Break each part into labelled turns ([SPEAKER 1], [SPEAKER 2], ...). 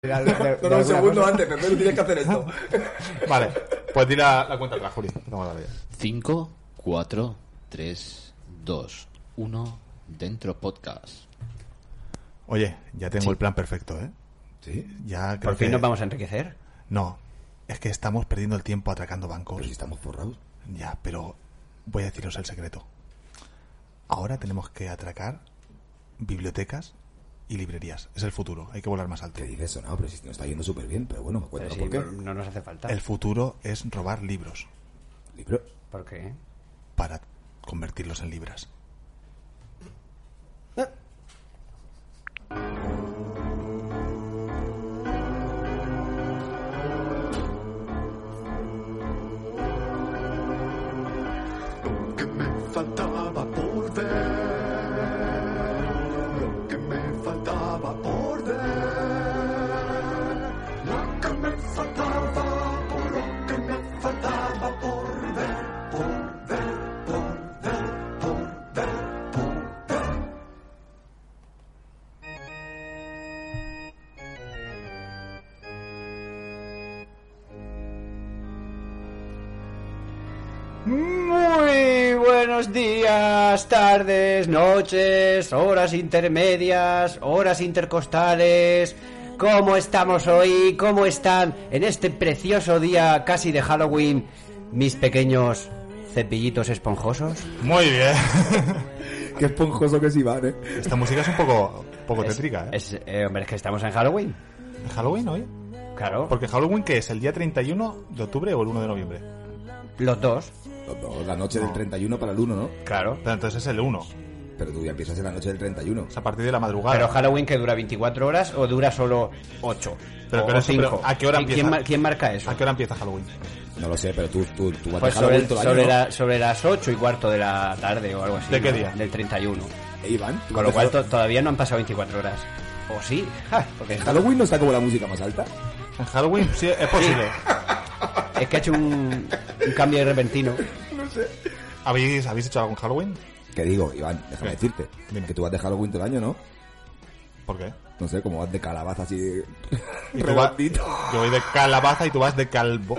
[SPEAKER 1] de al- de- de
[SPEAKER 2] No, no, un
[SPEAKER 1] alguna
[SPEAKER 2] segundo
[SPEAKER 1] cosa.
[SPEAKER 2] antes, Pepe, tienes que hacer esto.
[SPEAKER 3] Vale, pues di la, la cuenta atrás, Juli. Estamos a la vida.
[SPEAKER 4] 5, 4, 3, 2, 1, dentro podcast.
[SPEAKER 3] Oye, ya tengo el plan perfecto, ¿eh?
[SPEAKER 2] Sí.
[SPEAKER 3] Ya creo
[SPEAKER 5] Por fin
[SPEAKER 3] que-
[SPEAKER 5] nos vamos a enriquecer.
[SPEAKER 3] No, es que estamos perdiendo el tiempo atracando bancos.
[SPEAKER 2] Pero si estamos forrados.
[SPEAKER 3] Ya, pero voy a deciros el secreto. Ahora tenemos que atracar bibliotecas y librerías. Es el futuro, hay que volar más alto.
[SPEAKER 2] ¿Qué dices eso? No, pero si nos está yendo súper bien. Pero bueno, me
[SPEAKER 5] Pero
[SPEAKER 2] cuento
[SPEAKER 5] si
[SPEAKER 2] por qué.
[SPEAKER 5] no, no nos hace falta.
[SPEAKER 3] El futuro es robar libros
[SPEAKER 2] Libro.
[SPEAKER 5] ¿Por qué?
[SPEAKER 3] para convertirlos en libras.
[SPEAKER 6] Lo que me faltaba por ver, lo que me faltaba por ver, lo que me faltaba por lo que me faltaba por ver, por ver, por ver, por ver, por ver.
[SPEAKER 5] Muy buenos días, tardes, noches, horas intermedias, horas intercostales. ¿Cómo estamos hoy? ¿Cómo están en este precioso día casi de Halloween mis pequeños cepillitos esponjosos?
[SPEAKER 3] Muy bien.
[SPEAKER 2] Qué esponjoso que es Iván, ¿eh?
[SPEAKER 3] Esta música es un poco, un
[SPEAKER 2] Pues
[SPEAKER 3] poco tétrica, ¿eh?
[SPEAKER 5] Es, eh, hombre, es que estamos en Halloween.
[SPEAKER 3] ¿Halloween hoy?
[SPEAKER 5] Claro,
[SPEAKER 3] Porque Halloween, que es? ¿El día 31 de octubre o el 1 de noviembre?
[SPEAKER 5] los dos.
[SPEAKER 2] Los dos, la noche del 31 para el 1, ¿no?
[SPEAKER 5] Claro.
[SPEAKER 3] Pero entonces es el 1.
[SPEAKER 2] Pero tú ya empiezas en la noche del 31.
[SPEAKER 3] Es a partir de la madrugada.
[SPEAKER 5] Pero Halloween que dura 24 horas o dura solo 8.
[SPEAKER 3] Pero-
[SPEAKER 5] o
[SPEAKER 3] pero eso,
[SPEAKER 5] 5.
[SPEAKER 3] pero ¿a qué hora
[SPEAKER 5] ¿Quién,
[SPEAKER 3] empieza?
[SPEAKER 5] mar- quién marca eso?
[SPEAKER 3] ¿A qué hora empieza Halloween?
[SPEAKER 2] No lo sé, pero tú, tú, tú vas
[SPEAKER 5] Pues
[SPEAKER 2] a dejar la
[SPEAKER 5] sobre,
[SPEAKER 2] vuelta al
[SPEAKER 5] sobre
[SPEAKER 2] año,
[SPEAKER 5] la- sobre las 8 y cuarto de la tarde o algo así.
[SPEAKER 3] ¿De qué
[SPEAKER 5] ¿no?
[SPEAKER 3] día?
[SPEAKER 5] Del 31.
[SPEAKER 2] ¿no? Eh, Iván, tú
[SPEAKER 5] Con lo
[SPEAKER 2] has
[SPEAKER 5] cual
[SPEAKER 2] dejado-
[SPEAKER 5] to- todavía no han pasado 24 horas. ¿O sí? Ja, porque es-
[SPEAKER 2] Halloween no está como la música más alta.
[SPEAKER 3] En Halloween sí, es posible.
[SPEAKER 5] es que ha hecho un, un cambio repentino.
[SPEAKER 3] ¿Habéis, ¿Habéis hecho algo en Halloween?
[SPEAKER 2] ¿Qué digo, Iván? Déjame
[SPEAKER 3] ¿Qué?
[SPEAKER 2] decirte.
[SPEAKER 3] Dime.
[SPEAKER 2] Que tú vas de Halloween todo el año, ¿no?
[SPEAKER 3] ¿Por qué?
[SPEAKER 2] No sé, como vas de calabaza así.
[SPEAKER 3] Y tú vas-
[SPEAKER 2] Redondito.
[SPEAKER 3] yo voy de calabaza y tú vas de calvo.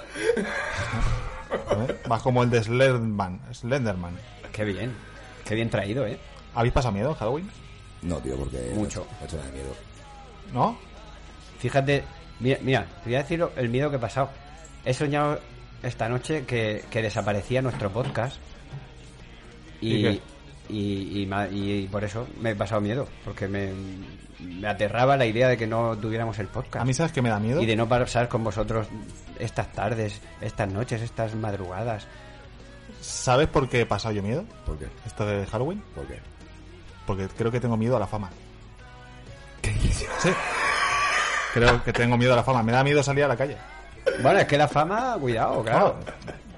[SPEAKER 3] ¿Eh? Vas como el de Slenderman. Slenderman.
[SPEAKER 5] Qué bien. Qué bien traído, ¿eh?
[SPEAKER 3] ¿Habéis pasado miedo en Halloween?
[SPEAKER 2] No, tío, porque.
[SPEAKER 5] Mucho.
[SPEAKER 2] Me ha hecho nada de miedo.
[SPEAKER 3] ¿No?
[SPEAKER 5] Fíjate, mira, mira, te voy a decir lo- el miedo que he pasado. He soñado esta noche que, que desaparecía nuestro podcast.
[SPEAKER 3] ¿Y
[SPEAKER 5] Y,
[SPEAKER 3] qué?
[SPEAKER 5] y- y ma- y por eso me he pasado miedo. Porque me, me aterraba la idea de que no tuviéramos el podcast.
[SPEAKER 3] A mí sabes que me da miedo.
[SPEAKER 5] y de no pasar con vosotros estas tardes, estas noches, estas madrugadas.
[SPEAKER 3] ¿Sabes por qué he pasado yo miedo?
[SPEAKER 2] ¿Por qué?
[SPEAKER 3] Esto de Halloween.
[SPEAKER 2] ¿Por qué?
[SPEAKER 3] Porque creo que tengo miedo a la fama. Sí. Creo que tengo miedo a la fama. Me da miedo salir a la calle.
[SPEAKER 5] Bueno, es que la fama, cuidado, claro.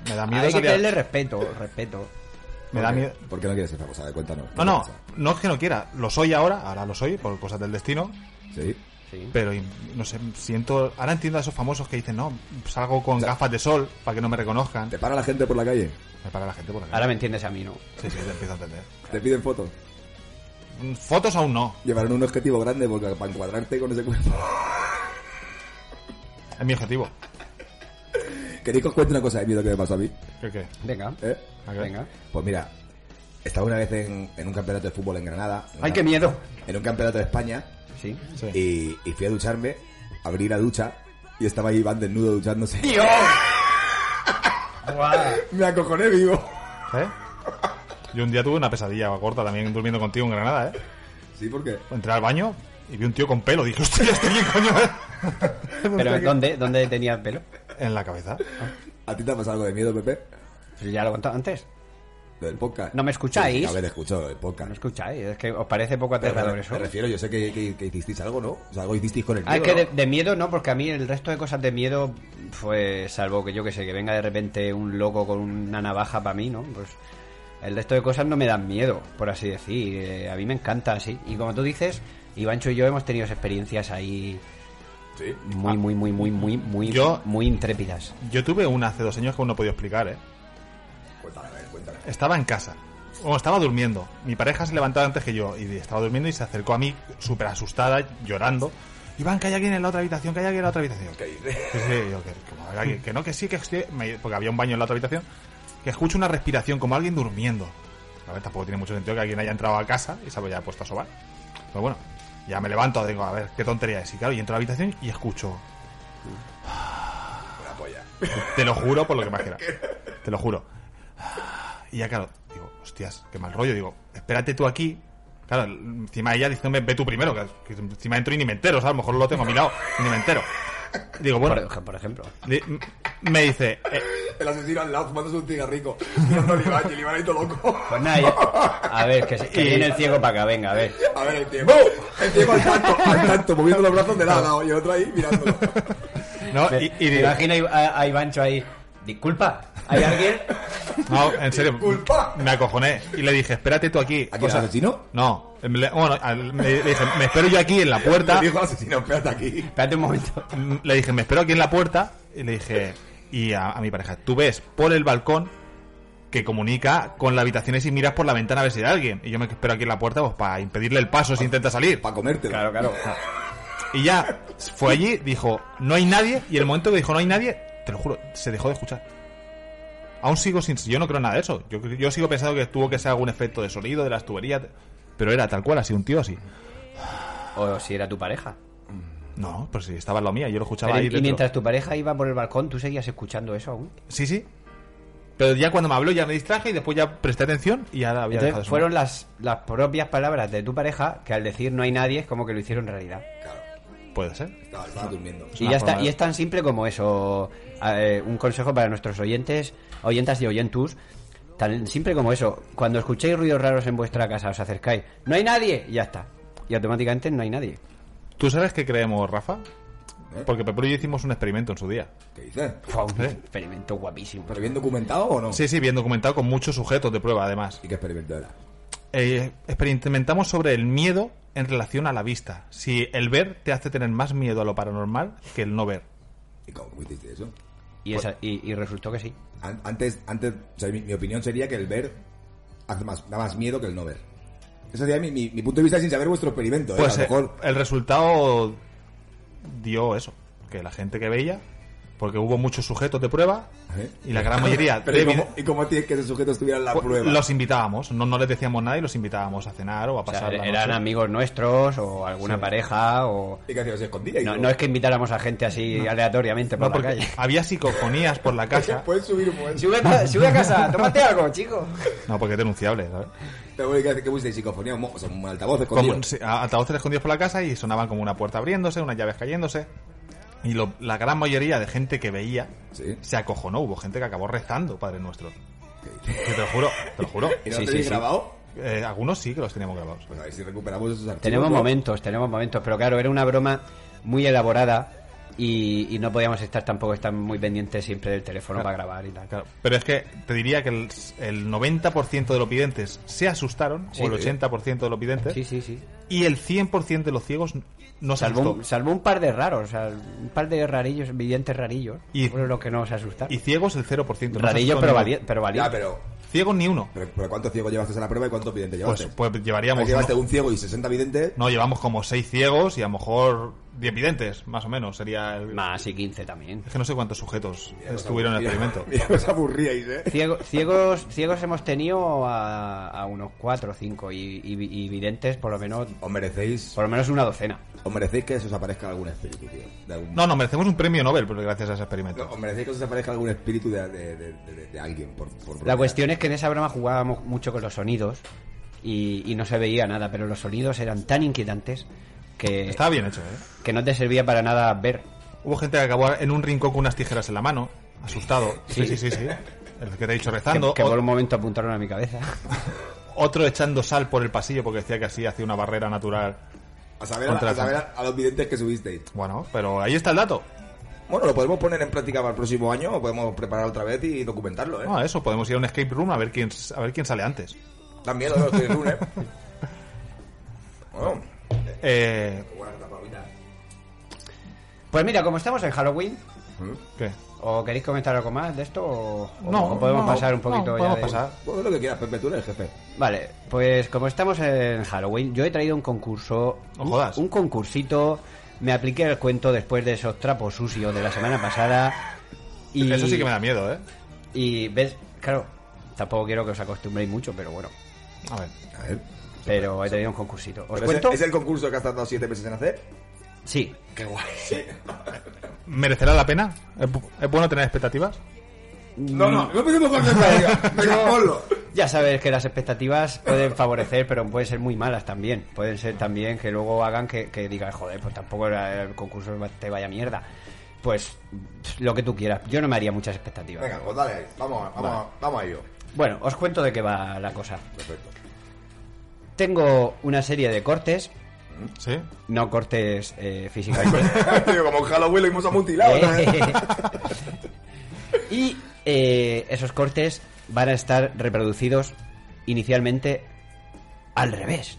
[SPEAKER 3] Me da miedo
[SPEAKER 5] Hay que
[SPEAKER 3] salir a-
[SPEAKER 5] tenerle respeto, respeto.
[SPEAKER 3] Me da
[SPEAKER 2] ¿Por qué?
[SPEAKER 3] miedo.
[SPEAKER 2] ¿Por qué no quieres ser famosa? De cuéntanos. ¿qué
[SPEAKER 3] No, no,
[SPEAKER 2] pasa?
[SPEAKER 3] no es que no quiera. Lo soy ahora, ahora lo soy por cosas del destino,
[SPEAKER 2] Sí.
[SPEAKER 5] Sí.
[SPEAKER 3] pero y- no sé, siento... Ahora entiendo a esos famosos que dicen, no, salgo con gafas de sol para que no me reconozcan.
[SPEAKER 2] ¿Te para la gente por la calle?
[SPEAKER 3] Me para la gente por la calle.
[SPEAKER 5] Ahora me entiendes a mí, ¿no?
[SPEAKER 3] Sí, sí, te empiezo a entender.
[SPEAKER 2] ¿Te piden fotos?
[SPEAKER 3] Mm, Fotos aún no.
[SPEAKER 2] Llevarán un objetivo grande porque para encuadrarte con ese cuerpo.
[SPEAKER 3] Es mi objetivo.
[SPEAKER 2] ¿Queréis que os cuente una cosa de miedo que me pasó a mí?
[SPEAKER 3] ¿Qué qué?
[SPEAKER 5] Venga,
[SPEAKER 2] ¿Eh?
[SPEAKER 3] ¿A qué?
[SPEAKER 5] venga.
[SPEAKER 2] Pues mira, estaba una vez en, en un campeonato de fútbol en Granada. en
[SPEAKER 5] ¡Ay,
[SPEAKER 2] una-
[SPEAKER 5] qué miedo!
[SPEAKER 2] En un campeonato de España.
[SPEAKER 5] Sí.
[SPEAKER 3] Sí.
[SPEAKER 2] Y, y fui a ducharme, abrí la ducha y estaba ahí Iván desnudo duchándose.
[SPEAKER 5] ¡Dios! ¡Guau!
[SPEAKER 2] Me acojoné vivo.
[SPEAKER 3] ¿Eh? Yo un día tuve una pesadilla corta también durmiendo contigo en Granada, ¿eh?
[SPEAKER 2] Sí, porque
[SPEAKER 3] Entré al baño y vi un tío con pelo. Dije, hostia, ¿este quién coño es?".
[SPEAKER 5] ¿Pero dónde, dónde tenías pelo?
[SPEAKER 3] En la cabeza.
[SPEAKER 2] a ti te ha pasado algo de miedo, Pepe.
[SPEAKER 5] Pues ya lo he contado antes.
[SPEAKER 2] Lo del podcast.
[SPEAKER 5] ¿No me escucháis?
[SPEAKER 2] Sí, a ver, escucho lo del
[SPEAKER 5] No
[SPEAKER 2] podcast.
[SPEAKER 5] me escucháis, es que os parece poco
[SPEAKER 2] Pero
[SPEAKER 5] aterrador
[SPEAKER 2] me,
[SPEAKER 5] eso.
[SPEAKER 2] me refiero, yo sé que, que- que hicisteis algo, ¿no? O sea, algo hicisteis con el miedo,
[SPEAKER 5] Ah, es que de,
[SPEAKER 2] ¿no?
[SPEAKER 5] de miedo no, porque a mí el resto de cosas de miedo fue, salvo que yo que sé, que venga de repente un loco con una navaja para mí, ¿no? Pues el resto de cosas no me dan miedo, por así decir. Eh, a mí me encanta así. Y como tú dices, Ivancho y yo hemos tenido experiencias ahí muy, muy, muy, muy, muy, muy,
[SPEAKER 3] Yo-
[SPEAKER 5] muy intrépidas.
[SPEAKER 3] Yo tuve una hace dos años que aún no podía explicar, ¿eh?
[SPEAKER 2] Cuéntame, a ver, cuéntame.
[SPEAKER 3] Estaba en casa. O estaba durmiendo. Mi pareja se levantaba antes que yo y estaba durmiendo y se acercó a mí súper asustada, llorando. Iván, que hay alguien en la otra habitación, que hay alguien en la otra habitación. Sí, sí, yo, que, como hay alguien- que no, que sí, que sí, me- porque había un baño en la otra habitación, que escucho una respiración, como alguien durmiendo. A ver, tampoco tiene mucho sentido que alguien haya entrado a casa y se haya puesto a sobar. Pero Pues bueno, ya me levanto, digo, a ver, qué tontería es. Y claro, y entro a la habitación y escucho,
[SPEAKER 2] Una polla.
[SPEAKER 3] te lo juro por lo que más quiera. Te lo juro. Y ya, claro, digo, hostias, qué mal rollo. Digo, espérate tú aquí. Claro, encima ella diciéndome, ve tú primero, que, que encima entro y ni me entero, ¿sabes? A lo mejor lo tengo a mi lado y ni me entero. Digo, bueno,
[SPEAKER 5] Por, ej- por ejemplo.
[SPEAKER 3] di- me dice, eh,
[SPEAKER 2] El asesino al lado fumándose un cigarrico. Mirando al Iván y el Iván ahí todo loco.
[SPEAKER 5] Pues nada, ya- a ver, que, se- que viene el ciego para acá, venga, a ver.
[SPEAKER 2] A ver, el tiempo. El tiempo al tanto, al tanto, moviendo los brazos de lado a lado y el otro ahí mirándolo.
[SPEAKER 3] no,
[SPEAKER 5] Me-
[SPEAKER 3] y, y
[SPEAKER 5] me
[SPEAKER 3] digo,
[SPEAKER 5] imagino a, a Ivancho ahí. Disculpa, ¿hay alguien?
[SPEAKER 3] no, en serio,
[SPEAKER 2] Disculpa.
[SPEAKER 3] me acojoné. Y le dije, espérate tú aquí.
[SPEAKER 2] ¿Aquí
[SPEAKER 3] O
[SPEAKER 2] el
[SPEAKER 3] sea,
[SPEAKER 2] asesino?
[SPEAKER 3] No, me le- bueno, al- me- le dije, me espero yo aquí en la puerta.
[SPEAKER 2] dijo asesino, espérate aquí.
[SPEAKER 5] Espérate un momento.
[SPEAKER 3] Mm, le dije, me espero aquí en la puerta. Y le dije, y a, a mi pareja, tú ves por el balcón que comunica con la habitación y miras por la ventana a ver si hay alguien. Y yo me espero aquí en la puerta pues, para impedirle el paso si intenta salir.
[SPEAKER 2] Para comértelo.
[SPEAKER 5] Claro, claro.
[SPEAKER 3] Y ya fue allí, dijo, no hay nadie. Y el momento que dijo, no hay nadie, te lo juro, se dejó de escuchar. Aún sigo sin. Yo no creo nada de eso. Yo, yo sigo pensando que tuvo que ser algún efecto de sonido, de las tuberías. Pero era tal cual, así un tío así.
[SPEAKER 5] O si era tu pareja.
[SPEAKER 3] No, pero si estaba en la mía, yo lo escuchaba
[SPEAKER 5] Pero
[SPEAKER 3] ahí.
[SPEAKER 5] y- y
[SPEAKER 3] dentro.
[SPEAKER 5] mientras tu pareja iba por el balcón, ¿tú seguías escuchando eso aún?
[SPEAKER 3] Sí, sí. Pero ya cuando me habló ya me distraje y después ya presté atención y ya había dejado de
[SPEAKER 5] Entonces
[SPEAKER 3] sonar.
[SPEAKER 5] fueron las, las propias palabras de tu pareja que al decir no hay nadie es como que lo hicieron realidad.
[SPEAKER 3] Puede ser.
[SPEAKER 2] Claro, estaba durmiendo.
[SPEAKER 5] Y
[SPEAKER 3] una
[SPEAKER 5] ya está,
[SPEAKER 3] forma de-
[SPEAKER 5] y es tan simple como eso. Eh, un consejo para nuestros oyentes, oyentas y oyentus. Tan simple como eso. Cuando escuchéis ruidos raros en vuestra casa, os acercáis. ¡No hay nadie! Y ya está. Y automáticamente no hay nadie.
[SPEAKER 3] ¿Tú sabes qué creemos, Rafa? Porque Pepe y yo hicimos un experimento en su día.
[SPEAKER 2] ¿Qué dices?
[SPEAKER 5] Fue un
[SPEAKER 3] ¿Eh? Pues,
[SPEAKER 5] experimento guapísimo.
[SPEAKER 2] ¿Pero bien documentado o no?
[SPEAKER 3] Sí, sí, bien documentado con muchos sujetos de prueba, además.
[SPEAKER 2] ¿Y qué experimento era?
[SPEAKER 3] Eh, experimentamos sobre el miedo en relación a la vista. Si el ver te hace tener más miedo a lo paranormal que el no ver.
[SPEAKER 2] ¿Y cómo, cómo hiciste eso?
[SPEAKER 5] Y,
[SPEAKER 3] pues
[SPEAKER 5] esa- y- y resultó que sí.
[SPEAKER 2] An- antes, antes o sea, mi, mi opinión sería que el ver hace más, da más miedo que el no ver. Eso sería mi, mi, mi punto de vista sin saber vuestro experimento. ¿eh?
[SPEAKER 3] Pues
[SPEAKER 2] a lo
[SPEAKER 3] eh,
[SPEAKER 2] mejor
[SPEAKER 3] el resultado dio eso, que la gente que veía, porque hubo muchos sujetos de prueba
[SPEAKER 2] ¿Eh?
[SPEAKER 3] y la gran mayoría
[SPEAKER 2] Pero
[SPEAKER 3] de
[SPEAKER 2] ¿y, cómo, ¿Y cómo tienes que esos sujetos tuvieran la
[SPEAKER 3] Pues,
[SPEAKER 2] prueba?
[SPEAKER 3] Los invitábamos, no, no les decíamos nada y los invitábamos a cenar o Pues a
[SPEAKER 5] O sea,
[SPEAKER 3] pasar la
[SPEAKER 5] eran
[SPEAKER 3] noche.
[SPEAKER 5] amigos nuestros o alguna pareja o...
[SPEAKER 2] ¿Y qué hacías? ¿Se escondía? y
[SPEAKER 5] No,
[SPEAKER 2] todo?
[SPEAKER 5] no es que invitáramos a gente así aleatoriamente
[SPEAKER 3] No,
[SPEAKER 5] por la
[SPEAKER 3] porque
[SPEAKER 5] calle.
[SPEAKER 3] había psicofonías por la casa.
[SPEAKER 2] Puedes subir un momento.
[SPEAKER 5] Sube, a- sube a casa, tómate algo, chico.
[SPEAKER 3] No, porque es denunciable, ¿sabes?
[SPEAKER 2] Te voy a decir que pusiste psicofonía, un, mo- o sea, un altavoz escondido.
[SPEAKER 3] Como, sí, a- altavoces escondidos por la casa y sonaban como una puerta abriéndose, unas llaves cayéndose. Y lo- la gran mayoría de gente que veía
[SPEAKER 2] Sí.
[SPEAKER 3] se acojonó. Hubo gente que acabó rezando, Padre Nuestro.
[SPEAKER 2] Ok.
[SPEAKER 3] Que te lo juro, te lo juro.
[SPEAKER 2] ¿Y no
[SPEAKER 5] Sí,
[SPEAKER 2] te
[SPEAKER 5] sí,
[SPEAKER 2] habéis
[SPEAKER 5] sí.
[SPEAKER 2] grabado?
[SPEAKER 3] Eh, algunos sí que los teníamos grabados.
[SPEAKER 2] Pues a ver si recuperamos esos archivos.
[SPEAKER 5] Tenemos
[SPEAKER 2] ¿no?
[SPEAKER 5] momentos, tenemos momentos, pero claro, era una broma muy elaborada y, y no podíamos estar tampoco estar muy pendientes siempre del teléfono para grabar y tal.
[SPEAKER 3] Claro, pero es que te diría que el, el 90% de los videntes se asustaron,
[SPEAKER 5] Sí.
[SPEAKER 3] o el 80% de los videntes,
[SPEAKER 5] Sí, sí, sí.
[SPEAKER 3] y el 100% de los ciegos no se
[SPEAKER 5] Salvo
[SPEAKER 3] asustó.
[SPEAKER 5] un, salvo un par de raros, o sea, un par de rarillos, videntes rarillos,
[SPEAKER 3] Y-
[SPEAKER 5] fueron los que no se asustaron.
[SPEAKER 3] Y ciegos el 0%. no
[SPEAKER 5] Rarillos,
[SPEAKER 3] se asustó
[SPEAKER 5] pero,
[SPEAKER 3] ninguno.
[SPEAKER 5] valie- pero
[SPEAKER 2] Ya,
[SPEAKER 5] valientes.
[SPEAKER 2] pero,
[SPEAKER 3] Ciegos ni uno.
[SPEAKER 2] pero, pero ¿cuántos ciegos llevaste a la prueba y cuántos videntes llevaste?
[SPEAKER 3] Pues, pues llevaríamos...
[SPEAKER 2] Ahí llevaste
[SPEAKER 3] uno-
[SPEAKER 2] un ciego y 60 videntes.
[SPEAKER 3] No, llevamos como seis ciegos y a lo mejor 10 videntes, más o menos. Sería el-
[SPEAKER 5] Más y 15 también.
[SPEAKER 3] Es que no sé cuántos sujetos estuvieron en el experimento.
[SPEAKER 2] Mira, os aburríais, ¿eh?
[SPEAKER 5] Ciego- ciegos, ciegos hemos tenido a, a unos 4 o 5 y, y- y videntes por lo menos
[SPEAKER 2] Os merecéis,
[SPEAKER 5] por lo menos una docena.
[SPEAKER 2] os merecéis que se os aparezca algún espíritu, tío. De algún-
[SPEAKER 3] No, no, merecemos un premio Nobel pero gracias a ese
[SPEAKER 2] No,
[SPEAKER 3] experimento.
[SPEAKER 2] os merecéis que se os aparezca algún espíritu de, de- de- de- de alguien. Por, por
[SPEAKER 5] La cuestión es que en esa broma jugábamos mucho con los sonidos y, y no se veía nada, pero los sonidos eran tan inquietantes que,
[SPEAKER 3] Estaba bien hecho, ¿eh?
[SPEAKER 5] que no te servía para nada ver.
[SPEAKER 3] Hubo gente que acabó en un rincón con unas tijeras en la mano, asustado. Sí, sí, sí, sí. El que te he dicho
[SPEAKER 5] Que,
[SPEAKER 3] rezando.
[SPEAKER 5] que
[SPEAKER 3] O-
[SPEAKER 5] por un momento apuntaron a mi cabeza.
[SPEAKER 3] Otro echando sal por el pasillo porque decía que así hacía una barrera natural.
[SPEAKER 2] A saber, a,
[SPEAKER 3] Contra
[SPEAKER 2] a saber a los videntes que subisteis.
[SPEAKER 3] Bueno, pero ahí está el dato.
[SPEAKER 2] Bueno, lo podemos poner en práctica para el próximo año o podemos preparar otra vez y documentarlo, ¿eh?
[SPEAKER 3] No, eso, podemos ir a un escape room a ver quién, a ver quién sale antes.
[SPEAKER 2] También lo de los que lunes. Bueno,
[SPEAKER 3] Eh,
[SPEAKER 2] buena tapabocas.
[SPEAKER 5] Pues mira, como estamos en Halloween,
[SPEAKER 3] ¿Qué?
[SPEAKER 5] ¿o queréis comentar algo más de esto? ¿O, o-
[SPEAKER 3] No,
[SPEAKER 5] o podemos
[SPEAKER 3] no,
[SPEAKER 5] pasar un
[SPEAKER 3] no,
[SPEAKER 5] poquito ya
[SPEAKER 3] podemos
[SPEAKER 5] de-
[SPEAKER 3] pasar.
[SPEAKER 2] Vos haz lo que quieras, Pepe, tú eres el jefe.
[SPEAKER 5] Vale, pues como estamos en Halloween, yo he traído un concurso.
[SPEAKER 3] No jodas.
[SPEAKER 5] Un, un concursito Me apliqué el cuento después de esos trapos sucios de la semana pasada. Y,
[SPEAKER 3] Eso sí que me da miedo, ¿eh?
[SPEAKER 5] Y ves, claro, tampoco quiero que os acostumbréis mucho, pero bueno.
[SPEAKER 3] A ver.
[SPEAKER 2] A ver.
[SPEAKER 5] Pero he tenido un concursito. ¿Os
[SPEAKER 2] Pero
[SPEAKER 5] cuento?
[SPEAKER 2] ¿Es, es el concurso que has tardado siete meses en hacer?
[SPEAKER 5] Sí.
[SPEAKER 2] Qué guay. Sí.
[SPEAKER 3] ¿Merecerá la pena? ¿Es, bu- es bueno tener expectativas?
[SPEAKER 2] No, no, no empecemos con esta Venga, ponlo.
[SPEAKER 5] Ya sabes que las expectativas pueden favorecer, pero pueden ser muy malas también. Pueden ser también que luego hagan que, que digas, joder, pues tampoco era- el concurso te vaya mierda. Pues lo que tú quieras. Yo no me haría muchas expectativas.
[SPEAKER 2] Venga, pues dale ahí. Vamos, a- vamos, a- vamos a ello.
[SPEAKER 5] Bueno, os cuento de qué va la cosa.
[SPEAKER 2] Perfecto.
[SPEAKER 5] Tengo una serie de cortes,
[SPEAKER 3] Sí.
[SPEAKER 5] no cortes eh, físicamente.
[SPEAKER 2] Tío, como en Halloween lo hemos mutilado.
[SPEAKER 5] ¿Eh?
[SPEAKER 2] ¿no?
[SPEAKER 5] y eh, esos cortes van a estar reproducidos inicialmente al revés.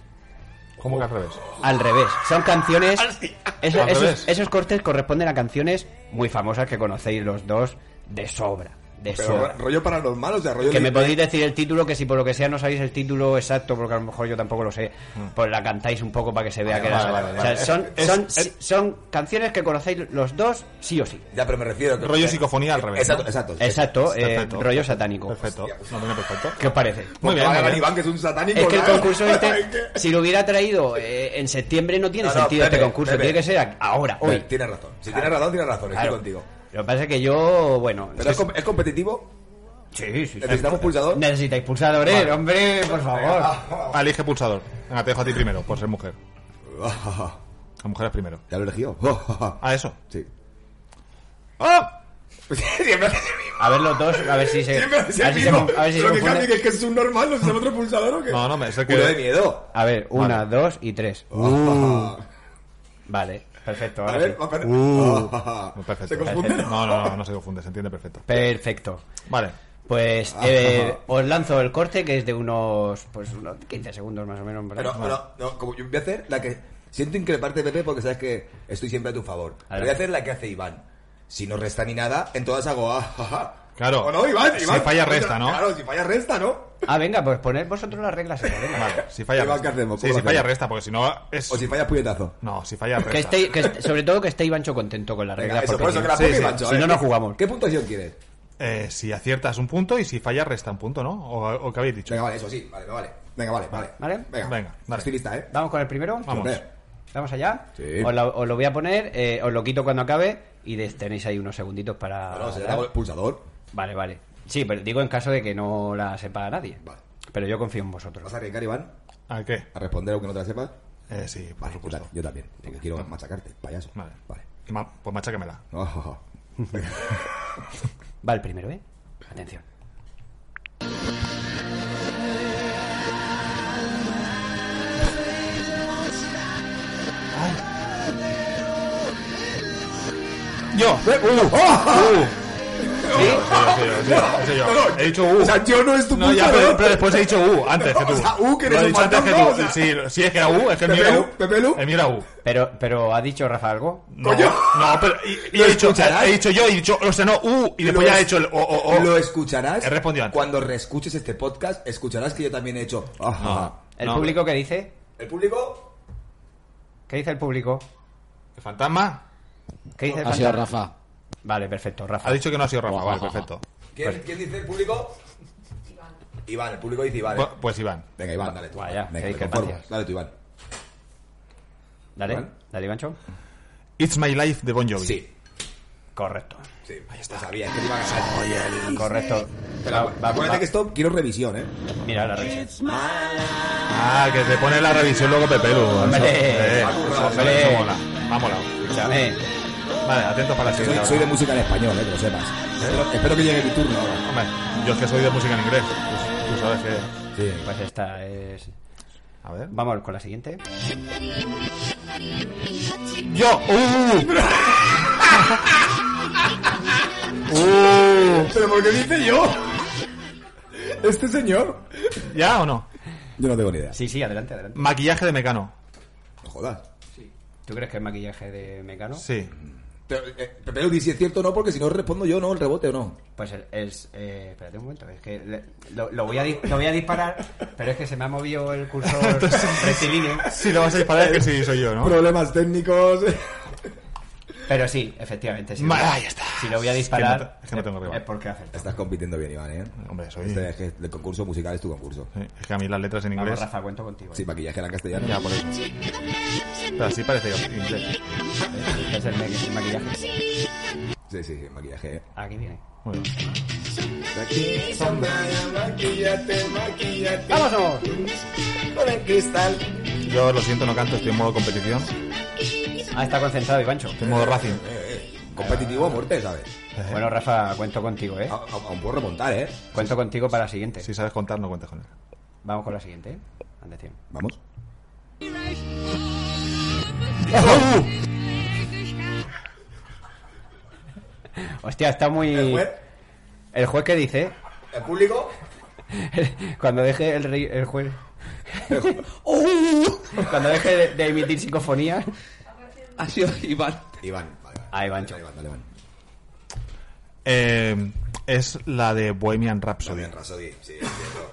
[SPEAKER 3] ¿Cómo que al revés?
[SPEAKER 5] Al revés. Son canciones. Eso-
[SPEAKER 3] Al
[SPEAKER 5] esos,
[SPEAKER 3] revés.
[SPEAKER 5] esos cortes corresponden a canciones muy famosas que conocéis los dos de sobra. De
[SPEAKER 2] Pero
[SPEAKER 5] sobra.
[SPEAKER 2] ro- rollo paranormal, o sea, rollo
[SPEAKER 5] Que me
[SPEAKER 2] de-
[SPEAKER 5] podéis decir el título, que si por lo que sea no sabéis el título exacto, porque a lo mejor yo tampoco lo sé, pues la cantáis un poco para que se vea que
[SPEAKER 3] Mm. vale,
[SPEAKER 5] era-
[SPEAKER 3] vale,
[SPEAKER 5] o sea,
[SPEAKER 3] vale.
[SPEAKER 5] son,
[SPEAKER 3] Es-
[SPEAKER 5] son,
[SPEAKER 3] es-
[SPEAKER 5] son canciones que conocéis los dos sí o sí.
[SPEAKER 2] Ya, pero me refiero que...
[SPEAKER 3] Rollo psicofonía al revés.
[SPEAKER 2] Exacto,
[SPEAKER 3] ¿no?
[SPEAKER 2] exacto.
[SPEAKER 5] Exacto, eh,
[SPEAKER 3] Perfecto.
[SPEAKER 5] rollo satánico.
[SPEAKER 3] Perfecto.
[SPEAKER 2] Hostia.
[SPEAKER 3] No viene perfecto.
[SPEAKER 5] ¿Qué os parece?
[SPEAKER 3] Muy bien, muy
[SPEAKER 2] Vale, vale,
[SPEAKER 3] bien.
[SPEAKER 2] Iván, que es un satánico.
[SPEAKER 5] Es que el
[SPEAKER 2] ¿no?
[SPEAKER 5] concurso
[SPEAKER 2] Ay,
[SPEAKER 5] este,
[SPEAKER 2] que-
[SPEAKER 5] si lo hubiera traído eh, en septiembre no tiene
[SPEAKER 2] No, no,
[SPEAKER 5] sentido este
[SPEAKER 2] Pepe,
[SPEAKER 5] concurso,
[SPEAKER 2] Pepe.
[SPEAKER 5] tiene que ser a- ahora,
[SPEAKER 2] Oye,
[SPEAKER 5] hoy.
[SPEAKER 2] tienes razón. Si tienes razón, tienes razón. Estoy
[SPEAKER 5] Claro.
[SPEAKER 2] contigo.
[SPEAKER 5] Lo que pasa es que yo, bueno,
[SPEAKER 2] Pero es, com- es competitivo.
[SPEAKER 5] sí, sí, sí.
[SPEAKER 2] Necesitamos pulsador.
[SPEAKER 5] necesitáis pulsadores, hombre, por favor.
[SPEAKER 3] Ah, Elige pulsador. Venga, te dejo a ti primero, por ser mujer. La mujer es primero.
[SPEAKER 2] Ya lo elegido.
[SPEAKER 3] Ah, eso.
[SPEAKER 2] Sí.
[SPEAKER 3] ¡Ah!
[SPEAKER 2] Pues, Siempre hace el mismo.
[SPEAKER 5] A ver los dos, a ver si se,
[SPEAKER 2] Siempre
[SPEAKER 5] a ver
[SPEAKER 2] hace el
[SPEAKER 5] si se,
[SPEAKER 2] mismo.
[SPEAKER 5] con- a ver si se
[SPEAKER 2] Lo que cambia
[SPEAKER 5] confunde.
[SPEAKER 2] es que es un normal, no es el otro pulsador o qué.
[SPEAKER 3] No, no, me- es el
[SPEAKER 2] Culo de
[SPEAKER 3] que...
[SPEAKER 2] miedo. Ah,
[SPEAKER 5] A ver, una, dos y tres. Vale, perfecto.
[SPEAKER 2] A
[SPEAKER 5] ahora
[SPEAKER 2] ver,
[SPEAKER 5] sí.
[SPEAKER 2] va a ver.
[SPEAKER 3] Perfecto.
[SPEAKER 2] ah. Se confunde.
[SPEAKER 5] Perfecto.
[SPEAKER 3] No, no, no, no se confunde, se entiende perfecto.
[SPEAKER 5] Perfecto.
[SPEAKER 3] Vale.
[SPEAKER 5] Pues eh, os lanzo el corte que es de unos, pues, unos 15 segundos más o menos. ¿verdad?
[SPEAKER 2] Pero, pero, no, como yo voy a hacer la que. Siento increparte, Pepe, porque sabes que estoy siempre a tu favor. Pero voy a hacer la que hace Iván. Si no resta ni nada, en todas hago. ah, ja, ja.
[SPEAKER 3] Claro.
[SPEAKER 2] ¿O no, Iván?
[SPEAKER 3] Si
[SPEAKER 2] Iván?
[SPEAKER 3] falla, resta, ¿no?
[SPEAKER 2] Claro, si falla, resta, ¿no?
[SPEAKER 5] Ah, venga, pues poned vosotros las reglas. venga, venga.
[SPEAKER 3] Vale. Si falla...
[SPEAKER 2] ¿Qué más
[SPEAKER 3] resta.
[SPEAKER 2] que hacemos?
[SPEAKER 3] Sí,
[SPEAKER 2] ¿Cómo
[SPEAKER 3] si
[SPEAKER 2] lo
[SPEAKER 3] falla
[SPEAKER 2] hacemos?
[SPEAKER 3] resta, porque si no es...
[SPEAKER 2] O si falla, puñetazo.
[SPEAKER 3] No, si falla resta.
[SPEAKER 5] Que este- esté, que esté- sobre todo que esté Ivancho contento con las
[SPEAKER 2] Venga,
[SPEAKER 5] reglas.
[SPEAKER 2] eso,
[SPEAKER 5] porque
[SPEAKER 2] por eso que la
[SPEAKER 5] si-
[SPEAKER 2] ponga
[SPEAKER 3] sí,
[SPEAKER 2] Iván,
[SPEAKER 5] sí,
[SPEAKER 2] a
[SPEAKER 5] si
[SPEAKER 2] ver.
[SPEAKER 5] no, no jugamos.
[SPEAKER 2] ¿Qué puntuación quieres?
[SPEAKER 3] Eh, si aciertas un punto y si fallas resta un punto, ¿no? ¿O, o qué habéis dicho?
[SPEAKER 2] Venga, vale, eso sí, vale, me vale. Venga, vale, vale.
[SPEAKER 5] ¿Vale?
[SPEAKER 2] Venga,
[SPEAKER 3] Venga, vale.
[SPEAKER 2] Estoy lista, ¿eh?
[SPEAKER 5] Vamos con el primero.
[SPEAKER 3] Vamos.
[SPEAKER 2] Hombre.
[SPEAKER 5] Vamos allá.
[SPEAKER 2] Sí.
[SPEAKER 5] Os, la- os lo voy a poner, eh, os lo quito cuando acabe y des- tenéis ahí unos segunditos para.
[SPEAKER 2] Bueno, se le da el pulsador.
[SPEAKER 5] Vale, vale. Sí, pero digo en caso de que no la sepa nadie.
[SPEAKER 2] Vale.
[SPEAKER 5] Pero yo confío en vosotros.
[SPEAKER 2] ¿Vas a arriesgar, Iván?
[SPEAKER 3] ¿A Ah, qué?
[SPEAKER 2] ¿A responder aunque no te la sepas?
[SPEAKER 3] Eh, sí, por
[SPEAKER 2] Vale,
[SPEAKER 3] supuesto.
[SPEAKER 2] yo ta- yo también. Porque quiero machacarte, payaso.
[SPEAKER 3] Vale.
[SPEAKER 2] Vale.
[SPEAKER 3] Ma- pues macháquemela.
[SPEAKER 2] Oh, oh, oh. Venga.
[SPEAKER 5] Va el primero, ¿eh? Atención.
[SPEAKER 3] ¡Yo! Sí, sí, sí, sí, sí,
[SPEAKER 2] Uh. No, no,
[SPEAKER 3] yo. He dicho U.
[SPEAKER 2] O sea, yo no es tu
[SPEAKER 3] No, ya,
[SPEAKER 2] pulsador.
[SPEAKER 3] pero, pero después he dicho U, antes que tú.
[SPEAKER 2] O sea, U, que eres
[SPEAKER 3] Lo he
[SPEAKER 2] un
[SPEAKER 3] dicho antes que tú.
[SPEAKER 2] matón, ¿no? O sea,
[SPEAKER 3] sí, sí, es que era U, es que el mío era U.
[SPEAKER 2] Pepe Lu, Pepe Lu.
[SPEAKER 3] El mío era U.
[SPEAKER 5] Pero, pero ¿ha dicho Rafa algo?
[SPEAKER 3] No,
[SPEAKER 2] Coño.
[SPEAKER 3] no, pero y, y
[SPEAKER 2] Lo
[SPEAKER 3] he, dicho,
[SPEAKER 2] escucharás.
[SPEAKER 3] he dicho yo, he dicho, o sea, no, U, y
[SPEAKER 2] Lo
[SPEAKER 3] después ya he
[SPEAKER 2] es-
[SPEAKER 3] hecho el O, O, O.
[SPEAKER 2] Lo escucharás.
[SPEAKER 3] He respondido antes.
[SPEAKER 2] Cuando reescuches este podcast, escucharás que yo también he hecho. ah, ah, ah.
[SPEAKER 5] ¿El
[SPEAKER 3] No.
[SPEAKER 5] público qué dice?
[SPEAKER 2] El público.
[SPEAKER 5] ¿Qué dice el público?
[SPEAKER 3] ¿El fantasma?
[SPEAKER 5] ¿Qué dice el
[SPEAKER 4] Ha sido
[SPEAKER 5] fantasma?
[SPEAKER 4] Rafa.
[SPEAKER 5] Vale, perfecto, Rafa.
[SPEAKER 3] Ha dicho que no ha sido Rafa,
[SPEAKER 4] Ojo,
[SPEAKER 3] vale,
[SPEAKER 4] ojo.
[SPEAKER 3] perfecto.
[SPEAKER 2] ¿Quién, quién dice el público? Iván. Iván, el público dice Iván. ¿eh?
[SPEAKER 3] Pu- Pues Iván.
[SPEAKER 2] Venga, Iván, dale tú.
[SPEAKER 5] Vaya,
[SPEAKER 2] Venga,
[SPEAKER 5] qué
[SPEAKER 2] te conformo.
[SPEAKER 5] discrepancias.
[SPEAKER 2] Dale tú, Iván.
[SPEAKER 5] Dale,
[SPEAKER 2] ¿Vale?
[SPEAKER 5] dale, Ivancho.
[SPEAKER 3] It's My Life de Bon Jovi.
[SPEAKER 2] Sí.
[SPEAKER 5] Correcto.
[SPEAKER 2] Sí. Ahí está. Sabía que te iba a ganar.
[SPEAKER 5] Correcto.
[SPEAKER 2] Pero
[SPEAKER 5] Va- va-
[SPEAKER 2] acuérdate
[SPEAKER 5] va-
[SPEAKER 2] que esto quiero revisión, ¿eh?
[SPEAKER 5] Mira la revisión.
[SPEAKER 3] Ah, que te pone la revisión luego Pepe Lu. eh.
[SPEAKER 5] Hombre, hombre.
[SPEAKER 3] Vámonos.
[SPEAKER 5] Escúchame.
[SPEAKER 3] Vale, atentos para la
[SPEAKER 2] Soy,
[SPEAKER 3] siguiente.
[SPEAKER 2] soy de
[SPEAKER 3] ahora.
[SPEAKER 2] música en español, eh, que lo sepas. Espero, espero que llegue mi turno ahora.
[SPEAKER 3] Hombre, yo es que soy de música en inglés. Tú- Tú sabes que...
[SPEAKER 2] Sí.
[SPEAKER 5] Pues esta es.
[SPEAKER 3] A ver.
[SPEAKER 5] Vamos con la siguiente.
[SPEAKER 3] Yo, uh, Uh,
[SPEAKER 2] ¿Pero por qué dice yo? ¿Este señor?
[SPEAKER 3] ¿ya o no?
[SPEAKER 2] Yo no tengo ni idea.
[SPEAKER 5] Sí, sí, adelante, adelante.
[SPEAKER 3] Maquillaje de Mecano.
[SPEAKER 2] No jodas.
[SPEAKER 5] ¿Tú crees que es maquillaje de Mecano?
[SPEAKER 3] Sí.
[SPEAKER 2] Pero, eh, Pepe Ludi, si es cierto o no, porque si no respondo yo, ¿no? El rebote o no.
[SPEAKER 5] Pues el, es, eh, espérate un momento, es que le- lo, lo voy a di- lo voy a disparar, pero es que se me ha movido el cursor rectilíneo.
[SPEAKER 3] Si lo vas a disparar, es que sí, soy yo, ¿no?
[SPEAKER 2] Problemas técnicos.
[SPEAKER 5] Pero sí, efectivamente. Sí,
[SPEAKER 3] Ma- ahí está.
[SPEAKER 5] Si lo voy a
[SPEAKER 3] Es que no
[SPEAKER 5] disparar, eh,
[SPEAKER 3] te- es que no tengo rival.
[SPEAKER 5] es porque acertado.
[SPEAKER 2] Estás compitiendo bien, Iván, ¿eh?
[SPEAKER 3] Hombre, soy.
[SPEAKER 2] Este es que el concurso musical es tu concurso.
[SPEAKER 3] Sí, Es que a mí las letras en
[SPEAKER 5] Vamos,
[SPEAKER 3] inglés.
[SPEAKER 5] Rafa, cuento contigo. eh.
[SPEAKER 2] Sí, maquillaje era en castellano.
[SPEAKER 3] Ya, por eso. Pero así parece que inglés.
[SPEAKER 5] Es el, maqui- el maquillaje.
[SPEAKER 2] Sí, sí, sí, maquillaje.
[SPEAKER 5] Aquí viene.
[SPEAKER 3] Muy bien.
[SPEAKER 2] maquillate, maquillate.
[SPEAKER 5] ¡Vámonos!
[SPEAKER 2] Con el cristal.
[SPEAKER 3] Yo lo siento, no canto, estoy en modo competición. Estoy
[SPEAKER 5] Ah, está concentrado, Ivancho.
[SPEAKER 3] en modo Racing.
[SPEAKER 5] Eh,
[SPEAKER 2] Competitivo a muerte, ¿sabes?
[SPEAKER 5] Bueno, Rafa, cuento contigo, ¿eh?
[SPEAKER 3] Ah,
[SPEAKER 2] A- a- Aún puedo remontar, ¿eh?
[SPEAKER 5] Cuento contigo para la siguiente.
[SPEAKER 3] Si sabes contar, no cuentes con él.
[SPEAKER 5] Vamos con la siguiente, ¿eh? Antes tiempo.
[SPEAKER 2] Vamos.
[SPEAKER 5] Hostia, está muy...
[SPEAKER 2] El juez,
[SPEAKER 5] El juez que dice...
[SPEAKER 2] Pues, el público.
[SPEAKER 5] Cuando deje el, rey- el juez...
[SPEAKER 2] ¡Oh!
[SPEAKER 5] Cuando deje de, de emitir psicofonía...
[SPEAKER 4] Ha sido Iván.
[SPEAKER 2] Iván, vale, vale.
[SPEAKER 5] Ah, Ivancho.
[SPEAKER 2] Dale, Iván, dale, Iván.
[SPEAKER 3] Eh, es la de Bohemian
[SPEAKER 2] Está
[SPEAKER 3] Rhapsody.
[SPEAKER 2] bien, Rasodi. Sí, es cierto.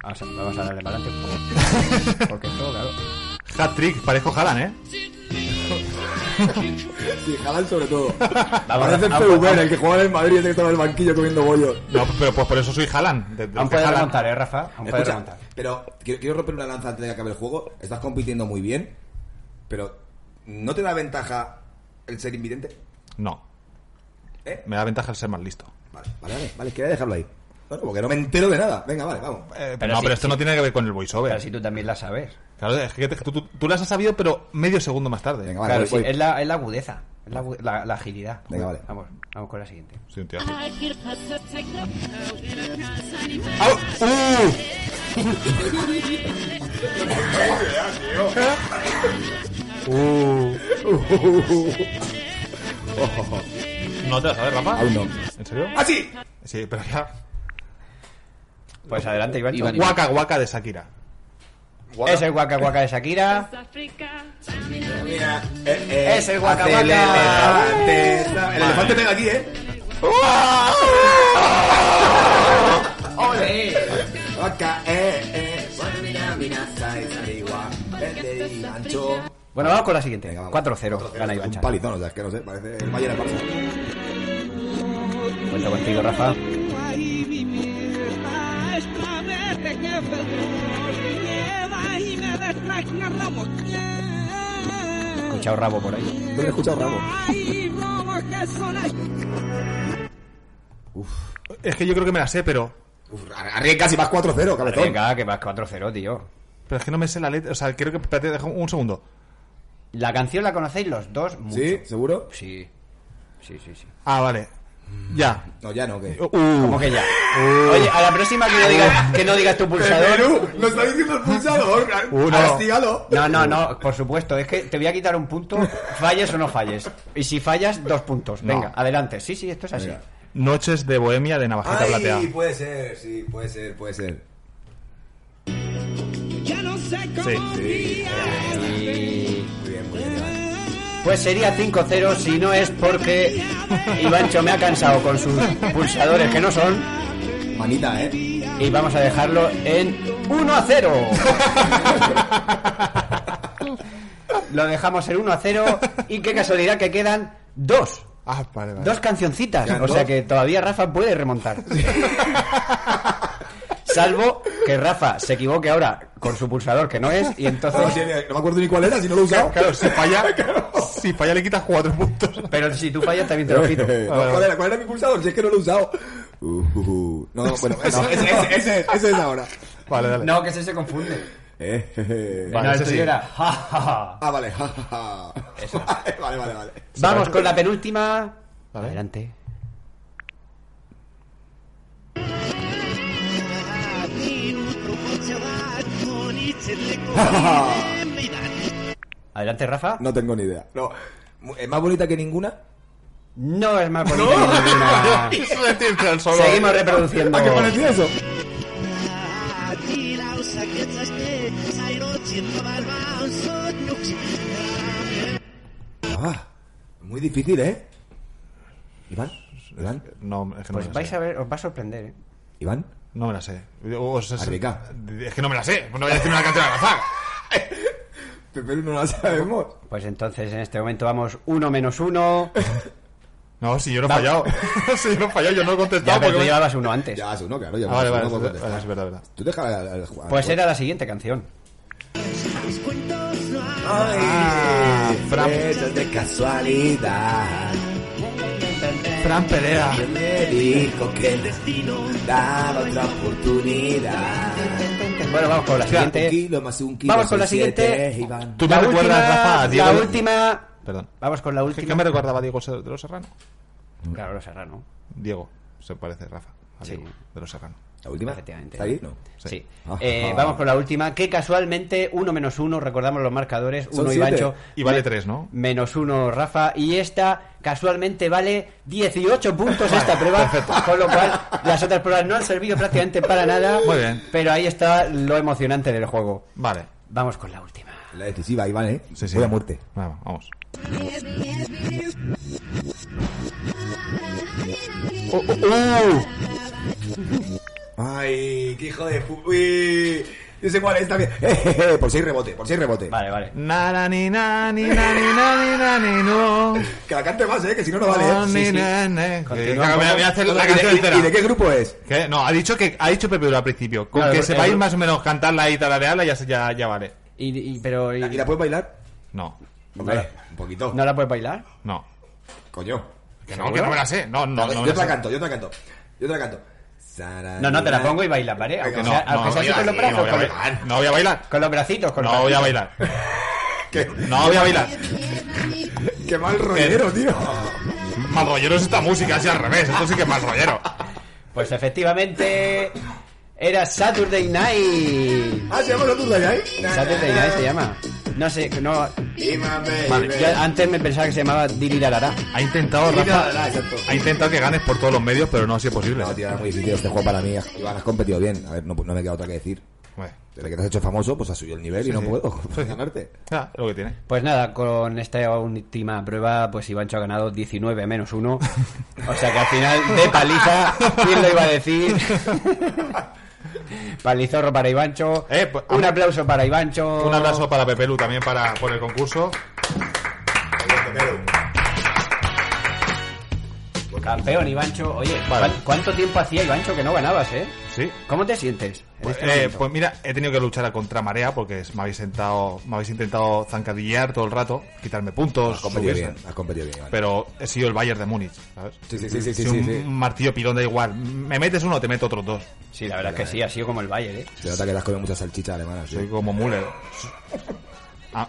[SPEAKER 5] Vamos a, Ah, vamos a darle para adelante un poco. Porque esto, claro...
[SPEAKER 3] Hat trick, parezco Jalan, ¿eh?
[SPEAKER 2] Sí, Jalan sobre todo.
[SPEAKER 5] Parece el
[SPEAKER 2] PV, el que jugaba en Madrid y que estaba en el banquillo comiendo bollos.
[SPEAKER 3] No, pero pues por eso soy Jalan.
[SPEAKER 5] Aún puedes remontar, ¿eh, Rafa? Aún puedes
[SPEAKER 2] Escucha,
[SPEAKER 5] remontar.
[SPEAKER 2] pero quiero, quiero romper una lanza antes de que acabe el juego. Estás compitiendo muy bien, pero ¿no te da ventaja el ser invidente?
[SPEAKER 3] No.
[SPEAKER 2] ¿Eh?
[SPEAKER 3] Me da ventaja el ser más listo.
[SPEAKER 2] Vale, vale, vale, vale, quería dejarlo ahí. Bueno, porque no me entero de nada. Venga, vale, vamos.
[SPEAKER 3] Eh,
[SPEAKER 5] Pero
[SPEAKER 3] no,
[SPEAKER 5] sí,
[SPEAKER 3] pero esto
[SPEAKER 5] sí.
[SPEAKER 3] no tiene que ver con el
[SPEAKER 5] Pero
[SPEAKER 3] voiceover.
[SPEAKER 5] si tú también la sabes.
[SPEAKER 3] Claro, es que te- tú, tú- tú las has sabido, pero medio segundo más tarde.
[SPEAKER 2] Venga, vale,
[SPEAKER 5] claro,
[SPEAKER 2] voy,
[SPEAKER 5] sí,
[SPEAKER 2] voy.
[SPEAKER 5] es la, es la agudeza, es la, agu- la- la agilidad.
[SPEAKER 2] Venga, vale.
[SPEAKER 5] Vamos, vamos con la siguiente.
[SPEAKER 3] Soy un tío así. ¡Au! ¡Uh! ¡Uh! ¿No te la sabes, Rafa?
[SPEAKER 2] Aún no.
[SPEAKER 3] ¿En serio?
[SPEAKER 2] ¡Ah, sí!
[SPEAKER 3] Sí, pero ya.
[SPEAKER 5] Pues adelante, Iván.
[SPEAKER 4] Iván.
[SPEAKER 3] Guaca, guaca de Shakira.
[SPEAKER 5] Es el guaca guaca de Shakira.
[SPEAKER 2] Mira, eh, eh,
[SPEAKER 5] Es el guaca,
[SPEAKER 2] hace
[SPEAKER 5] guaca.
[SPEAKER 2] El elefante, el elefante pega aquí, ¿eh? Guaca, eh, eh. Bueno, mira, mira, sale, sale igual. Vete y gancho.
[SPEAKER 5] Bueno, vamos con la siguiente.
[SPEAKER 2] Venga, vamos.
[SPEAKER 5] 4-0. Gana
[SPEAKER 2] Es
[SPEAKER 5] Iván.
[SPEAKER 2] un
[SPEAKER 5] Chan.
[SPEAKER 2] palizón, o sea, es que no sé, parece el Bayern al Barça.
[SPEAKER 5] Cuento contigo, Rafa.
[SPEAKER 1] y vivir maestra vete que perdón me lleva y me desfragna ramos
[SPEAKER 5] Escuchado rabo por ahí.
[SPEAKER 2] No he escuchado Ramos.
[SPEAKER 1] hay ramos que son las
[SPEAKER 3] Es que yo creo que me la sé, pero.
[SPEAKER 2] Uf, arriesgas y vas 4-0, cabezón.
[SPEAKER 5] Venga, que vas 4-0, tío.
[SPEAKER 3] Pero es que no me sé la letra. O sea, creo que. Espérate, deja un segundo.
[SPEAKER 5] La canción la conocéis los dos mucho.
[SPEAKER 2] ¿Sí? ¿Seguro?
[SPEAKER 5] Sí. Sí, sí, sí.
[SPEAKER 3] Ah, vale. Ya.
[SPEAKER 2] No, ya no,
[SPEAKER 5] Oh,
[SPEAKER 2] ¿qué? Eh,
[SPEAKER 3] Uh,
[SPEAKER 5] ¿Cómo que ya? Oye, a la próxima que no digas, que no digas tu pulsador.
[SPEAKER 2] ¡No está diciendo el pulsador! Ah,
[SPEAKER 3] Uno.
[SPEAKER 2] ¡Castígalo!
[SPEAKER 5] No, no, no, por supuesto, es que te voy a quitar un punto, falles o no falles. Y si fallas, dos puntos. Venga,
[SPEAKER 3] No.
[SPEAKER 5] adelante. Sí, sí, esto es así.
[SPEAKER 2] Venga.
[SPEAKER 3] Noches de Bohemia de Navajeta Platea.
[SPEAKER 2] Ay, puede ser, sí, puede ser, puede ser.
[SPEAKER 1] ya no sé
[SPEAKER 3] Sí.
[SPEAKER 1] cómo
[SPEAKER 5] Y-
[SPEAKER 2] Muy bien, muy bien, Iván.
[SPEAKER 5] Pues sería 5-0 si no es porque Ivancho me ha cansado con sus pulsadores que no son.
[SPEAKER 2] Manita, ¿eh?
[SPEAKER 5] Y vamos a dejarlo en 1-0. Lo dejamos en 1-0. Y qué casualidad que quedan dos.
[SPEAKER 3] Ah, vale, vale.
[SPEAKER 5] Dos cancioncitas.
[SPEAKER 2] Quedan
[SPEAKER 5] O sea
[SPEAKER 2] dos.
[SPEAKER 5] que todavía Rafa puede remontar. Salvo que Rafa se equivoque ahora con su pulsador que no es. Y
[SPEAKER 2] No,
[SPEAKER 5] entonces
[SPEAKER 2] sí, no me acuerdo ni cuál era, si no lo he usado.
[SPEAKER 3] Claro, claro, si falla, si falla le quitas cuatro puntos.
[SPEAKER 5] Pero si tú fallas también te lo quito.
[SPEAKER 2] No, ¿cuál, era, ¿Cuál era mi pulsador? Si es que no lo he usado. Uh, uh, uh. No, no, bueno, no, ese, ese, ese, ese es ahora.
[SPEAKER 3] Vale, dale.
[SPEAKER 5] No, que ese se confunde.
[SPEAKER 2] Eh, eh, eh.
[SPEAKER 3] Vale,
[SPEAKER 5] no, el
[SPEAKER 3] ese
[SPEAKER 5] tuyo
[SPEAKER 3] sí.
[SPEAKER 5] era, ja, ja, ja.
[SPEAKER 2] Ah, vale, ja, ja, ja. Vale, vale, vale.
[SPEAKER 5] Vamos con la penúltima.
[SPEAKER 3] Vale.
[SPEAKER 5] Adelante. Adelante, Rafa.
[SPEAKER 2] No tengo ni idea. No. Mu- ¿Es más bonita que ninguna?
[SPEAKER 5] No es más bonita que ninguna.
[SPEAKER 3] Eso de ciencia del solo.
[SPEAKER 5] Seguimos reproduciendo.
[SPEAKER 2] ¿A qué parecía eso?
[SPEAKER 7] Ti lausa che c'è, sai rocci, trova il mouse,
[SPEAKER 2] Ah, muy difícil, ¿eh? Iván, Iván,
[SPEAKER 3] No, es que no me
[SPEAKER 5] Pues
[SPEAKER 3] la
[SPEAKER 5] vais
[SPEAKER 3] sé.
[SPEAKER 5] a ver, os va a sorprender, ¿eh?
[SPEAKER 2] Iván.
[SPEAKER 3] No me la sé. O- o- es-
[SPEAKER 2] Arrica.
[SPEAKER 3] es que no me la sé. Pues No voy a decirme la canción al azar.
[SPEAKER 2] Pero no la sabemos.
[SPEAKER 5] Pues entonces en este momento vamos uno menos uno.
[SPEAKER 3] No, si yo no he fallado. si yo no he fallado, yo no he contestado.
[SPEAKER 5] Ya, pero tú
[SPEAKER 3] porque me-
[SPEAKER 5] llevabas uno antes.
[SPEAKER 2] Ya vas uno, claro. Ya
[SPEAKER 3] Ah,
[SPEAKER 2] vas
[SPEAKER 3] vale,
[SPEAKER 2] uno,
[SPEAKER 3] vale,
[SPEAKER 2] no puedo
[SPEAKER 3] vale,
[SPEAKER 2] contestar.
[SPEAKER 3] es verdad, es verdad.
[SPEAKER 2] Tú deja al, al Juan.
[SPEAKER 5] Pues era la siguiente canción.
[SPEAKER 2] Ay,
[SPEAKER 3] Ah, Fran-
[SPEAKER 2] hechos de casualidad.
[SPEAKER 3] Fran Perea.
[SPEAKER 2] Alguien me dijo que el destino daba otra oportunidad.
[SPEAKER 5] Bueno, vamos con la
[SPEAKER 2] Un
[SPEAKER 5] siguiente.
[SPEAKER 2] kilo más un kilo.
[SPEAKER 5] Vamos con
[SPEAKER 2] son
[SPEAKER 5] la siguiente.
[SPEAKER 2] siete, Iván.
[SPEAKER 3] ¿Tú me
[SPEAKER 5] La
[SPEAKER 3] recuerdas,
[SPEAKER 5] última,
[SPEAKER 3] Rafa, a Diego?
[SPEAKER 5] La última.
[SPEAKER 3] Perdón.
[SPEAKER 5] Vamos con la
[SPEAKER 3] ¿Qué, qué
[SPEAKER 5] última.
[SPEAKER 3] me recordaba Diego Ser- de los Serrano?
[SPEAKER 5] Claro, los Serrano.
[SPEAKER 3] Diego, se parece Rafa. a
[SPEAKER 5] Sí.
[SPEAKER 3] Diego de los Serrano.
[SPEAKER 2] ¿La última?
[SPEAKER 5] Efectivamente.
[SPEAKER 2] ¿Está ahí? No.
[SPEAKER 5] Sí.
[SPEAKER 2] Ah.
[SPEAKER 5] Eh, vamos con la última, que casualmente uno menos uno, recordamos los marcadores,
[SPEAKER 2] Son
[SPEAKER 5] uno
[SPEAKER 2] siete.
[SPEAKER 5] Ivancho,
[SPEAKER 3] Y vale tres, ¿no?
[SPEAKER 5] menos uno Rafa, y esta casualmente vale 18 puntos esta prueba, con lo cual las otras pruebas no han servido prácticamente para nada,
[SPEAKER 3] Muy bien.
[SPEAKER 5] pero ahí está lo emocionante del juego.
[SPEAKER 3] Vale.
[SPEAKER 5] Vamos con la última.
[SPEAKER 2] La decisiva, Iván, ¿eh?
[SPEAKER 3] Sí, sí.
[SPEAKER 2] Voy a muerte.
[SPEAKER 3] Vamos, vamos.
[SPEAKER 2] Ay, qué hijo de... pu- Uy. Yo sé cuál es también. Eh, eh, eh, por seis rebote, por seis rebote.
[SPEAKER 5] Vale, vale.
[SPEAKER 3] Na, na, ni, na, ni, na, ni, na, ni, na, ni, no.
[SPEAKER 2] Que la cante más, ¿eh? Que si no, no vale.
[SPEAKER 3] No,
[SPEAKER 2] ¿eh?
[SPEAKER 3] ni,
[SPEAKER 2] Sí, sí.
[SPEAKER 3] na, na. Que-
[SPEAKER 5] Continúa
[SPEAKER 3] que
[SPEAKER 5] un
[SPEAKER 3] Voy a
[SPEAKER 5] poco.
[SPEAKER 3] voy a hacer
[SPEAKER 2] ¿Y
[SPEAKER 3] la
[SPEAKER 2] de-
[SPEAKER 3] canción
[SPEAKER 2] y-
[SPEAKER 3] entera.
[SPEAKER 2] ¿Y de qué grupo es?
[SPEAKER 3] ¿Qué? No, ha dicho que ha dicho Pepe Oro al principio. Con
[SPEAKER 5] Claro,
[SPEAKER 3] que
[SPEAKER 5] el-
[SPEAKER 3] sepáis
[SPEAKER 5] el-
[SPEAKER 3] más o menos cantarla y tararearla ya, se- ya, ya vale.
[SPEAKER 5] Y, y- pero y-
[SPEAKER 2] ¿Y la puedes bailar?
[SPEAKER 3] No,
[SPEAKER 2] Hombre, un poquito.
[SPEAKER 5] ¿No la puedes bailar?
[SPEAKER 3] no.
[SPEAKER 2] Coño.
[SPEAKER 3] Que no, que no me la sé. No, no,
[SPEAKER 2] A ver,
[SPEAKER 3] no me
[SPEAKER 2] yo
[SPEAKER 3] la
[SPEAKER 2] te la
[SPEAKER 3] sé.
[SPEAKER 2] canto, yo te la canto. Yo te la canto.
[SPEAKER 5] No, no, te la pongo y bailas, ¿vale?
[SPEAKER 2] Venga,
[SPEAKER 5] Aunque
[SPEAKER 2] no,
[SPEAKER 5] sea,
[SPEAKER 3] Eh, no,
[SPEAKER 5] aunque sea
[SPEAKER 3] voy
[SPEAKER 5] así
[SPEAKER 3] a-
[SPEAKER 5] con los
[SPEAKER 3] no
[SPEAKER 5] brazos,
[SPEAKER 3] voy a
[SPEAKER 5] con,
[SPEAKER 3] bailar. No voy a bailar.
[SPEAKER 5] con los bracitos, con los
[SPEAKER 3] No voy a
[SPEAKER 5] bracitos.
[SPEAKER 3] bailar.
[SPEAKER 2] Qué,
[SPEAKER 3] No voy a bailar.
[SPEAKER 2] qué mal rollero, tío.
[SPEAKER 3] Más rollero es esta música, así al revés. Esto sí que es más rollero.
[SPEAKER 5] Pues efectivamente era Saturday Night.
[SPEAKER 2] Ah, ¿se llama la duda ya, ¿eh?
[SPEAKER 5] Saturday Night se llama. ah, No sé, no.
[SPEAKER 2] Vale,
[SPEAKER 5] Yo antes me pensaba que se llamaba Dirilarara.
[SPEAKER 3] Ha intentado,
[SPEAKER 2] Mira,
[SPEAKER 3] Rafa,
[SPEAKER 2] nada, exacto.
[SPEAKER 3] ha intentado que ganes por todos los medios, pero no ha sido posible.
[SPEAKER 2] No, tío, era muy difícil este juego para mí. Iván, has competido bien. A ver, no, no me queda otra que decir.
[SPEAKER 3] Bueno,
[SPEAKER 2] Desde que te has hecho famoso, pues has subido el nivel y no
[SPEAKER 3] sí.
[SPEAKER 2] puedo ganarte.
[SPEAKER 3] ya, lo que tiene.
[SPEAKER 5] Pues nada, con esta última prueba, pues Ivancho ha ganado 19 menos 1. O sea que al final, de paliza, ¿quién lo iba a decir? Palizorro para Ivancho.
[SPEAKER 3] Eh, pues,
[SPEAKER 5] un
[SPEAKER 3] am-
[SPEAKER 5] aplauso para Ivancho.
[SPEAKER 3] Un abrazo para Pepelu también para, por el concurso.
[SPEAKER 5] Campeón, Ivancho. Oye,
[SPEAKER 3] Vale.
[SPEAKER 5] ¿cuán- ¿cuánto tiempo hacía Ivancho que no ganabas, eh?
[SPEAKER 3] Sí.
[SPEAKER 5] ¿Cómo te sientes? en
[SPEAKER 3] Pues,
[SPEAKER 5] este
[SPEAKER 3] eh,
[SPEAKER 5] momento?
[SPEAKER 3] pues mira, he tenido que luchar a contramarea porque es- me habéis, sentado, me habéis intentado zancadillar todo el rato, quitarme puntos,
[SPEAKER 2] Has competido
[SPEAKER 3] subirse.
[SPEAKER 2] bien, has competido bien, Iván.
[SPEAKER 3] pero he sido el Bayern de Múnich, ¿sabes?
[SPEAKER 2] Sí, sí, sí, sí,
[SPEAKER 3] Si
[SPEAKER 2] sí,
[SPEAKER 3] un
[SPEAKER 2] sí, sí.
[SPEAKER 3] martillo pilón da igual. Me metes uno, te meto otros dos.
[SPEAKER 5] Sí, la verdad es que sí, ha sido como el Bayern, ¿eh?
[SPEAKER 2] Se nota que te has comido muchas salchichas alemanas, tío.
[SPEAKER 3] Soy como Müller. A,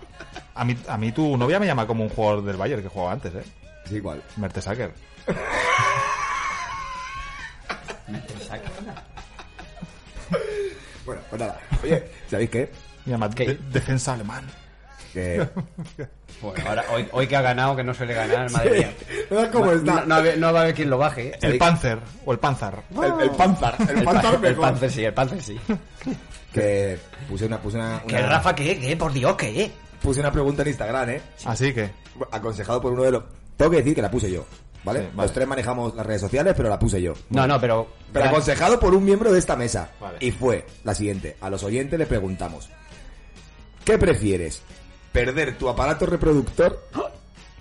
[SPEAKER 3] a mí, a mí tu novia me llama como un jugador del Bayern que jugaba antes, ¿eh?
[SPEAKER 2] Sí, igual.
[SPEAKER 3] Mertesacker.
[SPEAKER 2] Bueno, pues nada. Oye, ¿sabéis qué?
[SPEAKER 3] Me llama
[SPEAKER 5] ¿Qué?
[SPEAKER 3] de- defensa alemán.
[SPEAKER 2] Que...
[SPEAKER 5] Bueno, ahora, hoy, hoy que ha ganado, que no suele ganar, madre mía.
[SPEAKER 2] Mira ¿Cómo
[SPEAKER 3] Pues
[SPEAKER 5] No,
[SPEAKER 2] está?
[SPEAKER 5] no, ve- no va a haber quien lo baje. ¿eh?
[SPEAKER 3] El Panzer o el Panzar.
[SPEAKER 2] El, el Panzar. Ah. El Panzar
[SPEAKER 5] el
[SPEAKER 2] mejor.
[SPEAKER 5] Panzer sí, el Panzer sí.
[SPEAKER 2] Que puse una, puse una,
[SPEAKER 5] ¿Qué
[SPEAKER 2] una-
[SPEAKER 5] Rafa qué? ¿Qué? Por Dios, ¿qué?
[SPEAKER 2] puse una pregunta en Instagram, ¿eh?
[SPEAKER 3] Así que
[SPEAKER 2] Aconsejado por uno de los... Tengo que decir que la puse yo, ¿vale?
[SPEAKER 3] Sí, vale.
[SPEAKER 2] Los tres manejamos las redes sociales, pero la puse yo.
[SPEAKER 5] No, no, pero...
[SPEAKER 2] Pero aconsejado por un miembro de esta mesa.
[SPEAKER 3] Vale.
[SPEAKER 2] Y fue la siguiente. A los oyentes le preguntamos. ¿Qué prefieres? ¿Perder tu aparato reproductor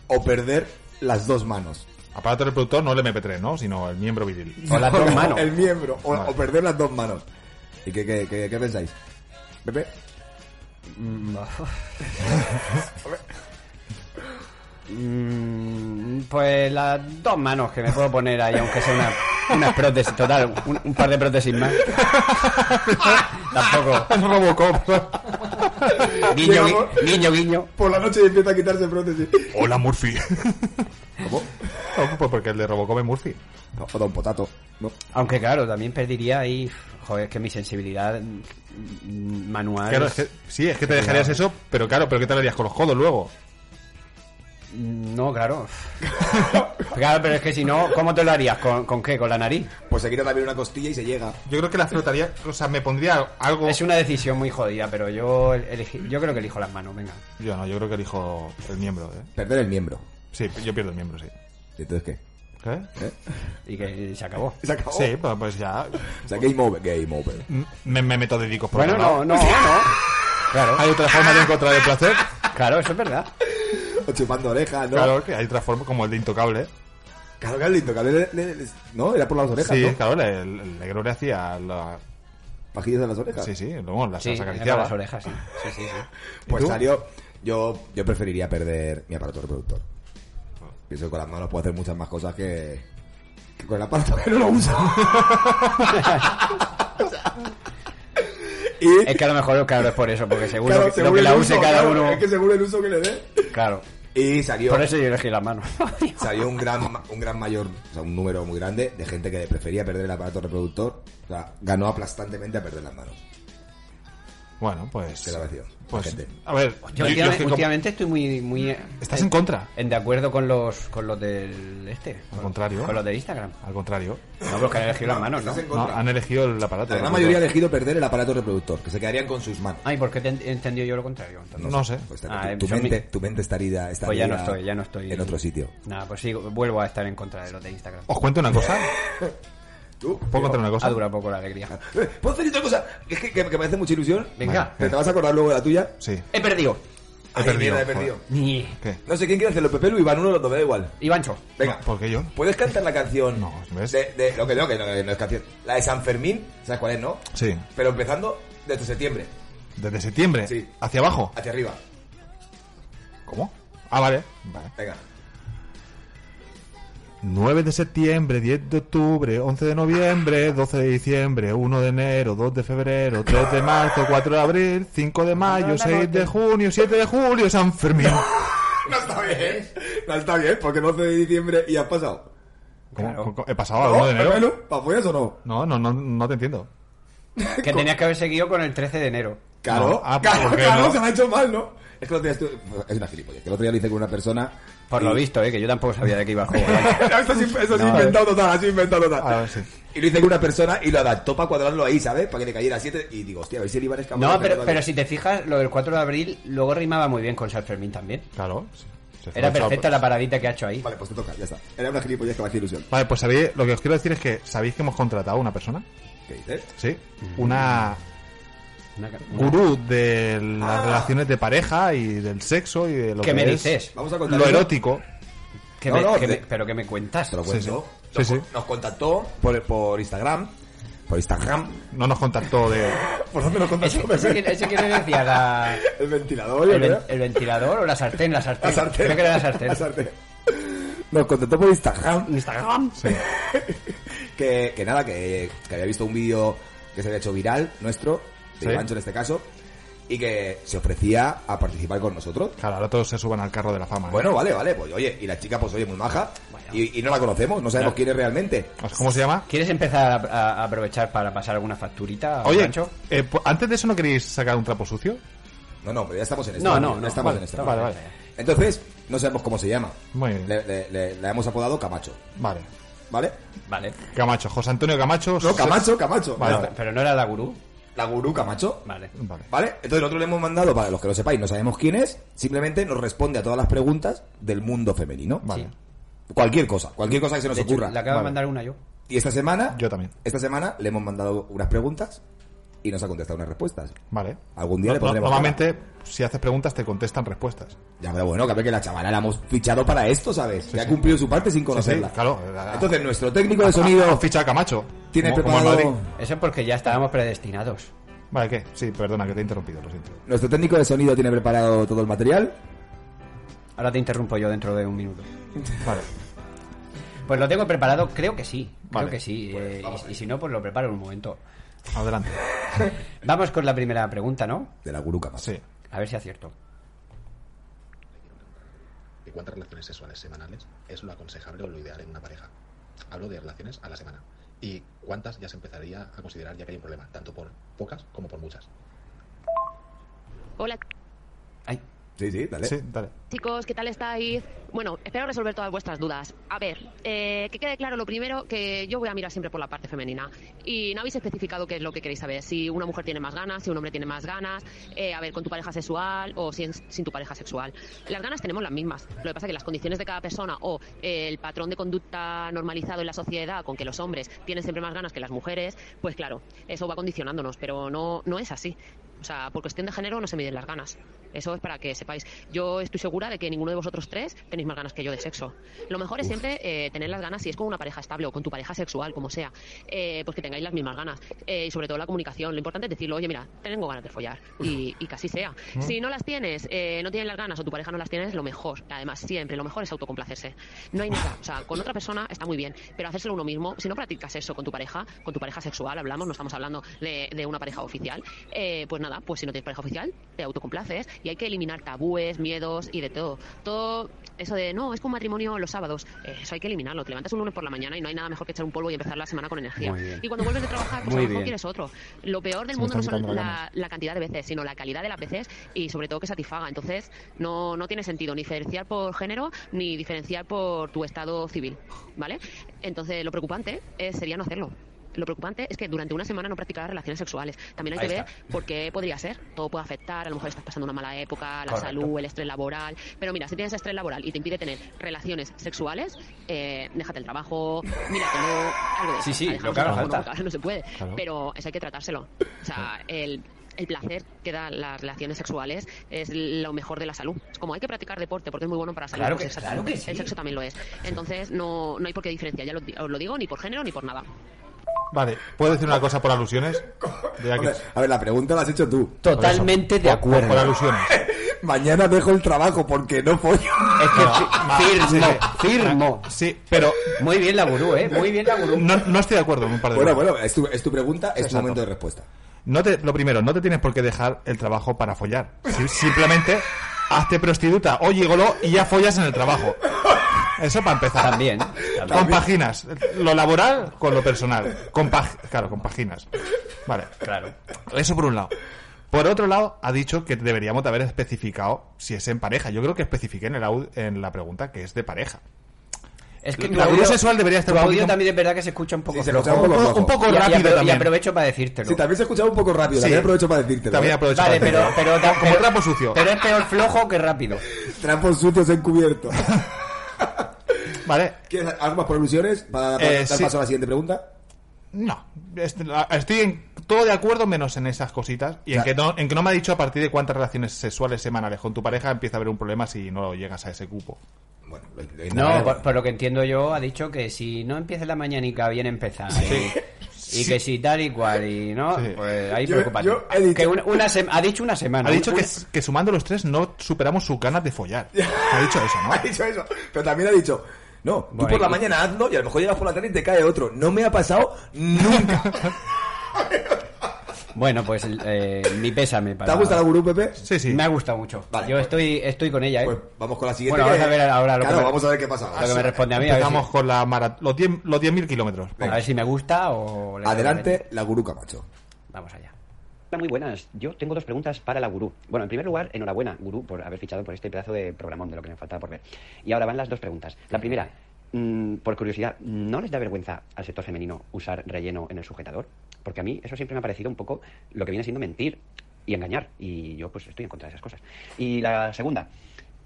[SPEAKER 2] o perder las dos manos?
[SPEAKER 3] aparato reproductor no el MP3, ¿no? Sino el miembro viril.
[SPEAKER 5] Con las dos manos.
[SPEAKER 2] El miembro. O,
[SPEAKER 3] Vale.
[SPEAKER 2] o perder las dos manos. ¿Y qué, qué, qué, qué pensáis? Pepe.
[SPEAKER 5] Mm, pues las dos manos que me puedo poner ahí, aunque sea una, una prótesis total, un, un par de prótesis más. Tampoco.
[SPEAKER 3] Robocop.
[SPEAKER 5] Guiño, gui- guiño, guiño.
[SPEAKER 2] Por la noche empieza a quitarse prótesis.
[SPEAKER 3] Hola Murphy.
[SPEAKER 2] ¿Cómo?
[SPEAKER 3] No, pues porque el de Robocop es Murphy.
[SPEAKER 2] No, o Don Potato. No.
[SPEAKER 5] Aunque claro, también perdería ahí... Joder, es que mi sensibilidad mm, manual...
[SPEAKER 3] Claro,
[SPEAKER 5] es-
[SPEAKER 3] es que- sí, es que te dejarías eso, pero claro, pero ¿qué te lo harías con los codos luego?
[SPEAKER 5] No, claro. claro, pero es que si no, ¿cómo te lo harías? ¿Con, con qué? ¿Con la nariz?
[SPEAKER 2] Pues se quita también una costilla y se llega.
[SPEAKER 3] Yo creo que la frotaría, o sea, me pondría algo.
[SPEAKER 5] Es una decisión muy jodida, pero yo elegí- yo creo que elijo las manos, venga.
[SPEAKER 3] Yo no, yo creo que elijo el miembro, ¿eh?
[SPEAKER 2] Perder el miembro.
[SPEAKER 3] Sí, yo pierdo el miembro, sí.
[SPEAKER 2] ¿Y entonces qué?
[SPEAKER 3] ¿Qué?
[SPEAKER 5] Y que se acabó.
[SPEAKER 2] Se acabó.
[SPEAKER 3] Sí, pues, pues ya.
[SPEAKER 2] O sea, game over. Game over.
[SPEAKER 3] Me, me meto dedicos por
[SPEAKER 5] Bueno,
[SPEAKER 3] otro lado.
[SPEAKER 5] no, no, no. Claro,
[SPEAKER 3] Hay otra forma de encontrar el placer.
[SPEAKER 5] claro, eso es verdad.
[SPEAKER 2] O chupando orejas, ¿no?
[SPEAKER 3] Claro, que hay otra forma, como el de intocable.
[SPEAKER 2] Claro, claro, lindo. claro, le- le- le- no, era por las orejas,
[SPEAKER 3] Sí,
[SPEAKER 2] ¿no?
[SPEAKER 3] claro, el, el negro le hacía la.
[SPEAKER 2] Pajillas en las orejas.
[SPEAKER 3] Sí, sí, luego las,
[SPEAKER 5] Sí,
[SPEAKER 3] las
[SPEAKER 5] era
[SPEAKER 3] acariciaba.
[SPEAKER 5] las orejas, sí. Sí, sí, sí.
[SPEAKER 2] Pues
[SPEAKER 3] ¿Y tú?
[SPEAKER 2] salió. Yo, yo preferiría perder mi aparato reproductor.
[SPEAKER 5] Ah.
[SPEAKER 2] Pienso que con las manos puedo hacer muchas más cosas que, que con el aparato que no lo uso. O sea, y
[SPEAKER 5] Es que a lo mejor, claro, es por eso, porque seguro
[SPEAKER 2] claro,
[SPEAKER 5] que,
[SPEAKER 2] según
[SPEAKER 5] lo que
[SPEAKER 2] el
[SPEAKER 5] la
[SPEAKER 2] uso,
[SPEAKER 5] use cada
[SPEAKER 2] claro,
[SPEAKER 5] uno.
[SPEAKER 2] Es que según el uso que le dé.
[SPEAKER 5] Claro,
[SPEAKER 2] Y salió,
[SPEAKER 5] por eso yo elegí las manos.
[SPEAKER 2] salió un gran ma- un gran mayor, o sea, un número muy grande de gente que prefería perder el aparato reproductor. O sea, ganó aplastantemente a perder las manos.
[SPEAKER 3] Bueno, pues.
[SPEAKER 2] Qué gracia,
[SPEAKER 3] pues,
[SPEAKER 2] la gente.
[SPEAKER 3] A ver,
[SPEAKER 5] Yo,
[SPEAKER 3] yo- yo es
[SPEAKER 5] últimamente,
[SPEAKER 3] que como-
[SPEAKER 5] últimamente estoy muy, muy.
[SPEAKER 3] Estás
[SPEAKER 5] eh,
[SPEAKER 3] en contra.
[SPEAKER 5] en de acuerdo con los con los del este.
[SPEAKER 3] Al
[SPEAKER 5] con-
[SPEAKER 3] contrario.
[SPEAKER 5] Con los de Instagram.
[SPEAKER 3] Al contrario.
[SPEAKER 5] No, pero que han elegido las manos, ¿no?
[SPEAKER 2] Estás en
[SPEAKER 3] No,
[SPEAKER 2] contra.
[SPEAKER 3] han elegido el aparato.
[SPEAKER 2] La gran mayoría ha elegido perder el aparato reproductor, que se quedarían con sus manos.
[SPEAKER 5] Ay, ¿por qué te he entendido yo lo contrario? Entonces,
[SPEAKER 3] No sé.
[SPEAKER 2] Pues está-
[SPEAKER 5] Ah,
[SPEAKER 2] tu, tu
[SPEAKER 5] son mi-
[SPEAKER 2] mente, tu mente estaría, estaría
[SPEAKER 5] Pues ya no estoy, ya no estoy.
[SPEAKER 2] en otro sitio.
[SPEAKER 5] Nada, pues sí, vuelvo a estar en contra de los de Instagram.
[SPEAKER 3] Os cuento una cosa.
[SPEAKER 2] ¿Tú?
[SPEAKER 3] ¿Puedo contar una
[SPEAKER 5] Ha
[SPEAKER 3] cosa?
[SPEAKER 5] durado poco la alegría.
[SPEAKER 2] Eh, ¿Puedo decir otra cosa? Es que, que- que me hace mucha ilusión.
[SPEAKER 5] Venga.
[SPEAKER 2] Que te vas a acordar luego de la tuya.
[SPEAKER 3] Sí.
[SPEAKER 5] He perdido.
[SPEAKER 2] Ay,
[SPEAKER 3] perdido,
[SPEAKER 2] mierda, he
[SPEAKER 3] joder.
[SPEAKER 2] perdido.
[SPEAKER 5] Ni.
[SPEAKER 3] ¿Qué?
[SPEAKER 2] No sé quién quiere hacerlo, Pepe o Iván uno, no me da igual.
[SPEAKER 5] Ivancho.
[SPEAKER 2] Venga.
[SPEAKER 3] ¿Por qué yo?
[SPEAKER 2] ¿Puedes cantar la canción?
[SPEAKER 3] No, ¿ves?
[SPEAKER 2] De, de- lo que no, que no, que no es canción. La de San Fermín, ¿sabes cuál es, no?
[SPEAKER 3] Sí.
[SPEAKER 2] Pero empezando desde septiembre,
[SPEAKER 3] Desde septiembre.
[SPEAKER 2] Sí. Ah,
[SPEAKER 3] Hacia abajo.
[SPEAKER 2] hacia arriba.
[SPEAKER 3] ¿Cómo? Ah, vale. Vale.
[SPEAKER 2] Venga.
[SPEAKER 3] 9 de septiembre, 10 de octubre, 11 de noviembre, 12 de diciembre, 1 de enero, 2 de febrero, 3 de marzo, 4 de abril, 5 de mayo, 6 de junio, 7 de julio, San Fermín.
[SPEAKER 2] No está bien. No está bien, porque el 11 de diciembre y has pasado.
[SPEAKER 3] ¿Cómo? ¿Cómo? ¿He pasado al 1 Ah, de enero?
[SPEAKER 2] ¿Papoyas o no?
[SPEAKER 3] No, no, no, no te entiendo.
[SPEAKER 5] Que tenías que haber seguido con el 13 de enero.
[SPEAKER 2] Claro,
[SPEAKER 3] No. Ah,
[SPEAKER 2] claro,
[SPEAKER 3] ¿por qué
[SPEAKER 2] claro,
[SPEAKER 3] no?
[SPEAKER 2] se me ha hecho mal, ¿no? Es que el otro día estu- Es una gilipollas. Que el otro día lo hice con una persona.
[SPEAKER 5] Por
[SPEAKER 2] y-
[SPEAKER 5] lo visto, eh, que yo tampoco sabía de qué iba a jugar.
[SPEAKER 2] esto es, in- esto es inventado total, así inventado total.
[SPEAKER 3] A ver, sí.
[SPEAKER 2] Y lo hice con una persona y lo adaptó para cuadrarlo ahí, ¿sabes? Para que le cayera 7. Y digo, hostia, a ver si el Iván es capaz de
[SPEAKER 5] No,
[SPEAKER 2] hacerlo
[SPEAKER 5] pero, pero
[SPEAKER 2] también.
[SPEAKER 5] si te fijas, lo del 4 de abril luego rimaba muy bien con San Fermín también.
[SPEAKER 3] Claro. sí. Se fue
[SPEAKER 5] Era
[SPEAKER 3] el chavo.
[SPEAKER 5] perfecta la paradita que ha hecho ahí.
[SPEAKER 2] Pues Vale, pues te toca, ya está. Era una gilipollas que me hacía ilusión.
[SPEAKER 3] Vale, pues sabéis, lo que os quiero decir es que sabéis que hemos contratado a una persona,
[SPEAKER 2] ¿Qué dices?
[SPEAKER 3] ¿sí?
[SPEAKER 2] Mm.
[SPEAKER 3] Una
[SPEAKER 5] Una ca- una-
[SPEAKER 3] gurú de las relaciones de pareja y del sexo y de lo
[SPEAKER 5] ¿Qué
[SPEAKER 3] que
[SPEAKER 5] me
[SPEAKER 3] es
[SPEAKER 5] dices?
[SPEAKER 2] Vamos a contar.
[SPEAKER 3] lo
[SPEAKER 2] eso.
[SPEAKER 3] erótico.
[SPEAKER 5] ¿Qué
[SPEAKER 2] No,
[SPEAKER 5] me-
[SPEAKER 2] no,
[SPEAKER 5] qué
[SPEAKER 2] de-
[SPEAKER 5] me- ¿Pero qué me cuentas?
[SPEAKER 2] Te lo cuento.
[SPEAKER 3] Sí, sí.
[SPEAKER 2] Nos, nos contactó por, por Instagram. Por Instagram.
[SPEAKER 3] No nos contactó de...
[SPEAKER 2] ¿Por dónde nos
[SPEAKER 5] ¿Ese,
[SPEAKER 2] contactó?
[SPEAKER 5] ese
[SPEAKER 2] Pepe?
[SPEAKER 5] que, ese que le decía la-
[SPEAKER 2] El ventilador, yo
[SPEAKER 5] el, ven-
[SPEAKER 2] creo.
[SPEAKER 5] el ventilador o la sartén? La sartén.
[SPEAKER 2] La sartén.
[SPEAKER 5] Creo que era la sartén.
[SPEAKER 2] La sartén. Nos contactó por Instagram.
[SPEAKER 5] Instagram.
[SPEAKER 2] que, que nada, que, que había visto un vídeo que se había hecho viral, nuestro, de
[SPEAKER 3] Sí.
[SPEAKER 2] Ivancho en este caso, y que se ofrecía a participar con nosotros.
[SPEAKER 3] Claro, ahora todos se suban al carro de la fama. ¿eh?
[SPEAKER 2] Bueno, vale, vale, pues oye, y la chica pues oye, muy maja, y, y no la conocemos, no sabemos quién es realmente.
[SPEAKER 3] O sea, ¿Cómo se llama?
[SPEAKER 5] ¿Quieres empezar a, a- a aprovechar para pasar alguna facturita,
[SPEAKER 3] Oye,
[SPEAKER 5] Pancho?
[SPEAKER 3] eh, po- antes de eso no queréis sacar un trapo sucio.
[SPEAKER 2] No, no, pero ya estamos en esto.
[SPEAKER 5] No, no, no.
[SPEAKER 2] estamos
[SPEAKER 5] vale,
[SPEAKER 2] en esto.
[SPEAKER 5] vale,
[SPEAKER 3] Vale,
[SPEAKER 5] vale.
[SPEAKER 2] Entonces, no sabemos cómo se llama.
[SPEAKER 3] Muy bien.
[SPEAKER 2] Le, le- le- la hemos apodado Camacho,
[SPEAKER 3] Vale.
[SPEAKER 2] ¿vale?
[SPEAKER 5] Vale.
[SPEAKER 3] Camacho, José Antonio Camacho.
[SPEAKER 2] No,
[SPEAKER 3] se-
[SPEAKER 2] Camacho, Camacho. ya
[SPEAKER 5] Pero,
[SPEAKER 2] está.
[SPEAKER 5] pero no era la gurú.
[SPEAKER 2] La gurú Camacho.
[SPEAKER 5] Vale.
[SPEAKER 3] Vale.
[SPEAKER 2] ¿Vale? Entonces nosotros le hemos mandado, para los que lo sepáis, no sabemos quién es, simplemente nos responde a todas las preguntas del mundo femenino.
[SPEAKER 3] Vale.
[SPEAKER 5] Sí.
[SPEAKER 2] Cualquier cosa, cualquier cosa que se nos
[SPEAKER 5] De hecho,
[SPEAKER 2] ocurra.
[SPEAKER 5] le acabo
[SPEAKER 3] Vale.
[SPEAKER 5] de mandar una yo.
[SPEAKER 2] Y esta semana,
[SPEAKER 3] Yo también.
[SPEAKER 2] esta semana le hemos mandado unas preguntas y nos ha contestado unas respuestas.
[SPEAKER 3] Vale.
[SPEAKER 2] Algún día
[SPEAKER 3] No-
[SPEAKER 2] le pondremos.
[SPEAKER 3] no- normalmente, si haces preguntas, te contestan respuestas.
[SPEAKER 2] Ya, pero bueno, que a ver que la chavala la hemos fichado para esto, ¿sabes? que ha cumplido su parte sin conocerla.
[SPEAKER 3] Sí, sí, claro. La-
[SPEAKER 2] Entonces, nuestro técnico
[SPEAKER 3] Ha-
[SPEAKER 2] de
[SPEAKER 3] ha-
[SPEAKER 2] sonido
[SPEAKER 3] ha fichado a Camacho.
[SPEAKER 2] tiene
[SPEAKER 3] Como- como en
[SPEAKER 2] preparado.
[SPEAKER 3] Madrid.
[SPEAKER 5] Eso es porque ya estábamos predestinados.
[SPEAKER 3] Vale, ¿qué? Sí, perdona que te he interrumpido, lo siento.
[SPEAKER 2] Nuestro técnico de sonido tiene preparado todo el material.
[SPEAKER 5] Ahora te interrumpo yo dentro de un minuto.
[SPEAKER 3] Vale.
[SPEAKER 5] Pues lo tengo preparado, creo que sí.
[SPEAKER 3] Vale.
[SPEAKER 5] Creo que sí. eh, y, y si no, pues lo preparo en un momento.
[SPEAKER 3] Adelante.
[SPEAKER 5] Vamos con la primera pregunta, ¿no?
[SPEAKER 2] De la gurú Camacho.
[SPEAKER 3] Sí.
[SPEAKER 5] A ver si acierto.
[SPEAKER 7] ¿Y cuántas relaciones sexuales semanales es lo aconsejable o lo ideal en una pareja? Hablo de relaciones a la semana. ¿Y cuántas ya se empezaría a considerar ya que hay un problema? Tanto por pocas como por muchas.
[SPEAKER 8] Hola,
[SPEAKER 5] Ay,
[SPEAKER 2] Sí, sí, dale.
[SPEAKER 3] Sí, dale.
[SPEAKER 8] Chicos, ¿qué tal estáis? Bueno, espero resolver todas vuestras dudas. A ver, eh, que quede claro lo primero, que yo voy a mirar siempre por la parte femenina. Y no habéis especificado qué es lo que queréis saber. Si una mujer tiene más ganas, si un hombre tiene más ganas, eh, a ver, con tu pareja sexual o sin, sin tu pareja sexual. Las ganas tenemos las mismas. Lo que pasa es que las condiciones de cada persona o eh, el patrón de conducta normalizado en la sociedad con que los hombres tienen siempre más ganas que las mujeres, pues claro, eso va condicionándonos, pero no, no es así. O sea, por cuestión de género no se miden las ganas. Eso es para que sepáis. Yo estoy segura de que ninguno de vosotros tres tenéis más ganas que yo de sexo. Lo mejor es siempre eh, tener las ganas si es con una pareja estable o con tu pareja sexual, como sea. Eh, pues que tengáis las mismas ganas. Eh, y sobre todo la comunicación. Lo importante es decirlo, oye, mira, tengo ganas de follar. Y, y que así sea. Si no las tienes, eh, no tienes las ganas o tu pareja no las tiene, es lo mejor. Además, siempre lo mejor es autocomplacerse. No hay nada. O sea, con otra persona está muy bien, pero hacérselo uno mismo. Si no practicas eso con tu pareja, con tu pareja sexual, hablamos, no estamos hablando de, de una pareja oficial, eh, pues nada, pues si no tienes pareja oficial, te autocomplaces y hay que eliminar tabúes, miedos y de todo. Todo eso de no, es que un matrimonio los sábados, eh, eso hay que eliminarlo. Te levantas un lunes por la mañana y no hay nada mejor que echar un polvo y empezar la semana con energía.
[SPEAKER 5] Muy bien.
[SPEAKER 8] Y cuando vuelves de trabajar, pues
[SPEAKER 5] Muy
[SPEAKER 8] a lo mejor
[SPEAKER 5] bien.
[SPEAKER 8] quieres otro. Lo peor
[SPEAKER 3] Se
[SPEAKER 8] del
[SPEAKER 3] me
[SPEAKER 8] mundo no
[SPEAKER 3] están
[SPEAKER 8] son
[SPEAKER 3] quitando las
[SPEAKER 8] la-
[SPEAKER 3] ganas.
[SPEAKER 8] la cantidad de veces, sino la calidad de las veces y sobre todo que satisfaga. Entonces, no, no tiene sentido ni diferenciar por género ni diferenciar por tu estado civil, ¿vale? Entonces, lo preocupante es- sería no hacerlo. Lo preocupante es que durante una semana no practicar relaciones sexuales. También hay
[SPEAKER 5] Ahí
[SPEAKER 8] que ver
[SPEAKER 5] está.
[SPEAKER 8] por qué podría ser. Todo puede afectar, a lo mejor estás pasando una mala época, la
[SPEAKER 5] Correcto.
[SPEAKER 8] salud, el estrés laboral. Pero mira, si tienes estrés laboral y te impide tener relaciones sexuales, eh, déjate el trabajo, míratelo, algo de
[SPEAKER 5] Sí,
[SPEAKER 8] eso.
[SPEAKER 5] sí,
[SPEAKER 8] A dejarnos
[SPEAKER 5] lo que haga
[SPEAKER 8] el trabajo,
[SPEAKER 5] falta.
[SPEAKER 8] no, claro, no se puede.
[SPEAKER 3] Claro.
[SPEAKER 8] Pero eso hay que tratárselo. O sea, el, el placer que dan las relaciones sexuales es lo mejor de la salud. Es como hay que practicar deporte porque es muy bueno para la salud.
[SPEAKER 5] Claro
[SPEAKER 8] pues
[SPEAKER 5] que-
[SPEAKER 8] el sexo-
[SPEAKER 5] claro que sí.
[SPEAKER 8] El sexo también lo es. Entonces, no, no hay por qué diferenciar, ya lo di- os lo digo, ni por género ni por nada.
[SPEAKER 3] Vale, ¿puedo decir una cosa por alusiones? Ya que-
[SPEAKER 2] Hombre, a ver, la pregunta la has hecho tú.
[SPEAKER 5] Totalmente de
[SPEAKER 3] Por- por- Por
[SPEAKER 5] acuerdo.
[SPEAKER 3] alusiones.
[SPEAKER 2] Mañana dejo el trabajo porque no pollo.
[SPEAKER 5] Es que
[SPEAKER 3] Ma-
[SPEAKER 5] fi- firmo,
[SPEAKER 3] sí,
[SPEAKER 5] firmo.
[SPEAKER 3] Sí, pero
[SPEAKER 5] Muy bien la gurú, ¿eh? Muy bien la gurú.
[SPEAKER 3] no, no estoy de acuerdo en un par de
[SPEAKER 2] Bueno,
[SPEAKER 3] cosas.
[SPEAKER 2] bueno, es tu, es tu pregunta, es tu
[SPEAKER 3] Exacto.
[SPEAKER 2] momento de respuesta.
[SPEAKER 3] No te, lo primero, no te tienes por qué dejar el trabajo para follar. Si- simplemente hazte prostituta o gigoló y ya follas en el trabajo. Eso para empezar.
[SPEAKER 5] También.
[SPEAKER 3] Compaginas lo laboral con lo personal. Compag- claro, compaginas. Vale.
[SPEAKER 5] Claro.
[SPEAKER 3] Eso por un lado. Por otro lado, ha dicho que deberíamos de haber especificado si es en pareja. Yo creo que especifiqué en, el au- en la pregunta que es de pareja.
[SPEAKER 5] Es que
[SPEAKER 3] La gurú sexual debería estar un
[SPEAKER 5] tu audio
[SPEAKER 3] poquito-
[SPEAKER 5] también es verdad que se escucha un poco
[SPEAKER 2] Sí, se
[SPEAKER 5] flojo.
[SPEAKER 2] escucha un poco
[SPEAKER 3] Un poco, un poco
[SPEAKER 5] Y- y
[SPEAKER 3] rápido
[SPEAKER 5] apro- y
[SPEAKER 3] también.
[SPEAKER 5] aprovecho para decírtelo.
[SPEAKER 2] Sí, también se ha escuchado un poco rápido,
[SPEAKER 3] Sí.
[SPEAKER 2] también aprovecho para ¿eh? decirte.
[SPEAKER 3] También aprovecho
[SPEAKER 5] Vale,
[SPEAKER 3] para
[SPEAKER 5] pero,
[SPEAKER 3] decirlo.
[SPEAKER 5] pero,
[SPEAKER 3] como, como
[SPEAKER 5] pero-
[SPEAKER 3] trapo sucio.
[SPEAKER 5] Pero es peor flojo que rápido.
[SPEAKER 2] Trampos sucios encubiertos.
[SPEAKER 3] Vale,
[SPEAKER 2] ¿Quieres algo más por ilusiones para, para
[SPEAKER 3] Eh,
[SPEAKER 2] dar
[SPEAKER 3] sí.
[SPEAKER 2] paso a la siguiente pregunta?
[SPEAKER 3] No, est- la- estoy en todo de acuerdo menos en esas cositas y en,
[SPEAKER 2] Claro.
[SPEAKER 3] que no, en que no me ha dicho a partir de cuántas relaciones sexuales semanales con tu pareja empieza a haber un problema si no llegas a ese cupo.
[SPEAKER 2] Bueno, lo, lo
[SPEAKER 3] Eh,
[SPEAKER 2] intentaré.
[SPEAKER 5] No, por, por lo que entiendo yo, ha dicho que si no empieza la mañanica bien empezada. Y, y que si tal y cual, y no,
[SPEAKER 3] Sí.
[SPEAKER 5] pues ahí
[SPEAKER 2] Yo-
[SPEAKER 5] preocupate.
[SPEAKER 2] yo he dicho-
[SPEAKER 5] Que una, una sem- ha dicho una semana.
[SPEAKER 3] Ha dicho
[SPEAKER 5] un-
[SPEAKER 3] que,
[SPEAKER 5] un-
[SPEAKER 3] s- que sumando los tres no superamos sus ganas de follar. Ha dicho eso,
[SPEAKER 2] Ha
[SPEAKER 3] ¿no?
[SPEAKER 2] dicho eso. Pero también ha dicho, no, tú
[SPEAKER 5] Bueno,
[SPEAKER 2] por la
[SPEAKER 5] y-
[SPEAKER 2] mañana hazlo y a lo mejor llegas por la tarde y te cae otro. No me ha pasado nunca.
[SPEAKER 5] Bueno, pues eh, mi pésame.
[SPEAKER 2] ¿Te
[SPEAKER 5] Para...
[SPEAKER 2] ha gustado Gurú, Pepe?
[SPEAKER 3] Sí, sí.
[SPEAKER 5] Me ha gustado mucho.
[SPEAKER 2] Vale,
[SPEAKER 5] yo
[SPEAKER 2] pues-
[SPEAKER 5] estoy, estoy con ella, ¿eh?
[SPEAKER 2] Pues vamos con la siguiente.
[SPEAKER 5] Bueno,
[SPEAKER 2] que-
[SPEAKER 5] vamos a ver ahora lo
[SPEAKER 2] Claro,
[SPEAKER 5] que-
[SPEAKER 2] vamos a ver qué pasa.
[SPEAKER 5] lo que me responde a mí. A ver, si,
[SPEAKER 3] Empezamos con la mara- los 10.000 los 10.000 kilómetros.
[SPEAKER 5] a ver si me gusta o... le-
[SPEAKER 2] Adelante, la Gurú Camacho.
[SPEAKER 5] Vamos allá.
[SPEAKER 9] Hola, muy buenas. Yo tengo dos preguntas para la Gurú. Bueno, en primer lugar, enhorabuena, Gurú, por haber fichado por este pedazo de programón de lo que me faltaba por ver. Y ahora van las dos preguntas. La primera, mm, por curiosidad, ¿no les da vergüenza al sector femenino usar relleno en el sujetador? Porque a mí eso siempre me ha parecido un poco lo que viene siendo mentir y engañar. Y yo, pues, estoy en contra de esas cosas. Y la segunda,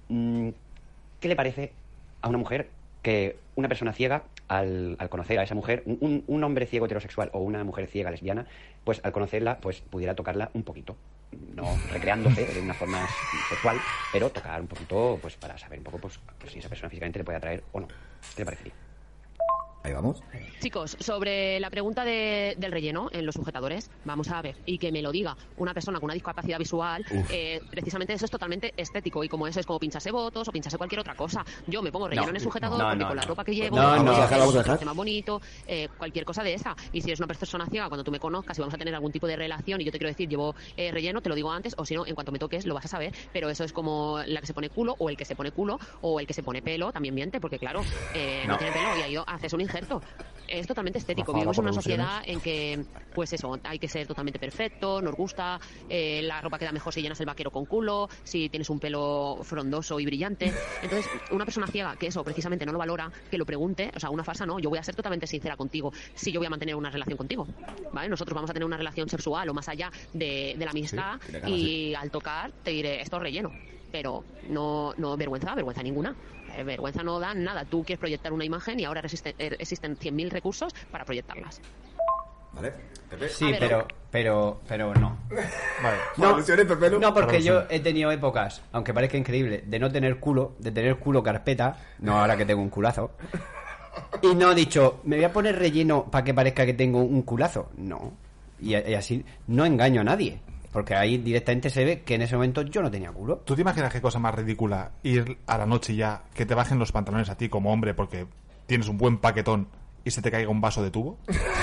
[SPEAKER 9] mm, ¿qué le parece a una mujer que una persona ciega, al, al conocer a esa mujer, un- un, un hombre ciego heterosexual o una mujer ciega lesbiana, pues al conocerla, pues pudiera tocarla un poquito? No recreándose de una forma sexual, pero tocar un poquito, pues para saber un poco pues, pues, si esa persona físicamente le puede atraer o no. ¿Qué le parecería?
[SPEAKER 2] Ahí vamos.
[SPEAKER 8] Chicos, sobre la pregunta de- del relleno en los sujetadores, vamos a ver, y que me lo diga una persona con una discapacidad visual, eh, precisamente eso es totalmente estético, y como eso es como pincharse botos o pincharse cualquier otra cosa. Yo me pongo relleno
[SPEAKER 5] No,
[SPEAKER 8] en el sujetador
[SPEAKER 5] no,
[SPEAKER 8] porque
[SPEAKER 5] no,
[SPEAKER 8] con la
[SPEAKER 5] no.
[SPEAKER 8] ropa que llevo,
[SPEAKER 5] No,
[SPEAKER 8] porque
[SPEAKER 5] no. Vamos a dejar,
[SPEAKER 2] vamos a
[SPEAKER 8] me
[SPEAKER 2] dejar.
[SPEAKER 8] parece más bonito, eh, cualquier cosa de esa. Y si eres una persona ciega, cuando tú me conozcas y vamos a tener algún tipo de relación, y yo te quiero decir, llevo eh, relleno, te lo digo antes, o si no, en cuanto me toques lo vas a saber, pero eso es como la que se pone culo, o el que se pone culo, o el que se pone pelo, también miente, porque claro, eh, no.
[SPEAKER 5] No.
[SPEAKER 8] tiene pelo y ha ido, haces un injerto. Es totalmente estético.
[SPEAKER 5] Rafa,
[SPEAKER 8] Vivimos en
[SPEAKER 5] Rafa
[SPEAKER 8] una sociedad en que, pues eso, hay que ser totalmente perfecto, nos gusta, eh, la ropa queda mejor si llenas el vaquero con culo, si tienes un pelo frondoso y brillante. Entonces, una persona ciega que eso precisamente no lo valora, que lo pregunte, o sea, una farsa no, yo voy a ser totalmente sincera contigo si yo voy a mantener una relación contigo. ¿Vale? Nosotros vamos a tener una relación sexual o más allá de, de la amistad
[SPEAKER 2] tiene ganas,
[SPEAKER 8] y
[SPEAKER 2] sí.
[SPEAKER 8] al tocar te diré, esto es relleno. Pero no, no vergüenza, vergüenza ninguna. Eh, vergüenza no da nada. Tú quieres proyectar una imagen y ahora resiste- eh, existen 100.000 recursos para proyectarlas.
[SPEAKER 2] ¿Vale? Pepe.
[SPEAKER 5] Sí,
[SPEAKER 8] A ver.
[SPEAKER 5] pero, pero, pero no.
[SPEAKER 3] Vale.
[SPEAKER 5] No,
[SPEAKER 2] Soluciones, Pepe, ¿no?
[SPEAKER 5] no, porque yo he
[SPEAKER 3] Soluciones.
[SPEAKER 5] tenido épocas, aunque parezca increíble, de no tener culo, de tener culo carpeta, no ahora que tengo un culazo, y no he dicho, me voy a poner relleno para que parezca que tengo un culazo. No. Y, y así no engaño a nadie, porque ahí directamente se ve que en ese momento yo no tenía culo.
[SPEAKER 3] ¿Tú te imaginas qué cosa más ridícula ir a la noche ya que te bajen los pantalones a ti como hombre porque tienes un buen paquetón y se te caiga un vaso de tubo?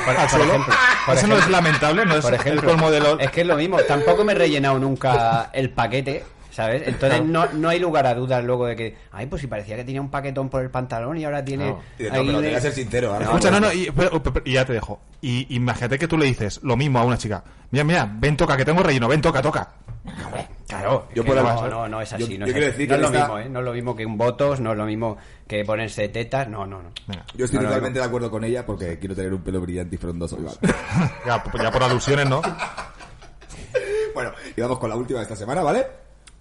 [SPEAKER 3] Para, al suelo.
[SPEAKER 5] ejemplo, por
[SPEAKER 3] Eso no es
[SPEAKER 5] ejemplo.
[SPEAKER 3] lamentable, no es
[SPEAKER 5] Por ejemplo,
[SPEAKER 3] el colmo de los...
[SPEAKER 5] es que es lo mismo, tampoco me he rellenado nunca el paquete, ¿sabes? Entonces no, no hay lugar a dudas luego de que, ay, pues si parecía que tenía un paquetón por el pantalón y ahora tiene...
[SPEAKER 3] No.
[SPEAKER 2] Y de- No,
[SPEAKER 5] ahí
[SPEAKER 2] pero
[SPEAKER 5] de-
[SPEAKER 2] te voy a ser sincero. ¿eh? ahora
[SPEAKER 3] Escucha, no,
[SPEAKER 2] vamos.
[SPEAKER 3] no, y, pero- pero- y ya te dejo. Y imagínate que tú le dices lo mismo a una chica. Mira, mira, ven, toca, que tengo relleno, ven, toca, toca.
[SPEAKER 5] Claro,
[SPEAKER 2] Yo
[SPEAKER 5] que
[SPEAKER 2] por
[SPEAKER 5] no,
[SPEAKER 2] algo-
[SPEAKER 5] no, no es así.
[SPEAKER 2] yo-
[SPEAKER 5] no es,
[SPEAKER 2] yo quiero
[SPEAKER 5] así. No
[SPEAKER 2] decir que
[SPEAKER 5] es lo
[SPEAKER 2] esta-
[SPEAKER 5] mismo, ¿eh? No es lo mismo que un votos, no es lo mismo que ponerse tetas, no, no, no.
[SPEAKER 3] Venga.
[SPEAKER 2] Yo estoy
[SPEAKER 5] No, no,
[SPEAKER 2] totalmente
[SPEAKER 5] no.
[SPEAKER 2] de acuerdo con ella porque quiero tener un pelo brillante y frondoso. igual.
[SPEAKER 3] Ya, ya por alusiones, ¿no?
[SPEAKER 2] bueno, y vamos con la última de esta semana, ¿vale?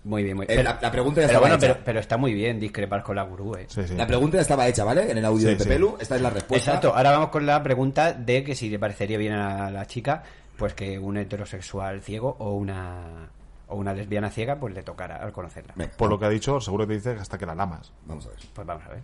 [SPEAKER 5] Muy bien, muy
[SPEAKER 2] Eh, la- la pregunta ya
[SPEAKER 5] pero
[SPEAKER 2] estaba
[SPEAKER 5] bueno,
[SPEAKER 2] hecha.
[SPEAKER 5] pero, pero está muy bien discrepar con la gurú, ¿eh?
[SPEAKER 3] Sí, sí.
[SPEAKER 2] La pregunta ya estaba hecha, ¿vale? En el audio
[SPEAKER 3] Sí,
[SPEAKER 2] de
[SPEAKER 3] sí.
[SPEAKER 2] Pepelu. Esta es la respuesta.
[SPEAKER 5] Exacto, ahora vamos con la pregunta de que si le parecería bien a la chica, pues que un heterosexual ciego o una o una lesbiana ciega, pues le tocara al conocerla.
[SPEAKER 2] Venga,
[SPEAKER 3] Por lo que ha dicho, seguro que te dice que hasta que la lamas.
[SPEAKER 2] vamos a ver.
[SPEAKER 5] Pues vamos a ver.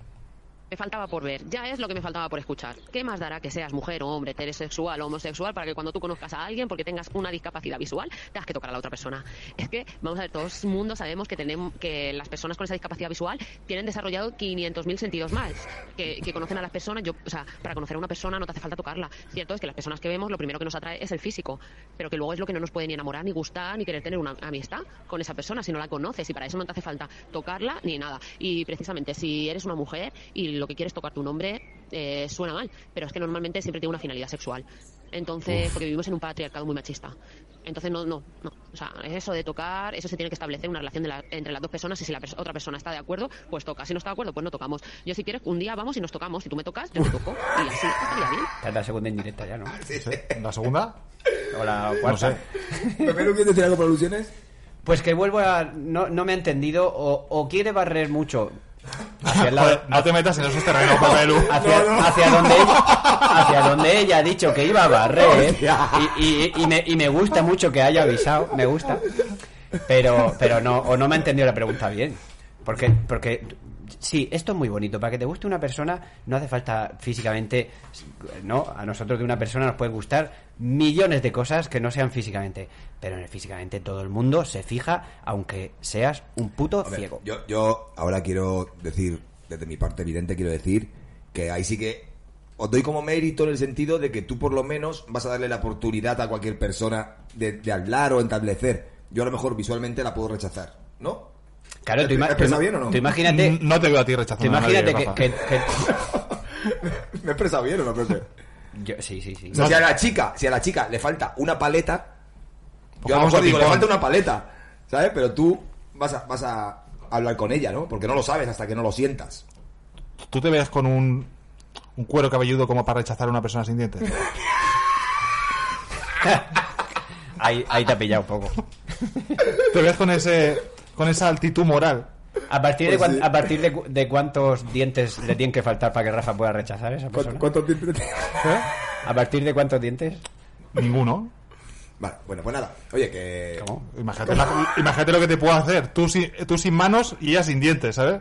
[SPEAKER 8] Me faltaba por ver, ya es lo que me faltaba por escuchar. ¿Qué más dará que seas mujer o hombre, heterosexual o homosexual para que cuando tú conozcas a alguien porque tengas una discapacidad visual, tengas que tocar a la otra persona? Es que, vamos a ver, todo el mundo sabemos que, tenemos, que las personas con esa discapacidad visual tienen desarrollado 500.000 sentidos más, que, que conocen a las personas. Yo, o sea, para conocer a una persona no te hace falta tocarla. Cierto es que las personas que vemos lo primero que nos atrae es el físico, pero que luego es lo que no nos puede ni enamorar, ni gustar, ni querer tener una amistad con esa persona si no la conoces y para eso no te hace falta tocarla ni nada. Y precisamente si eres una mujer y lo que quieres tocarte un hombre eh, suena mal, pero es que normalmente siempre tiene una finalidad sexual. Entonces, porque vivimos en un patriarcado muy machista. Entonces, no, no, no. O sea, eso de tocar, eso se tiene que establecer una relación de la- entre las dos personas y si la pers- otra persona está de acuerdo, pues toca. Si no está de acuerdo, pues no tocamos. Yo, si quieres, un día vamos y nos tocamos. Si tú me tocas, yo te toco. Y así estaría bien.
[SPEAKER 5] Esta es la segunda indirecta ya, ¿no?
[SPEAKER 3] ¿Sí? ¿La segunda?
[SPEAKER 5] O la
[SPEAKER 3] No
[SPEAKER 5] cuarta.
[SPEAKER 3] sé.
[SPEAKER 2] ¿Pepelu quieres decir algo por alusiones?
[SPEAKER 5] Pues que vuelvo a... No, no me ha entendido o, o quiere barrer mucho hacia el lado,
[SPEAKER 3] Joder, no te metas en esos terrenos, Pabelu.
[SPEAKER 5] hacia, hacia donde ella, hacia donde ella ha dicho que iba a barrer ¿eh? y, y- y me, y me gusta mucho que haya avisado me gusta pero pero no o no me ha entendido la pregunta bien porque porque sí esto es muy bonito para que te guste una persona no hace falta físicamente no a nosotros de una persona nos puede gustar millones de cosas que no sean físicamente pero en el físicamente todo el mundo se fija aunque seas un puto
[SPEAKER 2] A ver,
[SPEAKER 5] ciego
[SPEAKER 2] Yo, yo ahora quiero decir, desde mi parte evidente, quiero decir que ahí sí que os doy como mérito en el sentido de que tú por lo menos vas a darle la oportunidad a cualquier persona de, de hablar o establecer. Yo a lo mejor visualmente la puedo rechazar, ¿no?
[SPEAKER 5] claro tú,
[SPEAKER 2] ¿Me
[SPEAKER 5] ima-
[SPEAKER 2] he
[SPEAKER 5] tú
[SPEAKER 2] expresado
[SPEAKER 5] ima-
[SPEAKER 2] bien o no?
[SPEAKER 5] tú imagínate
[SPEAKER 3] Mm, No te veo a ti
[SPEAKER 5] tú
[SPEAKER 3] rechazando
[SPEAKER 5] imagínate
[SPEAKER 3] a nadie, Rafa.
[SPEAKER 5] que- que- que
[SPEAKER 2] ¿Me he expresado bien o no, Pepe?
[SPEAKER 5] Yo- sí, sí, sí.
[SPEAKER 2] O sea, si a la chica, si a la chica le falta una paleta,
[SPEAKER 3] Pues
[SPEAKER 2] yo a lo
[SPEAKER 3] vamos
[SPEAKER 2] mejor
[SPEAKER 3] al
[SPEAKER 2] digo, le
[SPEAKER 3] ping-pong.
[SPEAKER 2] falta una paleta, ¿sabes? Pero tú vas a, vas a hablar con ella, ¿no? Porque no lo sabes hasta que no lo sientas.
[SPEAKER 3] ¿Tú te ves con un, un cuero cabelludo como para rechazar a una persona sin dientes?
[SPEAKER 5] Ahí, ahí te ha pillado un poco.
[SPEAKER 3] ¿Te ves con ese con esa altitud moral?
[SPEAKER 5] ¿A partir, de,
[SPEAKER 2] Pues
[SPEAKER 5] cuan-
[SPEAKER 2] sí.
[SPEAKER 5] a partir de, cu- de cuántos dientes le tienen que faltar para que Rafa pueda rechazar a esa persona?
[SPEAKER 2] ¿Cuántos tiempos te-
[SPEAKER 5] ¿A partir de cuántos dientes?
[SPEAKER 3] Ninguno.
[SPEAKER 2] Vale, bueno, pues nada. Oye, que.
[SPEAKER 5] ¿Cómo?
[SPEAKER 3] Imagínate, la- imagínate lo que te puedo hacer. Tú sin, tú sin manos y ella sin dientes, ¿sabes?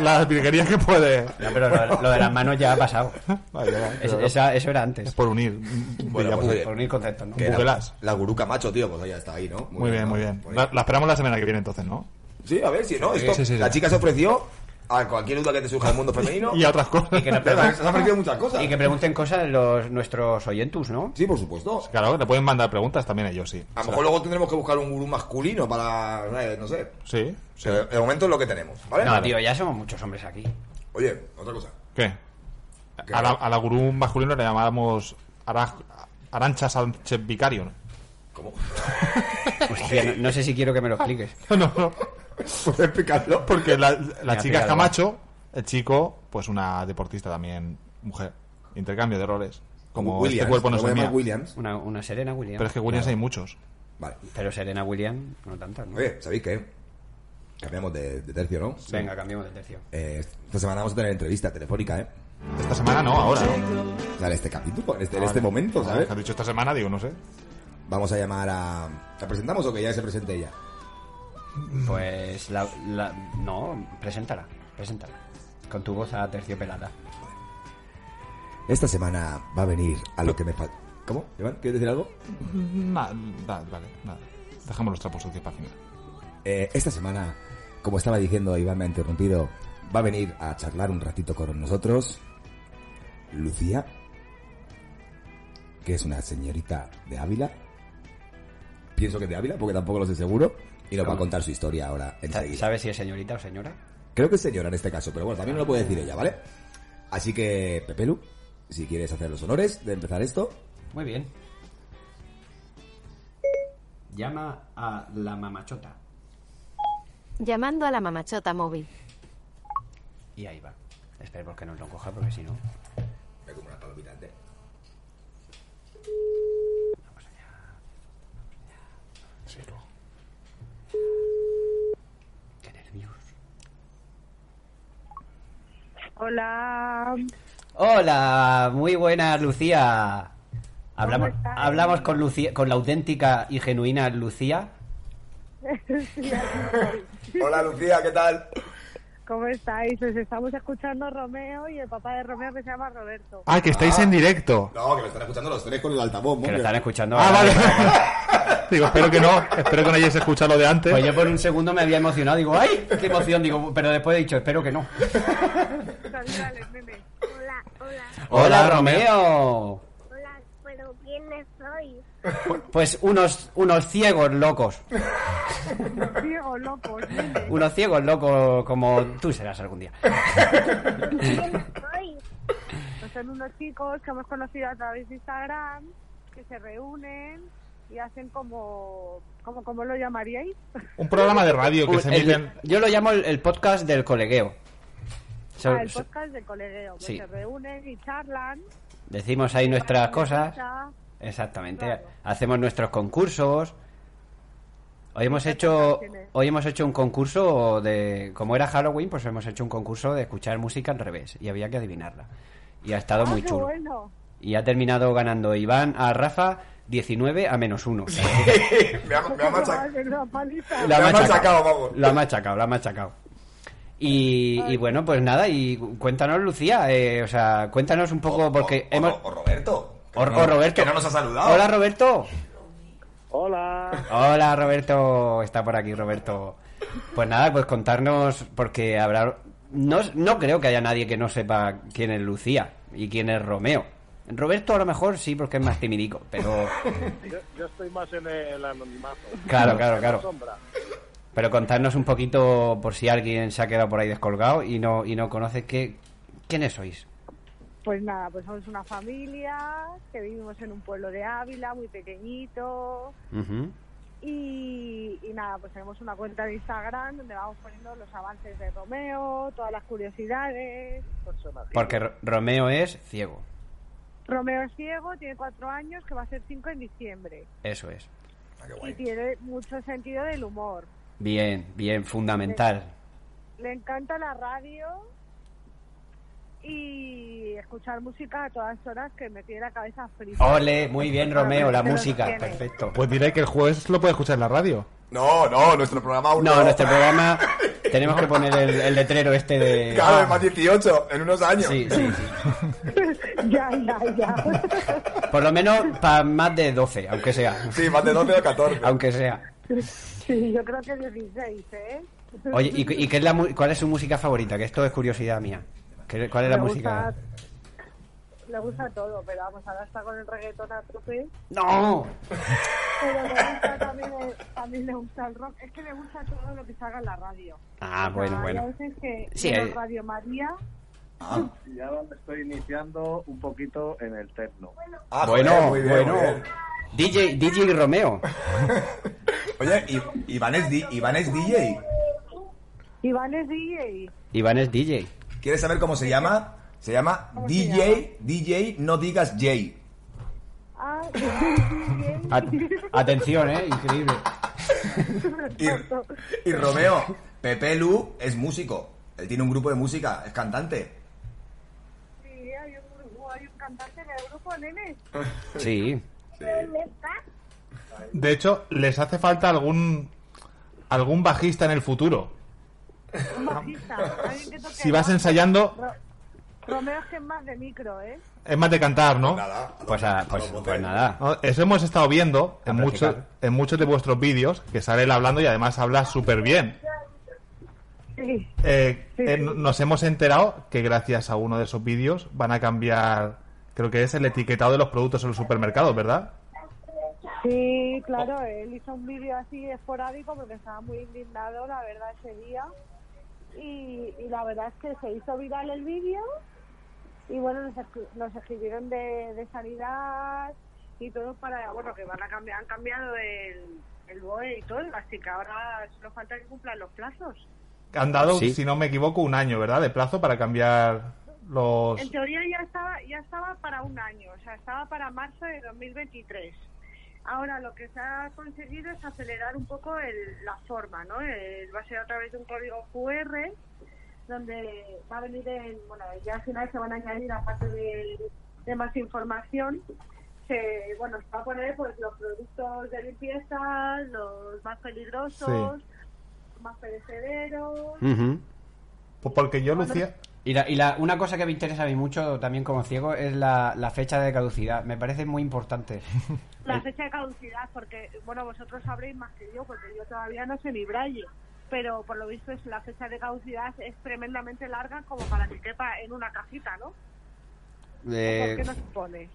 [SPEAKER 3] Las virguerías que puede.
[SPEAKER 5] No, pero lo, de- lo de las manos ya ha pasado.
[SPEAKER 3] Vale, vale,
[SPEAKER 5] Es-
[SPEAKER 3] vale.
[SPEAKER 5] esa- eso era antes.
[SPEAKER 3] Por unir.
[SPEAKER 2] Bueno,
[SPEAKER 3] Bella
[SPEAKER 2] pues,
[SPEAKER 3] pu-
[SPEAKER 2] oye,
[SPEAKER 5] Por unir conceptos, ¿no?
[SPEAKER 2] que la-
[SPEAKER 3] Buguelas.
[SPEAKER 2] La gurú Camacho, tío, pues ya está ahí, ¿no?
[SPEAKER 3] muy bien,
[SPEAKER 5] pues
[SPEAKER 2] ¿no?
[SPEAKER 3] muy bien.
[SPEAKER 2] Por ahí.
[SPEAKER 3] La, la esperamos la semana que viene entonces, ¿no?
[SPEAKER 2] Sí, a ver si no. Esto,
[SPEAKER 3] sí, sí, sí.
[SPEAKER 2] La chica se ofreció a cualquier duda que te surja del mundo femenino.
[SPEAKER 3] Y a otras cosas.
[SPEAKER 5] Y que, nos
[SPEAKER 2] Pero
[SPEAKER 5] pregun-
[SPEAKER 2] se han ofrecido muchas cosas.
[SPEAKER 5] y que pregunten cosas los, nuestros oyentus, ¿no?
[SPEAKER 2] Sí, por supuesto.
[SPEAKER 3] Claro, te pueden mandar preguntas también ellos, sí.
[SPEAKER 2] A lo mejor luego tendremos que buscar un gurú masculino para. eh, No sé.
[SPEAKER 3] Sí, sí.
[SPEAKER 2] Pero de momento es lo que tenemos, ¿vale?
[SPEAKER 5] No, tío, ya somos muchos hombres aquí.
[SPEAKER 2] Oye, otra cosa.
[SPEAKER 3] ¿Qué? A la, a la gurú masculina le llamamos Ara- Arancha Sánchez Vicario.
[SPEAKER 5] Hostia, no, no sé si quiero que me lo expliques.
[SPEAKER 3] No, no, no.
[SPEAKER 2] Puedes explicarlo.
[SPEAKER 3] Pues Porque la, la
[SPEAKER 5] ha
[SPEAKER 3] chica es
[SPEAKER 5] pegado.
[SPEAKER 3] Camacho, el chico, pues una deportista también, mujer. Intercambio de roles. Como este cuerpo no
[SPEAKER 2] lo
[SPEAKER 3] es
[SPEAKER 2] voy a
[SPEAKER 3] el
[SPEAKER 2] llamar
[SPEAKER 3] mío.
[SPEAKER 2] Williams.
[SPEAKER 5] Una, una Serena Williams.
[SPEAKER 3] Pero es que Williams hay muchos.
[SPEAKER 2] Vale.
[SPEAKER 5] Pero Serena Williams, no tantas, ¿no?
[SPEAKER 2] Oye, ¿sabéis qué? Cambiamos de, de tercio, ¿no?
[SPEAKER 5] Venga, cambiemos de tercio.
[SPEAKER 2] Eh, esta semana vamos a tener entrevista telefónica, ¿eh?
[SPEAKER 3] Esta semana no, ahora. ¿no?
[SPEAKER 2] O sea, en este capítulo, en este, en este momento, ¿sabes?
[SPEAKER 3] Has dicho esta semana, digo, no sé.
[SPEAKER 2] Vamos a llamar a... ¿La presentamos o que ya se presente ella?
[SPEAKER 5] Pues la, la- No, preséntala, preséntala. Con tu voz a terciopelada.
[SPEAKER 2] Esta semana va a venir a lo que me falta... ¿Cómo? Iván, ¿Quieres decir algo?
[SPEAKER 3] Nada, vale, nada. Dejamos los trapos sucios para final.
[SPEAKER 2] Eh, esta semana, como estaba diciendo, Iván me ha interrumpido, va a venir a charlar un ratito con nosotros Lucía, que es una señorita de Ávila. Pienso que es de Ávila, porque tampoco lo sé seguro. Y nos va a contar su historia ahora
[SPEAKER 5] Sa-
[SPEAKER 2] enseguida.
[SPEAKER 5] ¿Sabes si es señorita o señora?
[SPEAKER 2] Creo que es señora en este caso, pero bueno, también me lo puede decir ella, ¿vale? Así que, Pepelu, si quieres hacer los honores de empezar esto,
[SPEAKER 5] Muy bien. Llama a la mamachota.
[SPEAKER 10] Llamando a la mamachota móvil.
[SPEAKER 5] Y ahí va. Esperemos que nos lo coja porque si no.
[SPEAKER 2] me como una palomita ¿eh? antes.
[SPEAKER 5] Qué nervios.
[SPEAKER 11] Hola,
[SPEAKER 5] Hola, muy buenas, Lucía. Hablamos,
[SPEAKER 11] ¿Cómo estás?
[SPEAKER 5] hablamos con Lucía, con la auténtica y genuina Lucía.
[SPEAKER 2] Hola Lucía, ¿qué tal?
[SPEAKER 11] ¿cómo estáis? Os estamos escuchando Romeo y el papá de Romeo que se llama Roberto.
[SPEAKER 3] Ah, que estáis en directo.
[SPEAKER 2] No, que lo están escuchando los tres con el altavoz,
[SPEAKER 5] Que lo
[SPEAKER 2] móvil.
[SPEAKER 5] están escuchando.
[SPEAKER 3] Ah,
[SPEAKER 5] ahora.
[SPEAKER 3] vale. digo, espero que no. Espero que no hayáis escuchado lo de antes.
[SPEAKER 5] Pues yo por un segundo me había emocionado, digo, ¡ay! ¡Qué emoción! Digo, pero después he dicho, espero que no.
[SPEAKER 11] Saluda al meme.
[SPEAKER 12] Hola, hola,
[SPEAKER 5] ¡Hola, Romeo!
[SPEAKER 12] hola, pero ¿quiénes sois?
[SPEAKER 5] Pues unos, unos ciegos locos.
[SPEAKER 11] Ciego, loco,
[SPEAKER 5] Unos ciegos locos como tú serás algún día.
[SPEAKER 12] ¿Quiénes sois?
[SPEAKER 11] Pues son unos chicos que hemos conocido a través de Instagram que se reúnen y hacen como, como ¿cómo lo llamaríais?
[SPEAKER 3] Un programa de radio que
[SPEAKER 5] Un-
[SPEAKER 3] se
[SPEAKER 5] el-
[SPEAKER 3] emiten.
[SPEAKER 5] yo lo llamo el, el podcast del colegueo. So-
[SPEAKER 11] Ah, el
[SPEAKER 5] so-
[SPEAKER 11] podcast del colegueo, que
[SPEAKER 5] Sí.
[SPEAKER 11] se reúnen y charlan.
[SPEAKER 5] decimos ahí nuestras
[SPEAKER 11] pasan de
[SPEAKER 5] cosas.
[SPEAKER 11] fecha.
[SPEAKER 5] Exactamente.
[SPEAKER 11] Claro.
[SPEAKER 5] Hacemos nuestros concursos. Hoy hemos hecho
[SPEAKER 11] canciones?
[SPEAKER 5] hoy hemos hecho un concurso de como era Halloween, pues hemos hecho un concurso de escuchar música al revés y había que adivinarla. Y ha estado
[SPEAKER 11] Ah,
[SPEAKER 5] muy
[SPEAKER 11] qué
[SPEAKER 5] chulo.
[SPEAKER 11] bueno.
[SPEAKER 5] Y ha terminado ganando Iván a Rafa 19 a menos 1.
[SPEAKER 2] me ha, me ha machacado.
[SPEAKER 11] Madre, una paliza.
[SPEAKER 5] La
[SPEAKER 2] Me ha
[SPEAKER 5] machacado.
[SPEAKER 2] machacado, vamos.
[SPEAKER 5] Lo ha machacado, lo ha machacado. Y, y bueno, pues nada, y cuéntanos, Lucía, eh, o sea, cuéntanos un poco, porque
[SPEAKER 2] o,
[SPEAKER 5] hemos.
[SPEAKER 2] o- o Roberto.
[SPEAKER 5] o- o Roberto.
[SPEAKER 2] Que Pues no nos ha saludado.
[SPEAKER 5] Hola, Roberto.
[SPEAKER 13] Hola,
[SPEAKER 5] Hola, Roberto. Está por aquí, Roberto. Pues nada, pues contarnos, porque habrá. No, no creo que haya nadie que no sepa quién es Lucía y quién es Romeo. Roberto, a lo mejor sí, porque es más timidico, pero.
[SPEAKER 13] yo, yo estoy más en el anonimato.
[SPEAKER 5] Claro, claro,
[SPEAKER 13] En la
[SPEAKER 5] claro.
[SPEAKER 13] sombra.
[SPEAKER 5] Pero contarnos un poquito por si alguien se ha quedado por ahí descolgado y no, y no conoce qué, quiénes sois.
[SPEAKER 11] Pues nada, pues somos una familia que vivimos en un pueblo de Ávila, muy pequeñito.
[SPEAKER 5] Ujú.
[SPEAKER 11] Y, y nada, pues tenemos una cuenta de Instagram donde vamos poniendo los avances de Romeo, todas las curiosidades.
[SPEAKER 13] Personaje.
[SPEAKER 5] Porque Ro- Romeo es ciego.
[SPEAKER 11] Romeo es ciego, tiene cuatro años, que va a ser cinco en diciembre.
[SPEAKER 5] Eso es.
[SPEAKER 2] Ah, qué
[SPEAKER 11] Y
[SPEAKER 2] guay.
[SPEAKER 11] tiene mucho sentido del humor.
[SPEAKER 5] Bien, bien, fundamental.
[SPEAKER 11] Le encanta la radio y escuchar música a todas horas que me tiene la cabeza fría.
[SPEAKER 5] Ole, muy bien, Romeo, la
[SPEAKER 11] Pero
[SPEAKER 5] música.
[SPEAKER 11] tiene.
[SPEAKER 5] Perfecto.
[SPEAKER 3] Pues diré que el jueves lo puede escuchar en la radio.
[SPEAKER 2] No, no, nuestro programa aún
[SPEAKER 5] No, nuestro programa tenemos que poner el, el letrero este de.
[SPEAKER 2] Claro, es más 18, en unos años.
[SPEAKER 5] Sí, sí, sí.
[SPEAKER 11] ya, ya, ya.
[SPEAKER 5] Por lo menos para más de 12, aunque sea.
[SPEAKER 2] Sí, más de 12 a 14.
[SPEAKER 5] Aunque sea.
[SPEAKER 11] Sí, yo creo que 16, ¿eh?
[SPEAKER 5] Oye, ¿y, y qué es la, mu- cuál es su música favorita? Que esto es curiosidad mía. ¿Qué- ¿Cuál es la
[SPEAKER 11] Le
[SPEAKER 5] música?
[SPEAKER 11] gusta- Le gusta todo, pero vamos, ahora está con el reggaetón a tope.
[SPEAKER 5] ¡No!
[SPEAKER 11] Pero le gusta también, el- también le gusta el rock. Es que le gusta todo lo que salga en la radio.
[SPEAKER 5] Ah, bueno,
[SPEAKER 11] O sea, hay
[SPEAKER 5] bueno.
[SPEAKER 11] a veces que
[SPEAKER 5] Sí,
[SPEAKER 11] veo
[SPEAKER 5] eh.
[SPEAKER 11] Radio María
[SPEAKER 13] Y ahora me estoy iniciando un poquito en el techno.
[SPEAKER 2] Ah,
[SPEAKER 5] bueno,
[SPEAKER 2] joder, muy bien,
[SPEAKER 5] bueno.
[SPEAKER 2] muy bien.
[SPEAKER 5] DJ, DJ Romeo.
[SPEAKER 2] Oye, I- Iván es, di- Iván es DJ.
[SPEAKER 11] Iván es DJ.
[SPEAKER 5] Iván es DJ.
[SPEAKER 2] ¿Quieres saber cómo se llama? Se llama DJ, DJ, no digas Jay.
[SPEAKER 11] Ah,
[SPEAKER 5] Ah, atención, eh, increíble.
[SPEAKER 2] Y Romeo, Pepe Lu es músico. Él tiene un grupo de música, es cantante.
[SPEAKER 11] Sí, hay un, grupo- hay un cantante en el grupo, nene.
[SPEAKER 5] Sí.
[SPEAKER 3] De hecho, les hace falta algún algún bajista en el futuro.
[SPEAKER 11] Un bajista. alguien que toque
[SPEAKER 3] Si vas
[SPEAKER 11] rock.
[SPEAKER 3] ensayando-
[SPEAKER 11] Ro- Romeo es que es más de micro, ¿eh?
[SPEAKER 3] Es más de cantar, ¿no?
[SPEAKER 5] Pues, ah, pues, pues nada.
[SPEAKER 3] Ah, Eso hemos estado viendo en
[SPEAKER 5] practicar.
[SPEAKER 3] muchos en muchos de vuestros vídeos que sale él hablando y además habla súper bien.
[SPEAKER 11] Sí.
[SPEAKER 3] Eh, eh, nos hemos enterado que gracias a uno de esos vídeos van a cambiar, creo que es el etiquetado de los productos en los supermercados, ¿verdad?
[SPEAKER 11] Sí, claro, él hizo un vídeo así esporádico porque estaba muy indignado, la verdad, ese día. Y, y la verdad es que se hizo viral el vídeo y bueno, nos, escri- nos escribieron de, de sanidad y todo para, bueno, que van a cambiar, han cambiado el, el BOE y todo, así que ahora solo falta que cumplan los plazos.
[SPEAKER 3] Han dado,
[SPEAKER 5] Sí.
[SPEAKER 3] si no me equivoco, un año, ¿verdad? De plazo para cambiar los...
[SPEAKER 11] En teoría ya estaba, ya estaba para un año, o sea, estaba para marzo de 2023. Ahora lo que se ha conseguido es acelerar un poco el- la forma, ¿no? Eh, va a ser a través de un código QR donde va a venir, en, bueno, ya al final se van a añadir, aparte de, de más información, se, bueno, se va a poner pues los productos de limpieza, los más peligrosos, más perecederos,
[SPEAKER 3] Pues porque yo, Lucía...
[SPEAKER 5] Y, la, y la- una cosa que me interesa a mí mucho también como ciego es la, la fecha de caducidad. Me parece muy importante. Eh.
[SPEAKER 11] La fecha de caducidad, porque, bueno, vosotros sabréis más que yo, porque yo todavía no sé mi braille, pero por lo visto es la fecha de caducidad es tremendamente larga como para que quepa en una cajita, ¿no? ¿Por
[SPEAKER 5] Eh,
[SPEAKER 11] qué no se pone?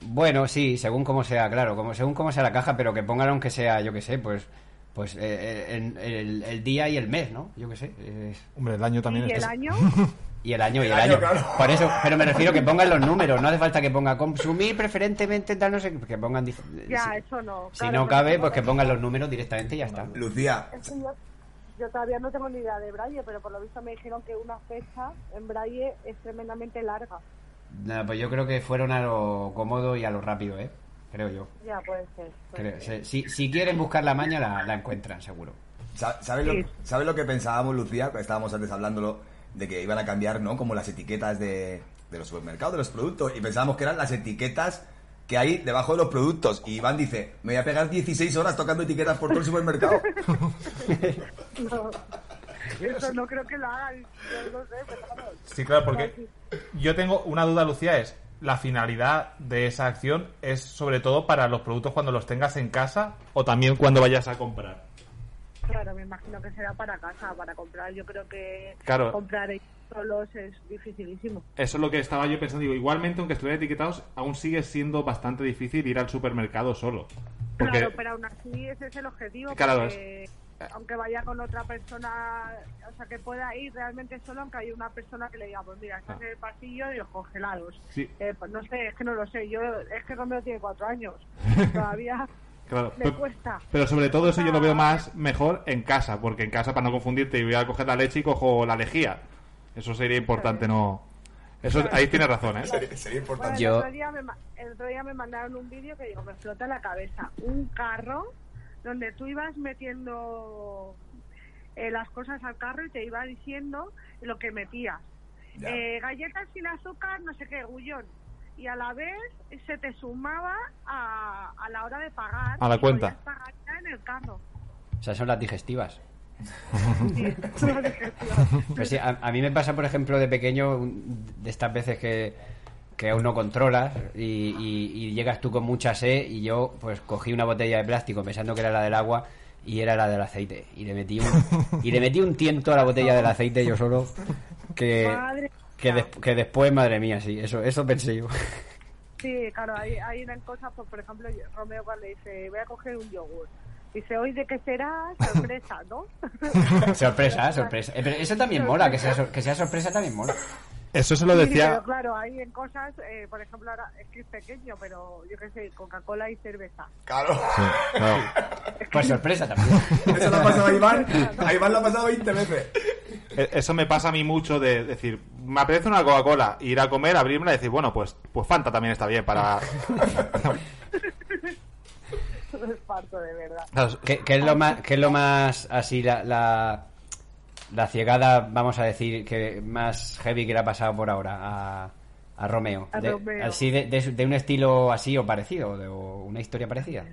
[SPEAKER 5] bueno, sí, según como sea, claro, como según como sea la caja, pero que pongan aunque sea, yo que sé, pues pues eh, eh, en- el, el día y el mes, ¿no? Yo que sé. eh,
[SPEAKER 3] Hombre, el año también este
[SPEAKER 11] ¿Y el
[SPEAKER 3] es...
[SPEAKER 11] año?
[SPEAKER 5] Y el año, y
[SPEAKER 3] El
[SPEAKER 5] el,
[SPEAKER 3] año,
[SPEAKER 5] año.
[SPEAKER 3] claro.
[SPEAKER 5] Por eso, pero me refiero que pongan los números, no hace falta que ponga consumir preferentemente tal, no sé, qué, que pongan. dif-
[SPEAKER 11] Ya,
[SPEAKER 5] si-
[SPEAKER 11] eso no.
[SPEAKER 5] si
[SPEAKER 11] claro,
[SPEAKER 5] no
[SPEAKER 11] porque
[SPEAKER 5] cabe,
[SPEAKER 11] tengo
[SPEAKER 5] pues que pongan los números directamente y ya está.
[SPEAKER 2] Lucía,
[SPEAKER 11] Es que yo, yo todavía no tengo ni idea de braille, pero por lo visto me dijeron que una fecha en braille es tremendamente larga.
[SPEAKER 5] Nada, pues yo creo que fueron a lo cómodo y a lo rápido, ¿eh? Creo yo.
[SPEAKER 11] Ya, puede ser. pues puede
[SPEAKER 5] Creo-
[SPEAKER 11] ser.
[SPEAKER 5] se- si, si quieren buscar la maña, la, la encuentran, seguro.
[SPEAKER 2] Sa- ¿Sabes lo, ¿sabes lo que pensábamos, Lucía? Estábamos antes hablándolo de que iban a cambiar, ¿no? Como las etiquetas de, de los supermercados, de los productos. Y pensábamos que eran las etiquetas que hay debajo de los productos. Y Iván dice, me voy a pegar 16 horas tocando etiquetas por todo el supermercado.
[SPEAKER 11] No. Eso no creo que lo hagan, yo no sé, pero vamos.
[SPEAKER 3] Sí, claro, porque yo tengo una duda, Lucía, es la finalidad de esa acción es sobre todo para los productos cuando los tengas en casa o también cuando vayas a comprar.
[SPEAKER 11] Claro, me imagino que será para casa, para comprar. Yo creo que
[SPEAKER 3] Claro.
[SPEAKER 11] comprar solos es dificilísimo.
[SPEAKER 3] Eso es lo que estaba yo pensando. Digo, igualmente, aunque estuvieran etiquetados, aún sigue siendo bastante difícil ir al supermercado solo. Porque,
[SPEAKER 11] Claro, pero aún así ese es el objetivo.
[SPEAKER 3] Claro,
[SPEAKER 11] porque Aunque vaya con otra persona, o sea, que pueda ir realmente solo, aunque haya una persona que le diga, pues mira, estás
[SPEAKER 3] Ah.
[SPEAKER 11] en el pasillo de los congelados.
[SPEAKER 3] Sí.
[SPEAKER 11] Eh, pues no sé, es que no lo sé. Yo Es que Romeo tiene cuatro años. Todavía
[SPEAKER 3] claro,
[SPEAKER 11] me cuesta.
[SPEAKER 3] Pero sobre todo eso yo lo veo más mejor en casa, porque en casa para no confundirte voy a coger la leche y cojo la lejía. Eso sería importante, no. Eso ahí tienes razón, ¿eh?
[SPEAKER 2] Sería, importante.
[SPEAKER 11] Bueno, el,
[SPEAKER 3] Yo
[SPEAKER 11] otro día me, ma- el otro día me mandaron un vídeo que digo, me explota la cabeza. Un carro donde tú ibas metiendo eh, las cosas al carro y te iba diciendo lo que metías.
[SPEAKER 14] Ya.
[SPEAKER 11] Eh, galletas sin azúcar, no sé qué, gullón. Y a la vez se te sumaba a, a la hora de pagar.
[SPEAKER 5] A la
[SPEAKER 11] y
[SPEAKER 5] cuenta.
[SPEAKER 11] podías pagar ya en el carro.
[SPEAKER 5] O sea, son las digestivas.
[SPEAKER 11] Solo dije, tío,
[SPEAKER 5] Pues sí, a, a mí me pasa, por ejemplo, de pequeño, un- de estas veces que, que aún no controlas y, y- y llegas tú con mucha sed y yo pues cogí una botella de plástico pensando que era la del agua y era la del aceite. Y le metí un, y le metí un tiento a la botella del aceite yo solo que,
[SPEAKER 11] Madre
[SPEAKER 5] que, des- que después, madre mía, sí, eso, eso pensé yo.
[SPEAKER 11] Sí, claro, hay, hay unas cosas, pues, por ejemplo, yo- Romeo cuando dice, voy a coger un yogur. Dice, hoy de qué será sorpresa, ¿no?
[SPEAKER 5] sorpresa, sorpresa. Eh, pero eso también mola, que sea, sor- que sea sorpresa también mola.
[SPEAKER 3] Eso se lo
[SPEAKER 11] Sí,
[SPEAKER 3] decía.
[SPEAKER 11] pero claro, hay en cosas, eh, por ejemplo, ahora es que es pequeño, pero yo qué sé, Coca-Cola y cerveza.
[SPEAKER 2] Claro.
[SPEAKER 3] claro.
[SPEAKER 5] Pues sorpresa también.
[SPEAKER 2] Eso lo ha pasado a Iván. A Iván lo ha pasado 20 veces.
[SPEAKER 3] Eh, Eso me pasa a mí mucho de decir, me apetece una Coca-Cola, ir a comer, abrirme y decir, bueno, pues, pues Fanta también está bien para...
[SPEAKER 11] No es parto, de verdad.
[SPEAKER 5] Pues, ¿Qué, qué es lo más, qué es lo más así la, la, la ciegada, vamos a decir, que más heavy que le ha pasado por ahora a, a Romeo?
[SPEAKER 11] A
[SPEAKER 5] De-
[SPEAKER 11] Romeo.
[SPEAKER 5] Así de, de su- de un estilo así o parecido, de- o una historia parecida.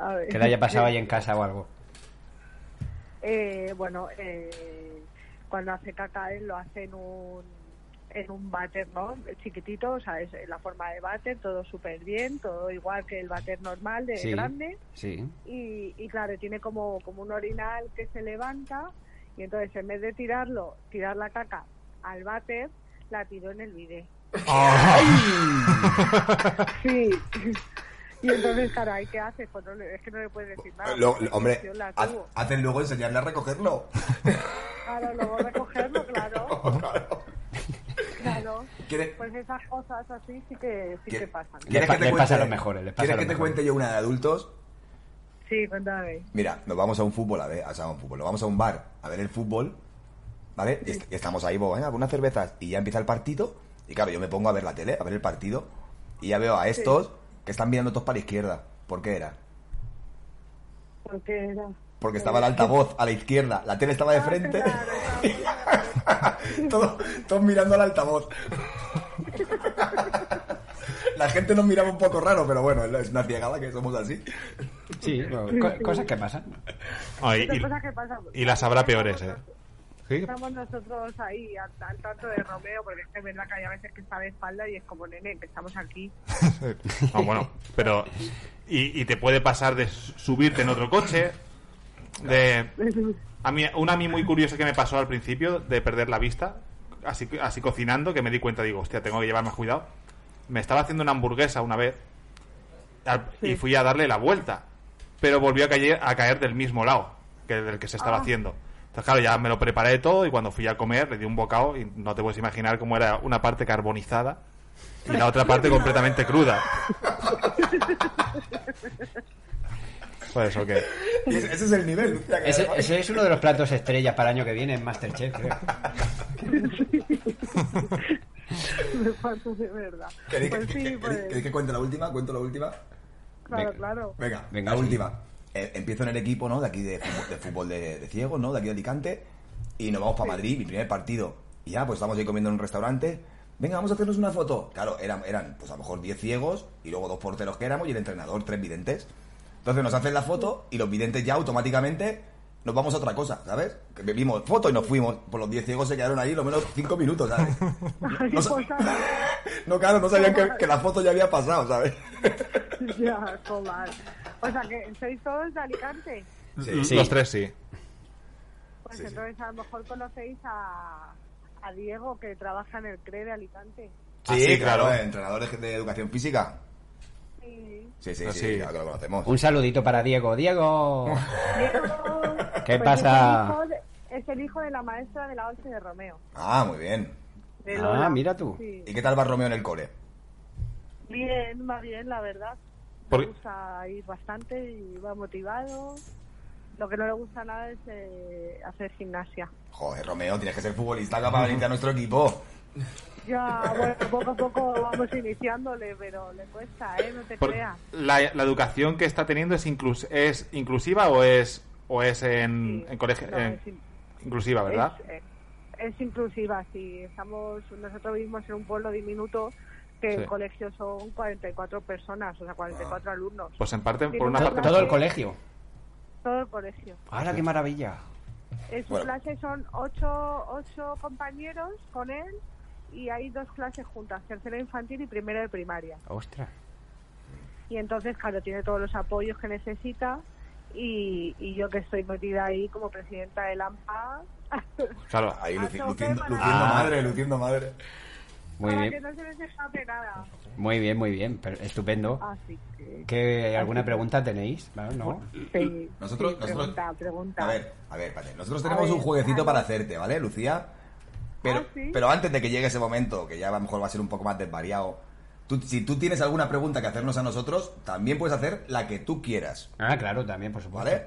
[SPEAKER 11] A ver.
[SPEAKER 5] Que le haya pasado ahí en casa o algo.
[SPEAKER 11] Eh, bueno, eh, cuando hace caca él lo hace en un, en un váter, ¿no? Chiquitito, o sea, es la forma de váter, todo súper bien, todo igual que el váter normal de
[SPEAKER 5] Sí.
[SPEAKER 11] Eh, grande.
[SPEAKER 5] Sí.
[SPEAKER 11] Y, y claro, tiene como, como un orinal que se levanta y entonces en vez de tirarlo, tirar la caca al váter, la tiró en el bidet. Sí. Y entonces, claro, ¿ahí qué haces? Pues no le- es que no le puedes decir nada.
[SPEAKER 2] Lo- lo- hombre,
[SPEAKER 11] Yo la
[SPEAKER 2] haz-
[SPEAKER 11] tuvo.
[SPEAKER 2] hacen luego enseñarle a recogerlo.
[SPEAKER 11] Claro, luego recogerlo, claro. Claro.
[SPEAKER 2] ¿Quieres-
[SPEAKER 11] Pues esas cosas así sí que, sí que pasan.
[SPEAKER 2] ¿Quieres
[SPEAKER 5] pa-
[SPEAKER 2] que te
[SPEAKER 5] le
[SPEAKER 2] cuente-
[SPEAKER 5] pasa lo mejor, le pasa
[SPEAKER 2] ¿Quieres
[SPEAKER 5] lo
[SPEAKER 2] que te
[SPEAKER 5] mejor.
[SPEAKER 2] cuente yo una de adultos?
[SPEAKER 11] Sí, cuéntame.
[SPEAKER 2] Mira, nos vamos a un fútbol, a ver, o sea, a un fútbol, nos vamos a un bar a ver el fútbol, ¿vale? Y est- y estamos ahí, pues, venga, unas cervezas, y ya empieza el partido, y claro, yo me pongo a ver la tele, a ver el partido, y ya veo a estos que están mirando todos para la izquierda. ¿Por qué era?
[SPEAKER 11] Porque era...
[SPEAKER 2] Porque estaba el altavoz a la izquierda, la tele estaba de frente, todos, todos mirando al altavoz. La gente nos miraba un poco raro, pero bueno, es una ciegada que somos así.
[SPEAKER 5] Sí,
[SPEAKER 11] co- cosas que
[SPEAKER 5] pasan.
[SPEAKER 3] Ah, y,
[SPEAKER 11] Esas
[SPEAKER 3] y-
[SPEAKER 11] cosas que pasan.
[SPEAKER 3] y las habrá peores, ¿eh? ¿Sí?
[SPEAKER 11] Estamos nosotros ahí al, al tanto de Romeo, porque es que es verdad que hay a veces que está de espalda y es como, nene, que estamos aquí.
[SPEAKER 3] No, bueno, pero... Y, y te puede pasar de su- subirte en otro coche, de... A mí, una a mí muy curiosa que me pasó al principio de perder la vista, así, así cocinando, que me di cuenta, digo, hostia, tengo que llevar más cuidado. Me estaba haciendo una hamburguesa una vez al- y fui a darle la vuelta, pero volvió a caer, a caer del mismo lado que del que se estaba
[SPEAKER 11] Ah.
[SPEAKER 3] haciendo. Entonces, claro, ya me lo preparé todo y cuando fui a comer le di un bocado y no te puedes imaginar cómo era una parte carbonizada y la otra parte completamente cruda. Pues eso que...
[SPEAKER 2] Ese, ese es el nivel. Lucía, que
[SPEAKER 5] Ese,
[SPEAKER 2] además-
[SPEAKER 5] ese es uno de los platos estrellas para el año que viene en Masterchef, creo.
[SPEAKER 11] Me parto de verdad.
[SPEAKER 2] ¿Queréis que,
[SPEAKER 11] Pues
[SPEAKER 2] que-
[SPEAKER 11] sí,
[SPEAKER 2] que-
[SPEAKER 11] pues.
[SPEAKER 2] queréis que cuente la última? ¿Cuento la última?
[SPEAKER 11] Claro,
[SPEAKER 2] Venga.
[SPEAKER 11] claro.
[SPEAKER 2] Venga,
[SPEAKER 5] Venga,
[SPEAKER 2] la
[SPEAKER 5] sí.
[SPEAKER 2] última. Eh, empiezo en el equipo, ¿no? De aquí de fútbol, de, fútbol de- de ciegos, ¿no? De aquí de Alicante. Y nos vamos para Madrid, mi primer partido. Y ya, pues estamos ahí comiendo en un restaurante. Venga, vamos a hacernos una foto. Claro, eran, eran pues a lo mejor 10 ciegos y luego dos porteros que éramos y el entrenador, tres videntes. Entonces nos hacen la foto y los videntes ya automáticamente nos vamos a otra cosa, ¿sabes? Que vimos foto y nos fuimos. Por los 10 ciegos se quedaron ahí lo menos 5 minutos, ¿sabes?
[SPEAKER 11] Ay,
[SPEAKER 2] No, sa-
[SPEAKER 11] pues, ahora
[SPEAKER 2] no, claro, no sabían que, que la foto ya había pasado, ¿sabes?
[SPEAKER 11] ya, tomar. O sea, que sois todos de Alicante.
[SPEAKER 2] Sí.
[SPEAKER 3] Los tres sí.
[SPEAKER 11] Pues
[SPEAKER 2] Sí, sí.
[SPEAKER 11] entonces a lo mejor conocéis a, a Diego, que trabaja en el CRE de Alicante.
[SPEAKER 3] Ah, sí, claro.
[SPEAKER 2] Entrenadores de educación física.
[SPEAKER 11] Sí.
[SPEAKER 2] Sí, sí,
[SPEAKER 3] Ah,
[SPEAKER 2] sí,
[SPEAKER 3] sí.
[SPEAKER 2] claro que lo conocemos.
[SPEAKER 5] Un saludito para Diego. Diego. ¿Qué pasa?
[SPEAKER 11] Es pues el, hijo de, es el hijo de la maestra de la 11 de Romeo.
[SPEAKER 2] Ah, muy bien.
[SPEAKER 11] de
[SPEAKER 5] Ah,
[SPEAKER 11] Lola.
[SPEAKER 5] mira tú.
[SPEAKER 11] Sí.
[SPEAKER 2] ¿Y qué tal va Romeo en el cole?
[SPEAKER 11] Bien, va bien, la verdad.
[SPEAKER 3] Porque-
[SPEAKER 11] Le gusta ir bastante y va motivado. Lo que no le gusta nada es eh, hacer gimnasia.
[SPEAKER 2] Joder, Romeo, tienes que ser futbolista acá para venirte a nuestro equipo.
[SPEAKER 11] Ya, bueno, poco a poco vamos iniciándole, pero le cuesta, ¿eh? No te
[SPEAKER 3] Por-
[SPEAKER 11] creas.
[SPEAKER 3] la, la educación que está teniendo es inclus- es inclusiva o es o es en, en colegio
[SPEAKER 11] No,
[SPEAKER 3] en-
[SPEAKER 11] es in-
[SPEAKER 3] inclusiva, ¿verdad?
[SPEAKER 11] Es, eh, es inclusiva, sí. Estamos nosotros vivimos en un pueblo diminuto que
[SPEAKER 3] Sí.
[SPEAKER 11] el colegio son 44 personas, o sea, 44 alumnos.
[SPEAKER 3] Pues en parte
[SPEAKER 11] Tiene
[SPEAKER 3] por una
[SPEAKER 11] un
[SPEAKER 5] To-
[SPEAKER 3] parte
[SPEAKER 11] programa.
[SPEAKER 5] Todo el colegio.
[SPEAKER 11] Todo el colegio.
[SPEAKER 5] ¡Hala, qué maravilla!
[SPEAKER 11] En su
[SPEAKER 2] Bueno.
[SPEAKER 11] clase son ocho, ocho compañeros con él y hay dos clases juntas, tercera infantil y primera de primaria.
[SPEAKER 5] ¡Ostras!
[SPEAKER 11] Y entonces, claro, tiene todos los apoyos que necesita y, y yo que estoy metida ahí como presidenta del AMPA,
[SPEAKER 3] claro.
[SPEAKER 2] Ahí, luci-
[SPEAKER 11] tope
[SPEAKER 2] luciendo,
[SPEAKER 11] para-
[SPEAKER 2] luciendo
[SPEAKER 5] Ah.
[SPEAKER 2] madre, luciendo madre.
[SPEAKER 5] Muy
[SPEAKER 11] para que
[SPEAKER 5] bien,
[SPEAKER 11] no se les escape nada.
[SPEAKER 5] muy bien, muy bien. pero estupendo.
[SPEAKER 11] Así que...
[SPEAKER 5] ¿Qué, ¿Alguna pregunta tenéis? Claro, ¿no?
[SPEAKER 11] Sí,
[SPEAKER 2] Nosotros-
[SPEAKER 11] sí,
[SPEAKER 2] nosotros-
[SPEAKER 11] pregunta, pregunta.
[SPEAKER 2] A ver, a ver, espérate. Nosotros
[SPEAKER 11] Ah. A
[SPEAKER 2] tenemos
[SPEAKER 11] ver,
[SPEAKER 2] un jueguecito
[SPEAKER 11] a
[SPEAKER 2] para hacerte, ¿vale, Lucía? Pero,
[SPEAKER 11] Ah, sí.
[SPEAKER 2] pero antes de que llegue ese momento, que ya a lo mejor va a ser un poco más desvariado, tú- si tú tienes alguna pregunta que hacernos a nosotros, también puedes hacer la que tú quieras.
[SPEAKER 5] Ah, claro, también, por supuesto.
[SPEAKER 2] ¿Vale?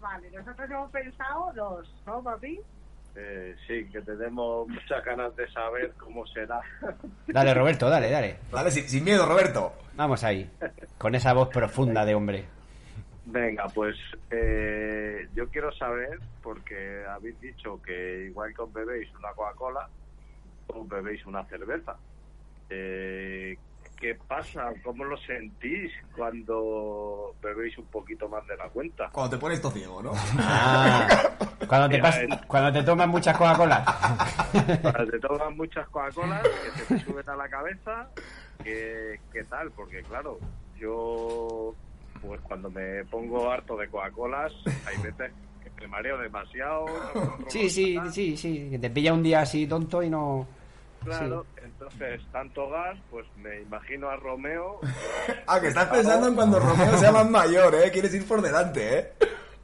[SPEAKER 11] Vale, nosotros hemos pensado dos, ¿no, papi?
[SPEAKER 13] Eh, sí, que tenemos muchas ganas de saber cómo será.
[SPEAKER 5] Dale, Roberto, dale, dale.
[SPEAKER 2] Dale, sin, miedo, Roberto.
[SPEAKER 5] Vamos ahí. Con esa voz profunda de hombre.
[SPEAKER 13] Venga, pues eh, yo quiero saber, porque habéis dicho que igual que os bebéis una Coca-Cola, os bebéis una cerveza. Eh, ¿Qué pasa? ¿Cómo lo sentís cuando bebéis un poquito más de la cuenta?
[SPEAKER 2] Cuando te pones todo ciego, ¿no?
[SPEAKER 5] Ah, Cuando te,
[SPEAKER 13] Mira, eh.
[SPEAKER 5] pas-
[SPEAKER 13] el-
[SPEAKER 5] cuando te tomas muchas Coca-Cola.
[SPEAKER 13] Cuando te toman muchas Coca-Colas, que se te suben a la cabeza, ¿qué, qué tal? Porque claro, yo, pues cuando me pongo harto de Coca-Colas, hay veces que me mareo demasiado. no controlo
[SPEAKER 5] Sí, sí,
[SPEAKER 13] nada.
[SPEAKER 5] sí, sí. Que te pilla un día así tonto y no.
[SPEAKER 13] Claro, entonces tanto gas, pues me imagino a Romeo.
[SPEAKER 2] Ah, que estás pensando en cuando Romeo sea más mayor, ¿eh? Quieres ir por delante, ¿eh?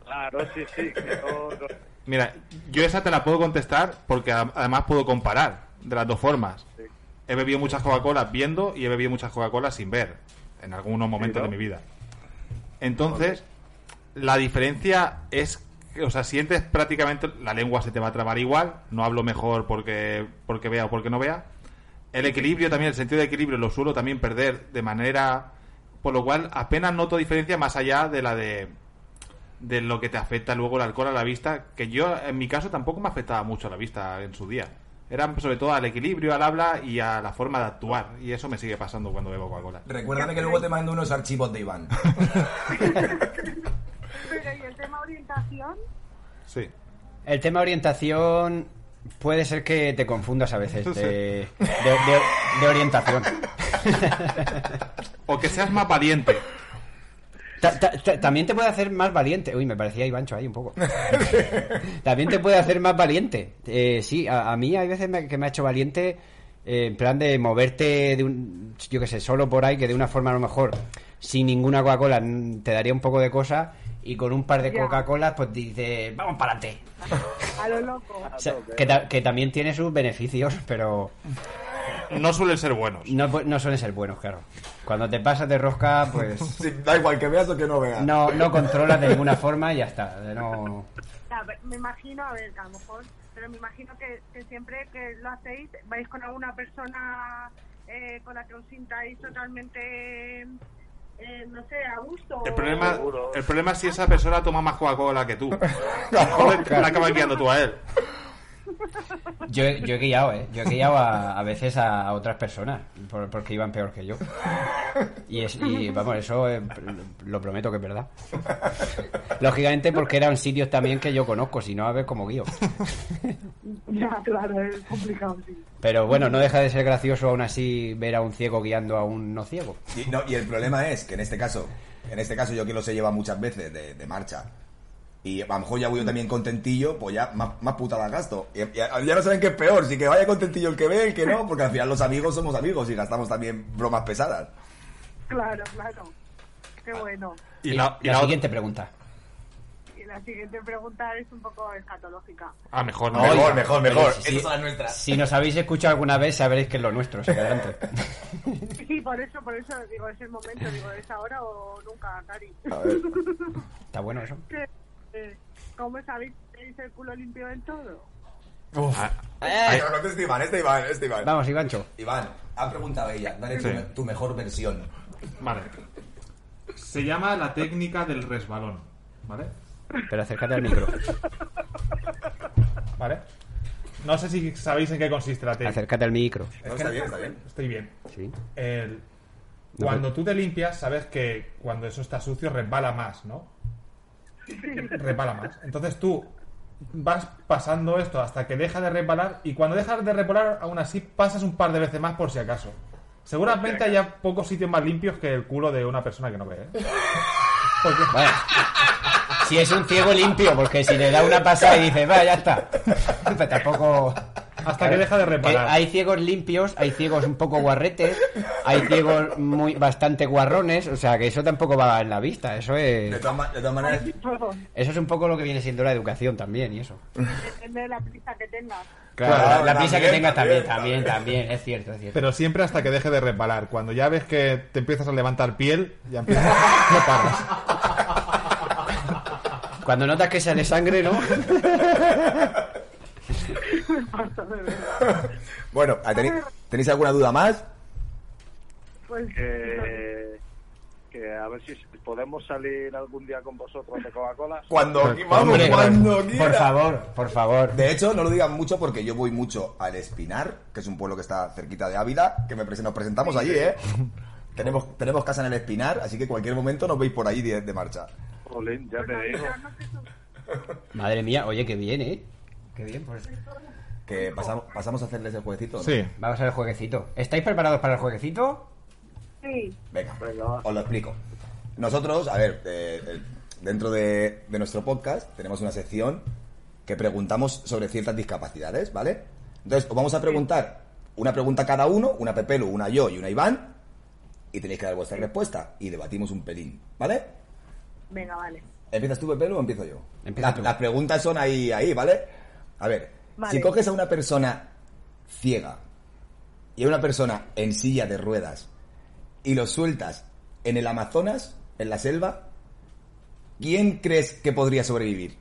[SPEAKER 13] Claro, sí, sí, que no- no-
[SPEAKER 3] Mira, yo esa te la puedo contestar porque a- además puedo comparar de las dos formas.
[SPEAKER 13] Sí.
[SPEAKER 3] He bebido muchas Coca-Colas viendo y he bebido muchas Coca-Colas sin ver en algunos momentos
[SPEAKER 13] ¿no?
[SPEAKER 3] de mi vida. Entonces, la diferencia es, que, o sea, sientes prácticamente la lengua se te va a trabar igual, no hablo mejor porque porque vea o porque no vea. El equilibrio también, el sentido de equilibrio lo suelo también perder de manera por lo cual apenas noto diferencia más allá de la de de lo que te afecta luego el alcohol a la vista, que yo en mi caso tampoco me afectaba mucho a la vista en su día. Era sobre todo al equilibrio, al habla y a la forma de actuar. Y eso me sigue pasando cuando bebo Coca-Cola.
[SPEAKER 2] Recuérdame que luego te mando unos archivos de Iván.
[SPEAKER 11] Pero ¿y el tema orientación?
[SPEAKER 3] Sí.
[SPEAKER 5] El tema orientación. Puede ser que te confundas a veces de, de- de- de orientación.
[SPEAKER 3] O que seas más valiente.
[SPEAKER 5] Ta- ta- ta- también te puede hacer más valiente. Uy, me parecía Ivancho ahí un poco. también te puede hacer más valiente. Eh, sí, a, a mí hay veces me- que me ha hecho valiente eh, en plan de moverte de un, yo qué sé, solo por ahí, que de una forma a lo mejor sin ninguna Coca-Cola mm, te daría un poco de cosa y con un par de
[SPEAKER 11] Ya.
[SPEAKER 5] Coca-Colas pues dices, vamos para adelante.
[SPEAKER 11] A lo loco.
[SPEAKER 5] O sea, que, ta- que también tiene sus beneficios, pero
[SPEAKER 3] No suelen ser buenos.
[SPEAKER 5] no, pu- no suelen ser buenos, claro. Cuando te pasas de rosca, pues
[SPEAKER 2] Sí, da igual que veas o que no veas.
[SPEAKER 5] no, no controlas de ninguna forma y ya está. No...
[SPEAKER 11] A ver, me imagino, a ver, que a lo mejor, pero me imagino que, que siempre que lo hacéis, vais con alguna persona eh, con la que os sintáis totalmente, eh, no sé, a gusto.
[SPEAKER 3] El problema,
[SPEAKER 13] Seguro.
[SPEAKER 3] el problema es si esa persona toma más Coca-Cola que tú. Joder, te la acabas guiando tú a él.
[SPEAKER 5] Yo, he- yo he guiado, ¿eh? Yo he guiado a, a veces a otras personas por- porque iban peor que yo. Y, es, y vamos, eso eh, lo prometo que es verdad. Lógicamente porque eran sitios también que yo conozco, si no, a ver cómo guío.
[SPEAKER 11] Ya, claro, es complicado, sí.
[SPEAKER 5] Pero bueno, no deja de ser gracioso aún así ver a un ciego guiando a un no ciego.
[SPEAKER 2] Y, no, y el problema es que en este caso, en este caso yo que lo sé lleva muchas veces de, de marcha. Y a lo mejor ya voy yo también contentillo, pues ya más, más putada gasto. Y, y ya no saben qué es peor, si que vaya contentillo el que ve, el que no, porque al final los amigos somos amigos y gastamos también bromas pesadas.
[SPEAKER 11] Claro, claro. Qué bueno.
[SPEAKER 3] Y la, y
[SPEAKER 5] La
[SPEAKER 3] la otra-
[SPEAKER 5] siguiente pregunta.
[SPEAKER 11] Y la siguiente pregunta es un poco escatológica.
[SPEAKER 3] Ah, mejor no.
[SPEAKER 2] Mejor,
[SPEAKER 5] Oiga,
[SPEAKER 2] mejor, mejor.
[SPEAKER 5] si-
[SPEAKER 2] Esas son las nuestras.
[SPEAKER 5] Si nos habéis escuchado alguna vez, sabréis que es lo nuestro, o sea que adelante.
[SPEAKER 11] Sí, por eso, por eso digo, es el momento, digo, es ahora o nunca, Cari.
[SPEAKER 5] Está bueno eso.
[SPEAKER 11] Eh, ¿Cómo sabéis que tenéis el culo limpio del todo?
[SPEAKER 5] Eh,
[SPEAKER 2] Pero no te este Iván, este Iván, este Iván.
[SPEAKER 5] vamos, Ivancho.
[SPEAKER 2] Iván, ha preguntado ella, dale tu,
[SPEAKER 3] Sí.
[SPEAKER 2] me- tu mejor versión.
[SPEAKER 3] Vale. Se llama la técnica del resbalón. ¿Vale?
[SPEAKER 5] Pero acércate al micro.
[SPEAKER 3] ¿Vale? No sé si sabéis en qué consiste la técnica.
[SPEAKER 5] Acércate al micro.
[SPEAKER 2] No, está bien, está bien.
[SPEAKER 3] Estoy bien.
[SPEAKER 5] Sí.
[SPEAKER 3] el- cuando tú te limpias, sabes que cuando eso está sucio resbala más, ¿no? Resbala más. Entonces tú vas pasando esto hasta que deja de resbalar y cuando dejas de resbalar, aún así pasas un par de veces más por si acaso. Seguramente haya pocos sitios más limpios que el culo de una persona que no ve, ¿eh? Porque-
[SPEAKER 5] Bueno, si es un ciego limpio, porque si le da una pasada y dice, va, ya está. Pues tampoco.
[SPEAKER 3] Hasta que deja de reparar.
[SPEAKER 5] Eh, hay ciegos limpios, hay ciegos un poco guarretes, hay ciegos muy bastante guarrones, o sea que eso tampoco va en la vista, eso
[SPEAKER 2] De
[SPEAKER 5] es
[SPEAKER 2] todas, ma- de todas maneras,
[SPEAKER 5] eso es un poco lo que viene siendo la educación también y eso.
[SPEAKER 11] Depende de la prisa que tengas.
[SPEAKER 5] Claro, la, prisa que
[SPEAKER 3] también,
[SPEAKER 5] tengas también, también, también, es cierto, es cierto.
[SPEAKER 3] Pero siempre hasta que deje de reparar. Cuando ya ves que te empiezas a levantar piel, ya empiezas. No paras.
[SPEAKER 5] Cuando notas que sale sangre, ¿no?
[SPEAKER 2] bueno, ¿tenéis, tenéis alguna duda más?
[SPEAKER 11] Pues,
[SPEAKER 13] que, que a ver si podemos salir algún día con vosotros de Coca-Cola.
[SPEAKER 2] Cuando,
[SPEAKER 13] Pero,
[SPEAKER 2] vamos,
[SPEAKER 13] hombre,
[SPEAKER 2] cuando
[SPEAKER 13] por-
[SPEAKER 2] quiera.
[SPEAKER 13] por
[SPEAKER 5] favor, por favor.
[SPEAKER 2] De hecho, no lo digan mucho porque yo voy mucho al Espinar, que es un pueblo que está cerquita de Ávila, que me presen- nos presentamos allí, ¿eh? Tenemos, tenemos casa en el Espinar, así que cualquier momento nos veis por ahí de, de marcha.
[SPEAKER 13] Jolín, ya
[SPEAKER 11] pues,
[SPEAKER 13] te digo.
[SPEAKER 5] Madre mía, oye, qué bien, ¿eh? Qué bien, pues.
[SPEAKER 2] Que pasamos, pasamos a hacerles el jueguecito. ¿no?
[SPEAKER 5] Vamos al jueguecito. ¿Estáis preparados para el jueguecito?
[SPEAKER 11] Sí.
[SPEAKER 2] Venga, os lo explico. Nosotros, a ver, eh, eh, dentro de, de nuestro podcast tenemos una sección que preguntamos sobre ciertas discapacidades, ¿vale? Entonces, os vamos a preguntar una pregunta cada uno, una Pepelo, una yo y una Iván, y tenéis que dar vuestra respuesta y debatimos un pelín, ¿vale?
[SPEAKER 11] Venga, vale.
[SPEAKER 2] ¿Empiezas tú, Pepelo, o empiezo yo? Las- Las preguntas son ahí, ahí, ¿vale? A ver,
[SPEAKER 11] Vale.
[SPEAKER 2] si coges a una persona ciega y a una persona en silla de ruedas y los sueltas en el Amazonas, en la selva, ¿quién crees que podría sobrevivir?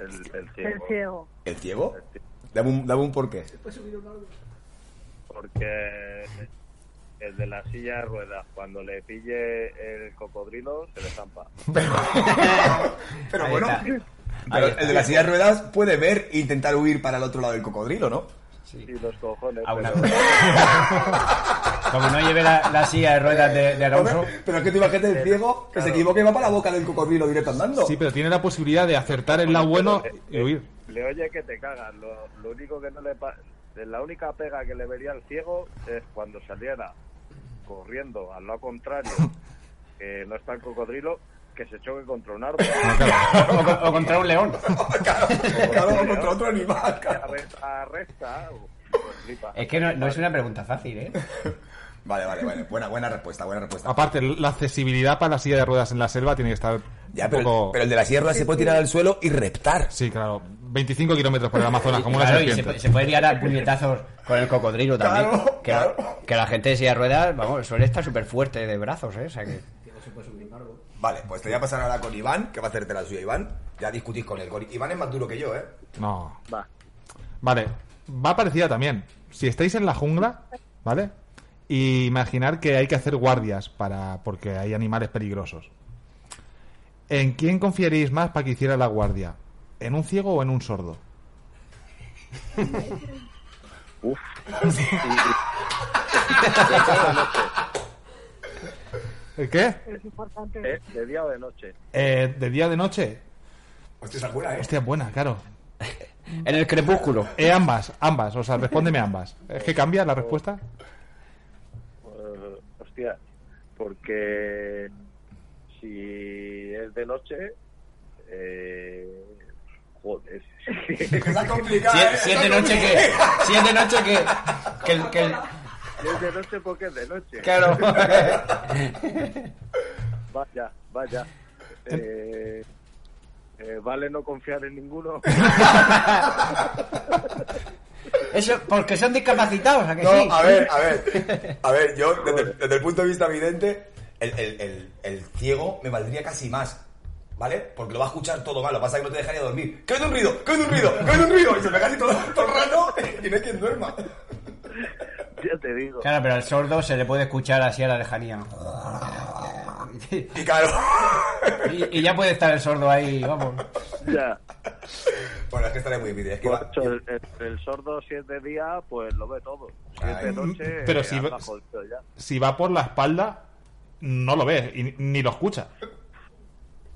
[SPEAKER 13] El, el
[SPEAKER 11] El
[SPEAKER 13] ciego.
[SPEAKER 11] ciego.
[SPEAKER 2] ¿El ciego? Dame un, dame un porqué.
[SPEAKER 13] Porque el de la silla de ruedas, cuando le pille el cocodrilo, se le zampa.
[SPEAKER 2] Pero
[SPEAKER 13] Ahí
[SPEAKER 2] bueno,
[SPEAKER 13] está.
[SPEAKER 2] pero
[SPEAKER 13] Ahí está.
[SPEAKER 2] el de la silla de ruedas puede ver e intentar huir para el otro lado del cocodrilo, ¿no?
[SPEAKER 13] Sí. Y los cojones.
[SPEAKER 5] A una-
[SPEAKER 13] pero-
[SPEAKER 5] Como no lleve la, la silla de ruedas de, de Alonso.
[SPEAKER 2] Pero es que tú imagínate el ciego que se equivoque y va para la boca del cocodrilo directo andando.
[SPEAKER 3] Sí, pero tiene la posibilidad de acertar el lado bueno y huir.
[SPEAKER 13] Le oye que te cagas. Lo, lo único que no le pa- La única pega que le vería al ciego es cuando saliera corriendo al lado contrario, que no está el cocodrilo, que se choque contra un árbol.
[SPEAKER 5] O, con- o contra un león.
[SPEAKER 2] o contra otro animal.
[SPEAKER 13] recta, flipa.
[SPEAKER 5] Es que no, no es una pregunta fácil, ¿eh?
[SPEAKER 2] Vale, vale, vale. Buena, buena respuesta, buena respuesta.
[SPEAKER 3] Aparte, la accesibilidad para la silla de ruedas en la selva tiene que estar.
[SPEAKER 2] Ya, pero el- pero el de la silla de ruedas se puede tirar al suelo y reptar.
[SPEAKER 3] Sí, claro. 25 kilómetros por el Amazonas, como una
[SPEAKER 5] Claro, y se,
[SPEAKER 3] serpiente.
[SPEAKER 5] puede- se puede liar a puñetazos con el cocodrilo también. que, que la gente de silla de ruedas, vamos, suele estar súper fuerte de brazos, ¿eh? O sea que...
[SPEAKER 2] Vale, pues te voy a pasar ahora con Iván, que va a hacerte la suya, Iván. Ya discutís con él. Con- Iván es más duro que yo, ¿eh?
[SPEAKER 3] No.
[SPEAKER 13] Va.
[SPEAKER 3] Vale, va parecida también. Si estáis en la jungla, ¿vale? Y imaginar que hay que hacer guardias para porque hay animales peligrosos. ¿En quién confiaríais más para que hiciera la guardia? ¿En un ciego o en un sordo?
[SPEAKER 13] Uf.
[SPEAKER 3] ¿El qué?
[SPEAKER 11] Es importante.
[SPEAKER 13] Eh, de día o de noche.
[SPEAKER 3] Eh, ¿De día o de noche?
[SPEAKER 2] Hostia, esa es buena, ¿eh?
[SPEAKER 3] Hostia, buena, claro.
[SPEAKER 5] En el crepúsculo.
[SPEAKER 3] Eh, ambas, ambas. O sea, respóndeme ambas. ¿Es que cambia la respuesta?
[SPEAKER 13] Eh, hostia, porque si es de noche, eh, joder.
[SPEAKER 2] Está ¿eh?
[SPEAKER 5] Si es- si es de noche que... Si es de noche que... que el- que el-
[SPEAKER 13] Si es de noche porque es de noche.
[SPEAKER 5] Claro.
[SPEAKER 13] vaya, vaya. Eh, eh, vale no confiar en ninguno.
[SPEAKER 5] Eso, porque son discapacitados, ¿a que
[SPEAKER 2] No,
[SPEAKER 5] sí?
[SPEAKER 2] a ver, a ver. A ver, yo, desde, desde el punto de vista evidente, el, el- el- el ciego me valdría casi más. ¿Vale? Porque lo va a escuchar todo mal. Lo que pasa es que no te dejaría dormir. ¡Que oye un ruido! ¡Que oye un ruido! ¡Que oye un ruido! Y se me casi todo, todo el rato y no hay quien duerma.
[SPEAKER 13] Ya te digo.
[SPEAKER 5] Claro, pero al sordo se le puede escuchar así a la lejanía.
[SPEAKER 2] Y claro.
[SPEAKER 5] Y, y ya puede estar el sordo ahí, vamos.
[SPEAKER 13] Ya.
[SPEAKER 2] Bueno, es que estaría muy difícil. Es que va-
[SPEAKER 13] El, el- el sordo, si es de día, pues lo ve todo. Si es de noche,
[SPEAKER 3] Pero
[SPEAKER 13] eh,
[SPEAKER 3] si-
[SPEAKER 13] anda jodido ya.
[SPEAKER 3] si va por la espalda, no lo ve y ni lo escucha.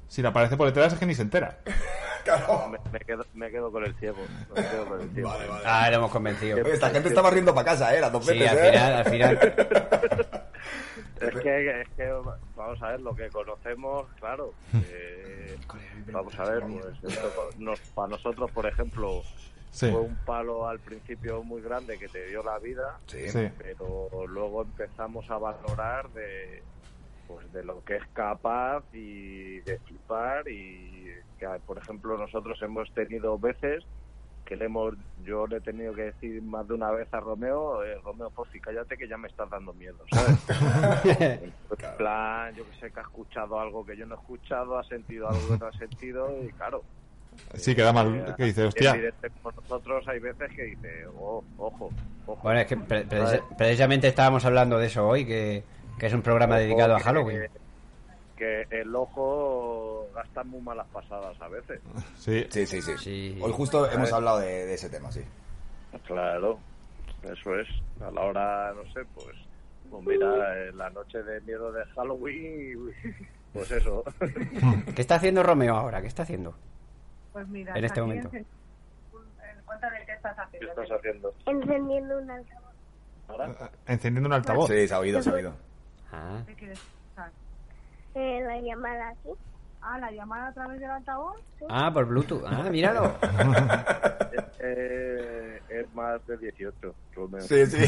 [SPEAKER 3] Si le aparece por detrás es que ni se entera.
[SPEAKER 13] Me, me quedo, me quedo con el ciego. Me quedo con el ciego.
[SPEAKER 5] Ah, lo hemos convencido.
[SPEAKER 2] Oye, esta gente estaba riendo para casa, ¿eh? Las dos
[SPEAKER 5] Sí,
[SPEAKER 2] veces,
[SPEAKER 5] al
[SPEAKER 2] ¿eh?
[SPEAKER 5] final, al final.
[SPEAKER 13] Es que, es que, vamos a ver, lo que conocemos, claro. eh, vamos a ver, pues, esto pa- nos- para nosotros, por ejemplo,
[SPEAKER 3] Sí.
[SPEAKER 13] Fue un palo al principio muy grande que te dio la vida,
[SPEAKER 3] Sí.
[SPEAKER 13] pero luego empezamos a valorar de, pues de lo que es capaz y de flipar y que, por ejemplo, nosotros hemos tenido veces que le hemos, yo le he tenido que decir más de una vez a Romeo, eh, Romeo, por si cállate que ya me estás dando miedo, ¿sabes? En plan, yo que sé que ha escuchado algo que yo no he escuchado, ha sentido algo que no ha sentido y claro.
[SPEAKER 3] Sí, queda mal.
[SPEAKER 13] eh,
[SPEAKER 3] Que dice,
[SPEAKER 13] en
[SPEAKER 3] hostia.
[SPEAKER 13] directo con nosotros hay veces que dice, "Oh, ojo, ojo.
[SPEAKER 5] Bueno, es que pre- pre-
[SPEAKER 13] ¿sabes?
[SPEAKER 5] precisamente estábamos hablando de eso hoy, que, que es un programa
[SPEAKER 13] Ojo,
[SPEAKER 5] dedicado a
[SPEAKER 13] que-
[SPEAKER 5] Halloween.
[SPEAKER 13] Que el ojo gasta muy malas pasadas a veces.
[SPEAKER 3] Sí.
[SPEAKER 2] Sí, sí, sí. Hoy justo hemos
[SPEAKER 13] ¿Sabes?
[SPEAKER 2] hablado de, de ese tema, sí.
[SPEAKER 13] Claro, eso es. A la hora, no sé, pues, pues mira, eh, la noche de miedo de Halloween, pues eso.
[SPEAKER 5] ¿Qué está haciendo Romeo ahora? ¿Qué está haciendo?
[SPEAKER 11] Pues mira,
[SPEAKER 5] En este
[SPEAKER 11] aquí
[SPEAKER 5] momento.
[SPEAKER 11] en- en- Cuéntame qué estás haciendo.
[SPEAKER 13] ¿Qué estás haciendo?
[SPEAKER 12] Encendiendo un altavoz.
[SPEAKER 13] ¿Ahora?
[SPEAKER 3] Encendiendo un altavoz.
[SPEAKER 2] Sí, se ha oído, se ha oído.
[SPEAKER 5] Ah.
[SPEAKER 11] ¿Qué quieres escuchar?
[SPEAKER 12] Eh, la llamada aquí.
[SPEAKER 11] Ah, la llamada a través del altavoz.
[SPEAKER 5] Ah, por Bluetooth. Ah, míralo.
[SPEAKER 13] Eh, es más de 18, Romeo.
[SPEAKER 2] Sí, sí.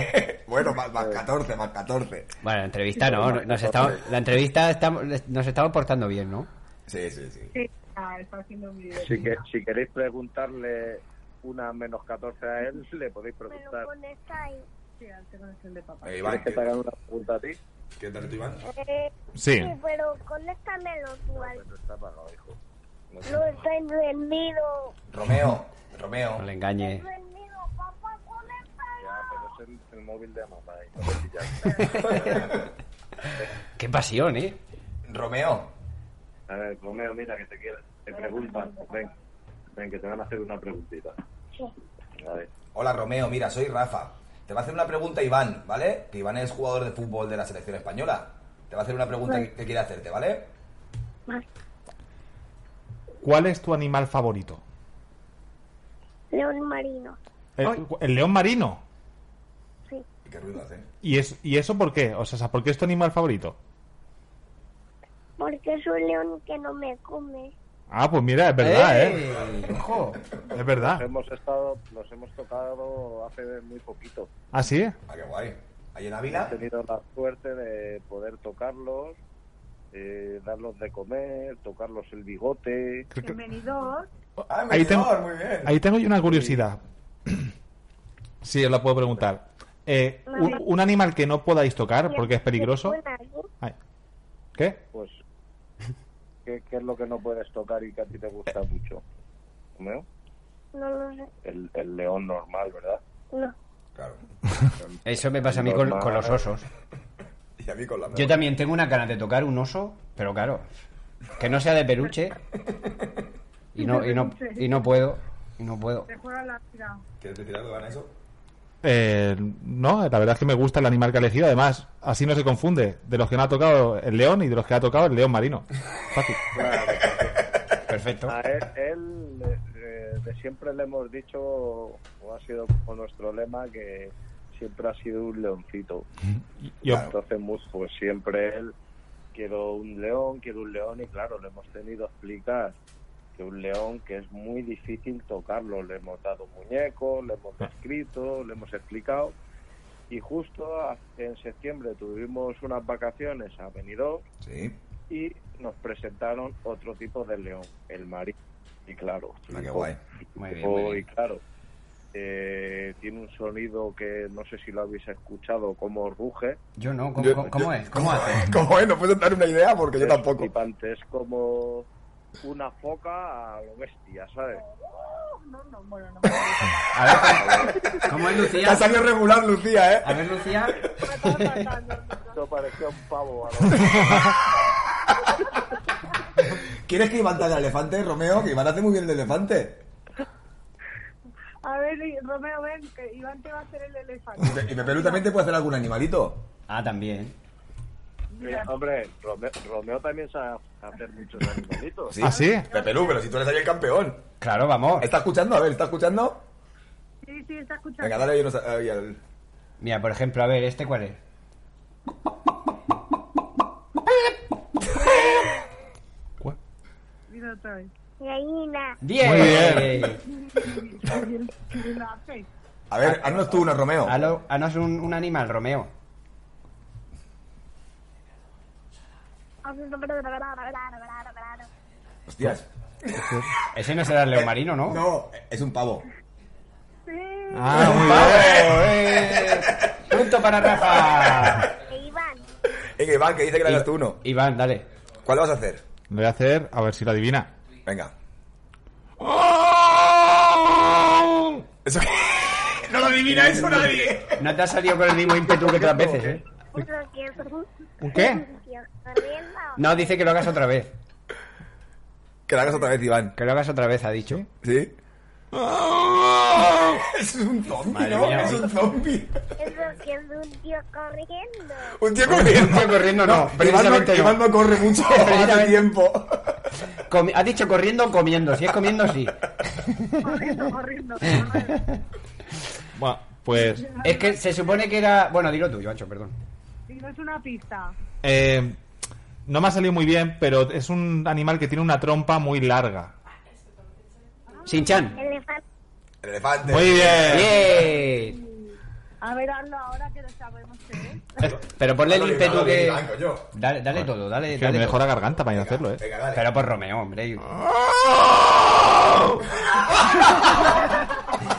[SPEAKER 2] bueno, más, más 14, más 14.
[SPEAKER 5] Bueno, la entrevista no, no- nos estamos, la entrevista estamos, nos estamos portando bien, ¿no?
[SPEAKER 2] Sí, sí, sí.
[SPEAKER 11] Sí, ah, está haciendo un video.
[SPEAKER 13] Si, que, si queréis preguntarle una menos 14 a él, le podéis
[SPEAKER 12] Me lo
[SPEAKER 13] preguntar.
[SPEAKER 12] pones ahí.
[SPEAKER 11] Sí, hazte conexión de papá.
[SPEAKER 2] Eh,
[SPEAKER 13] ¿Quieres
[SPEAKER 2] Iván,
[SPEAKER 13] que
[SPEAKER 2] ¿qué,
[SPEAKER 13] te hagan una pregunta a ti?
[SPEAKER 2] qué tal tú, Iván?
[SPEAKER 12] Eh,
[SPEAKER 3] Sí.
[SPEAKER 12] pero conéctamelo tú al.
[SPEAKER 13] Eso está apagado, hijo. No sé.
[SPEAKER 12] No está encendido.
[SPEAKER 2] Romeo, Romeo.
[SPEAKER 5] No le engañe.
[SPEAKER 12] Encendido, papá, conéctalo.
[SPEAKER 13] Ya, pero es el, el móvil de mamá. y no sé si ya-
[SPEAKER 5] Qué pasión, ¿eh?
[SPEAKER 2] Romeo.
[SPEAKER 13] a ver, Romeo, mira que te quieren. Te preguntan. Ven, ven, que te van a hacer una preguntita. A ver.
[SPEAKER 2] Hola, Romeo. Mira, soy Rafa. Te va a hacer una pregunta Iván, ¿vale? Que Iván es jugador de fútbol de la selección española. Te va a hacer una pregunta que, que quiere hacerte, ¿vale?
[SPEAKER 3] ¿Cuál es tu animal favorito?
[SPEAKER 12] León Marino.
[SPEAKER 3] El, el león marino.
[SPEAKER 12] Sí.
[SPEAKER 2] ¿Y qué ruido hace?
[SPEAKER 3] ¿Y, es, ¿Y eso por qué? O sea, ¿por qué es tu animal favorito?
[SPEAKER 12] Porque es un león que no me come.
[SPEAKER 3] Ah, pues mira, es verdad,
[SPEAKER 5] ¡Ey!
[SPEAKER 3] ¿eh?
[SPEAKER 5] Ojo.
[SPEAKER 3] Es verdad.
[SPEAKER 13] Nos hemos estado, nos hemos tocado hace muy poquito.
[SPEAKER 3] ¿Ah, sí?
[SPEAKER 2] Ah, qué guay. ¿Ahí en
[SPEAKER 13] He
[SPEAKER 2] Ávila?
[SPEAKER 13] tenido la suerte de poder tocarlos, eh, darlos de comer, tocarlos el bigote.
[SPEAKER 3] Creo que-
[SPEAKER 11] Bienvenidos.
[SPEAKER 2] Ah, en
[SPEAKER 3] Ahí tengo-
[SPEAKER 2] Benidorm, muy bien.
[SPEAKER 3] Ahí tengo yo una curiosidad. Sí, os la puedo preguntar. Eh, un, un animal que no podáis tocar Ah, porque es peligroso. Ay. ¿Qué?
[SPEAKER 13] Pues, ¿qué, qué es lo que no puedes tocar y que a ti te gusta mucho? Romeo?
[SPEAKER 12] No lo sé.
[SPEAKER 13] El, el león normal, ¿verdad?
[SPEAKER 12] No.
[SPEAKER 2] Claro.
[SPEAKER 5] Eso me pasa a mí con, con los osos.
[SPEAKER 2] Y a mí con la
[SPEAKER 5] Yo también tengo una ganas de tocar un oso, pero claro, que no sea de peluche. Y no, y no, y no puedo. Y no puedo.
[SPEAKER 11] Te juega la vida.
[SPEAKER 2] ¿Quieres decir algo, Iván, a eso?
[SPEAKER 3] Eh, no, la verdad es que me gusta el animal que ha elegido. Además, así no se confunde. De los que no ha tocado el león y de los que ha tocado el león marino. Fácil.
[SPEAKER 5] Perfecto.
[SPEAKER 3] Ah,
[SPEAKER 13] A él, él, eh, de siempre le hemos dicho, o ha sido como nuestro lema, que siempre ha sido un leoncito.
[SPEAKER 3] Yo-
[SPEAKER 13] Entonces, mu- pues siempre él, quiero un león, quiero un león, y claro, le hemos tenido que explicar que un león que es muy difícil tocarlo. Le hemos dado muñecos, le hemos descrito, le hemos explicado. Y justo a- en septiembre tuvimos unas vacaciones a Benidorm
[SPEAKER 2] Sí.
[SPEAKER 13] y nos presentaron otro tipo de león, el marí. Y claro,
[SPEAKER 2] Ah, qué
[SPEAKER 13] flipó.
[SPEAKER 2] guay.
[SPEAKER 5] Muy bien,
[SPEAKER 13] Flipó
[SPEAKER 5] muy
[SPEAKER 13] y
[SPEAKER 5] bien.
[SPEAKER 13] claro, eh, tiene un sonido que no sé si lo habéis escuchado, como ruge.
[SPEAKER 5] Yo no, ¿cómo, cómo- cómo es? ¿Cómo hace?
[SPEAKER 2] ¿Cómo es? ¿No puedes dar una idea? Porque yo
[SPEAKER 13] Es
[SPEAKER 2] tampoco.
[SPEAKER 13] flipante, es como una foca a lo bestia, ¿sabes?
[SPEAKER 11] No, no, bueno, no.
[SPEAKER 5] ¿Cómo es
[SPEAKER 2] Te
[SPEAKER 5] Lucía?
[SPEAKER 2] ha salido regular, Lucía, ¿eh?
[SPEAKER 5] A ver, Lucía.
[SPEAKER 13] Esto parecía un pavo a lo bestia.
[SPEAKER 2] ¿Quieres que Iván te haga el elefante, Romeo? Que Iván hace muy bien el elefante.
[SPEAKER 11] A ver, y- Romeo, ven, que Iván te va a hacer el elefante.
[SPEAKER 2] Y Pe- Y Pepelu también te puede hacer algún animalito.
[SPEAKER 5] Ah, también.
[SPEAKER 13] Mira, Eh, hombre, Romeo, Romeo también sabe hacer muchos animalitos.
[SPEAKER 3] ¿Ah, sí?
[SPEAKER 2] Pepelu, pero si tú eres ahí el campeón.
[SPEAKER 5] Claro, vamos.
[SPEAKER 2] ¿Está escuchando? A ver, ¿está escuchando?
[SPEAKER 11] Sí, sí, está escuchando.
[SPEAKER 2] Venga, dale ahí unos- ahí al...
[SPEAKER 5] Mira, por ejemplo, a ver, ¿este cuál es?
[SPEAKER 11] Dilo otra vez.
[SPEAKER 12] Gallina.
[SPEAKER 5] ¡Diez!
[SPEAKER 3] Muy bien.
[SPEAKER 2] A ver, haznos tú una, Romeo.
[SPEAKER 5] Haznos un, un animal, Romeo.
[SPEAKER 2] Hostias.
[SPEAKER 5] Ese no será el león marino, ¿no?
[SPEAKER 2] ah, No, es un pavo.
[SPEAKER 5] Ah, muy bien. Punto para Rafa.
[SPEAKER 2] Eh, que Iván, que dice que le hagas tú uno.
[SPEAKER 5] Iván, dale.
[SPEAKER 2] ¿Cuál vas a hacer?
[SPEAKER 3] Lo voy a hacer, a ver si lo adivina.
[SPEAKER 2] Venga.
[SPEAKER 3] ¡Oh!
[SPEAKER 2] ¿Eso qué? No lo adivina eso nadie.
[SPEAKER 5] No te has salido con el mismo ímpetu que otras veces, ¿eh? ¿Un qué? No, dice que lo hagas otra vez.
[SPEAKER 2] Que lo hagas otra vez, Iván.
[SPEAKER 5] Que lo hagas otra vez, ha dicho.
[SPEAKER 2] ¿Sí? Es un zombie,
[SPEAKER 5] Madre
[SPEAKER 2] ¿no?
[SPEAKER 5] mía.
[SPEAKER 2] Es un zombie.
[SPEAKER 12] Eso que es un tío corriendo.
[SPEAKER 2] Un tío corriendo.
[SPEAKER 5] Un tío corriendo, no, precisamente no.
[SPEAKER 2] Iván no, Iván no corre mucho hace
[SPEAKER 5] Precisamente.
[SPEAKER 2] tiempo.
[SPEAKER 5] Comi- ha dicho corriendo o comiendo. Si es comiendo, sí.
[SPEAKER 11] Corriendo, corriendo.
[SPEAKER 3] Bueno, pues.
[SPEAKER 5] Es que se supone que era. Bueno, dilo tú, Joancho, perdón.
[SPEAKER 11] Y no es una pista.
[SPEAKER 3] eh, no me ha salido muy bien, pero es un animal que tiene una trompa muy larga.
[SPEAKER 5] Sinchan.
[SPEAKER 12] Elefante.
[SPEAKER 2] El elefante.
[SPEAKER 3] Muy bien.
[SPEAKER 5] Bien.
[SPEAKER 11] A ver, hazlo ahora que lo sabemos que es.
[SPEAKER 5] Pero ponle el
[SPEAKER 2] Claro,
[SPEAKER 5] ímpetu
[SPEAKER 2] claro,
[SPEAKER 5] que.
[SPEAKER 2] Iván, coño.
[SPEAKER 5] Dale, dale todo, dale.
[SPEAKER 3] Es que
[SPEAKER 5] dale
[SPEAKER 3] me
[SPEAKER 5] todo.
[SPEAKER 3] mejora garganta para ir a hacerlo, ¿eh?
[SPEAKER 2] Venga, dale.
[SPEAKER 5] Pero por Romeo, hombre.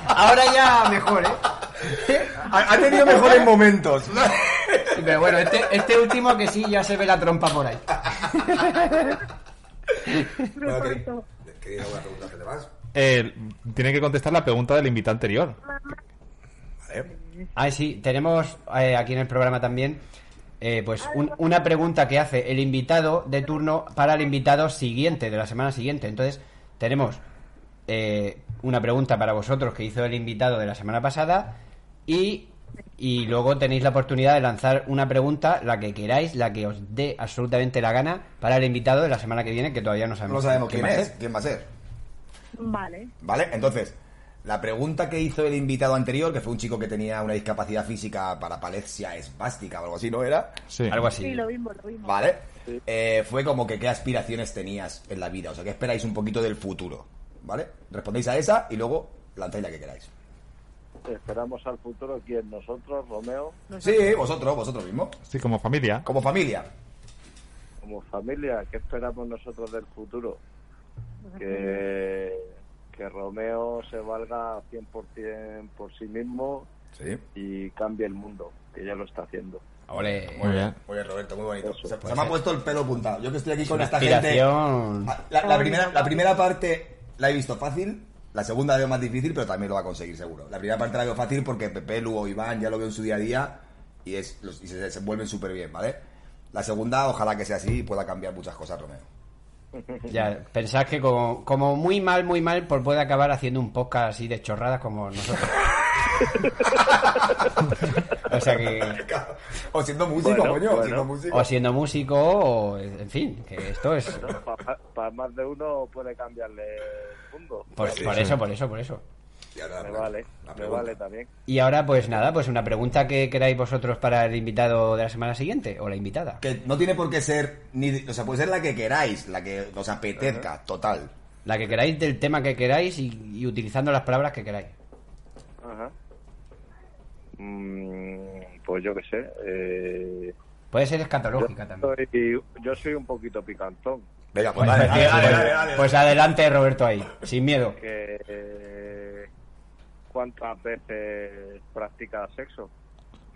[SPEAKER 5] Ahora ya mejor, ¿eh?
[SPEAKER 2] Ha, ha tenido mejores momentos.
[SPEAKER 5] Pero bueno, este, este último que sí ya se ve la trompa por ahí.
[SPEAKER 2] Bueno, ¿queréis- ¿Queréis alguna pregunta que te vas?
[SPEAKER 3] Eh, tiene que contestar la pregunta del invitado anterior.
[SPEAKER 2] Vale.
[SPEAKER 5] Ah, sí, tenemos eh, aquí en el programa también eh, pues un- una pregunta que hace el invitado de turno para el invitado siguiente, de la semana siguiente. Entonces, tenemos eh, una pregunta para vosotros que hizo el invitado de la semana pasada y, y luego tenéis la oportunidad de lanzar una pregunta, la que queráis, la que os dé absolutamente la gana para el invitado de la semana que viene, que todavía no
[SPEAKER 2] No
[SPEAKER 5] sabemos,
[SPEAKER 2] lo sabemos quién
[SPEAKER 5] va a
[SPEAKER 2] es,
[SPEAKER 5] ser.
[SPEAKER 2] quién va a ser.
[SPEAKER 11] Vale.
[SPEAKER 2] ¿Vale? Entonces, la pregunta que hizo el invitado anterior, que fue un chico que tenía una discapacidad física paraplesia espástica o algo así, ¿no era?
[SPEAKER 3] Sí.
[SPEAKER 5] Algo así.
[SPEAKER 11] Sí, lo vimos, lo vimos.
[SPEAKER 2] ¿Vale? Eh, fue como que qué aspiraciones tenías en la vida, o sea, qué esperáis un poquito del futuro, ¿vale? Respondéis a esa y luego lanzáis la que queráis.
[SPEAKER 13] Esperamos al futuro, ¿quién? Nosotros, Romeo,
[SPEAKER 2] Sí, vosotros, vosotros mismos.
[SPEAKER 3] Sí, como familia.
[SPEAKER 2] Como familia.
[SPEAKER 13] como familia, ¿qué esperamos nosotros del futuro? Que, que Romeo se valga 100% por sí mismo
[SPEAKER 2] Sí.
[SPEAKER 13] y cambie el mundo, que ya lo está haciendo.
[SPEAKER 5] Ole,
[SPEAKER 3] Muy bien.
[SPEAKER 2] Muy bien, Roberto, muy bonito.
[SPEAKER 13] Eso.
[SPEAKER 2] Se, se me ha puesto el pelo apuntado. Yo que estoy aquí con
[SPEAKER 5] una
[SPEAKER 2] esta gente.
[SPEAKER 5] aspiración.
[SPEAKER 2] La, la primera, la primera parte la he visto fácil, la segunda la veo más difícil, pero también lo va a conseguir seguro. La primera parte la veo fácil porque Pepe, Lu o Iván ya lo veo en su día a día y, es, los- y se desenvuelven súper bien, ¿vale? La segunda, ojalá que sea así y pueda cambiar muchas cosas, Romeo.
[SPEAKER 5] Ya, pensás que como, como muy mal, muy mal, pues puede acabar haciendo un podcast así de chorradas como nosotros. o sea que...
[SPEAKER 2] O siendo músico,
[SPEAKER 13] Bueno,
[SPEAKER 2] coño, o
[SPEAKER 13] bueno.
[SPEAKER 2] siendo músico.
[SPEAKER 5] O siendo músico, o en fin, que esto es...
[SPEAKER 13] Para más de uno puede cambiarle el mundo.
[SPEAKER 5] Por, por eso, por eso, por eso.
[SPEAKER 2] Y ahora la
[SPEAKER 13] Me
[SPEAKER 2] pregunta,
[SPEAKER 13] vale,
[SPEAKER 2] la
[SPEAKER 13] me
[SPEAKER 2] pregunta.
[SPEAKER 13] vale también.
[SPEAKER 5] Y ahora, pues nada, pues una pregunta que queráis vosotros para el invitado de la semana siguiente, o la invitada.
[SPEAKER 2] Que no tiene por qué ser, ni, o sea, puede ser la que queráis, la que os apetezca, total.
[SPEAKER 5] La que queráis del tema que queráis y, y utilizando las palabras que queráis.
[SPEAKER 13] Ajá. Mm, pues yo qué sé. eh,
[SPEAKER 5] Puede ser escatológica también.
[SPEAKER 13] soy- yo soy un poquito picantón.
[SPEAKER 2] Venga, pues
[SPEAKER 5] Pues,
[SPEAKER 2] dale, dale, dale,
[SPEAKER 5] pues-
[SPEAKER 2] dale, dale.
[SPEAKER 5] pues adelante, Roberto, ahí, sin miedo.
[SPEAKER 13] que eh, cuántas veces practica sexo.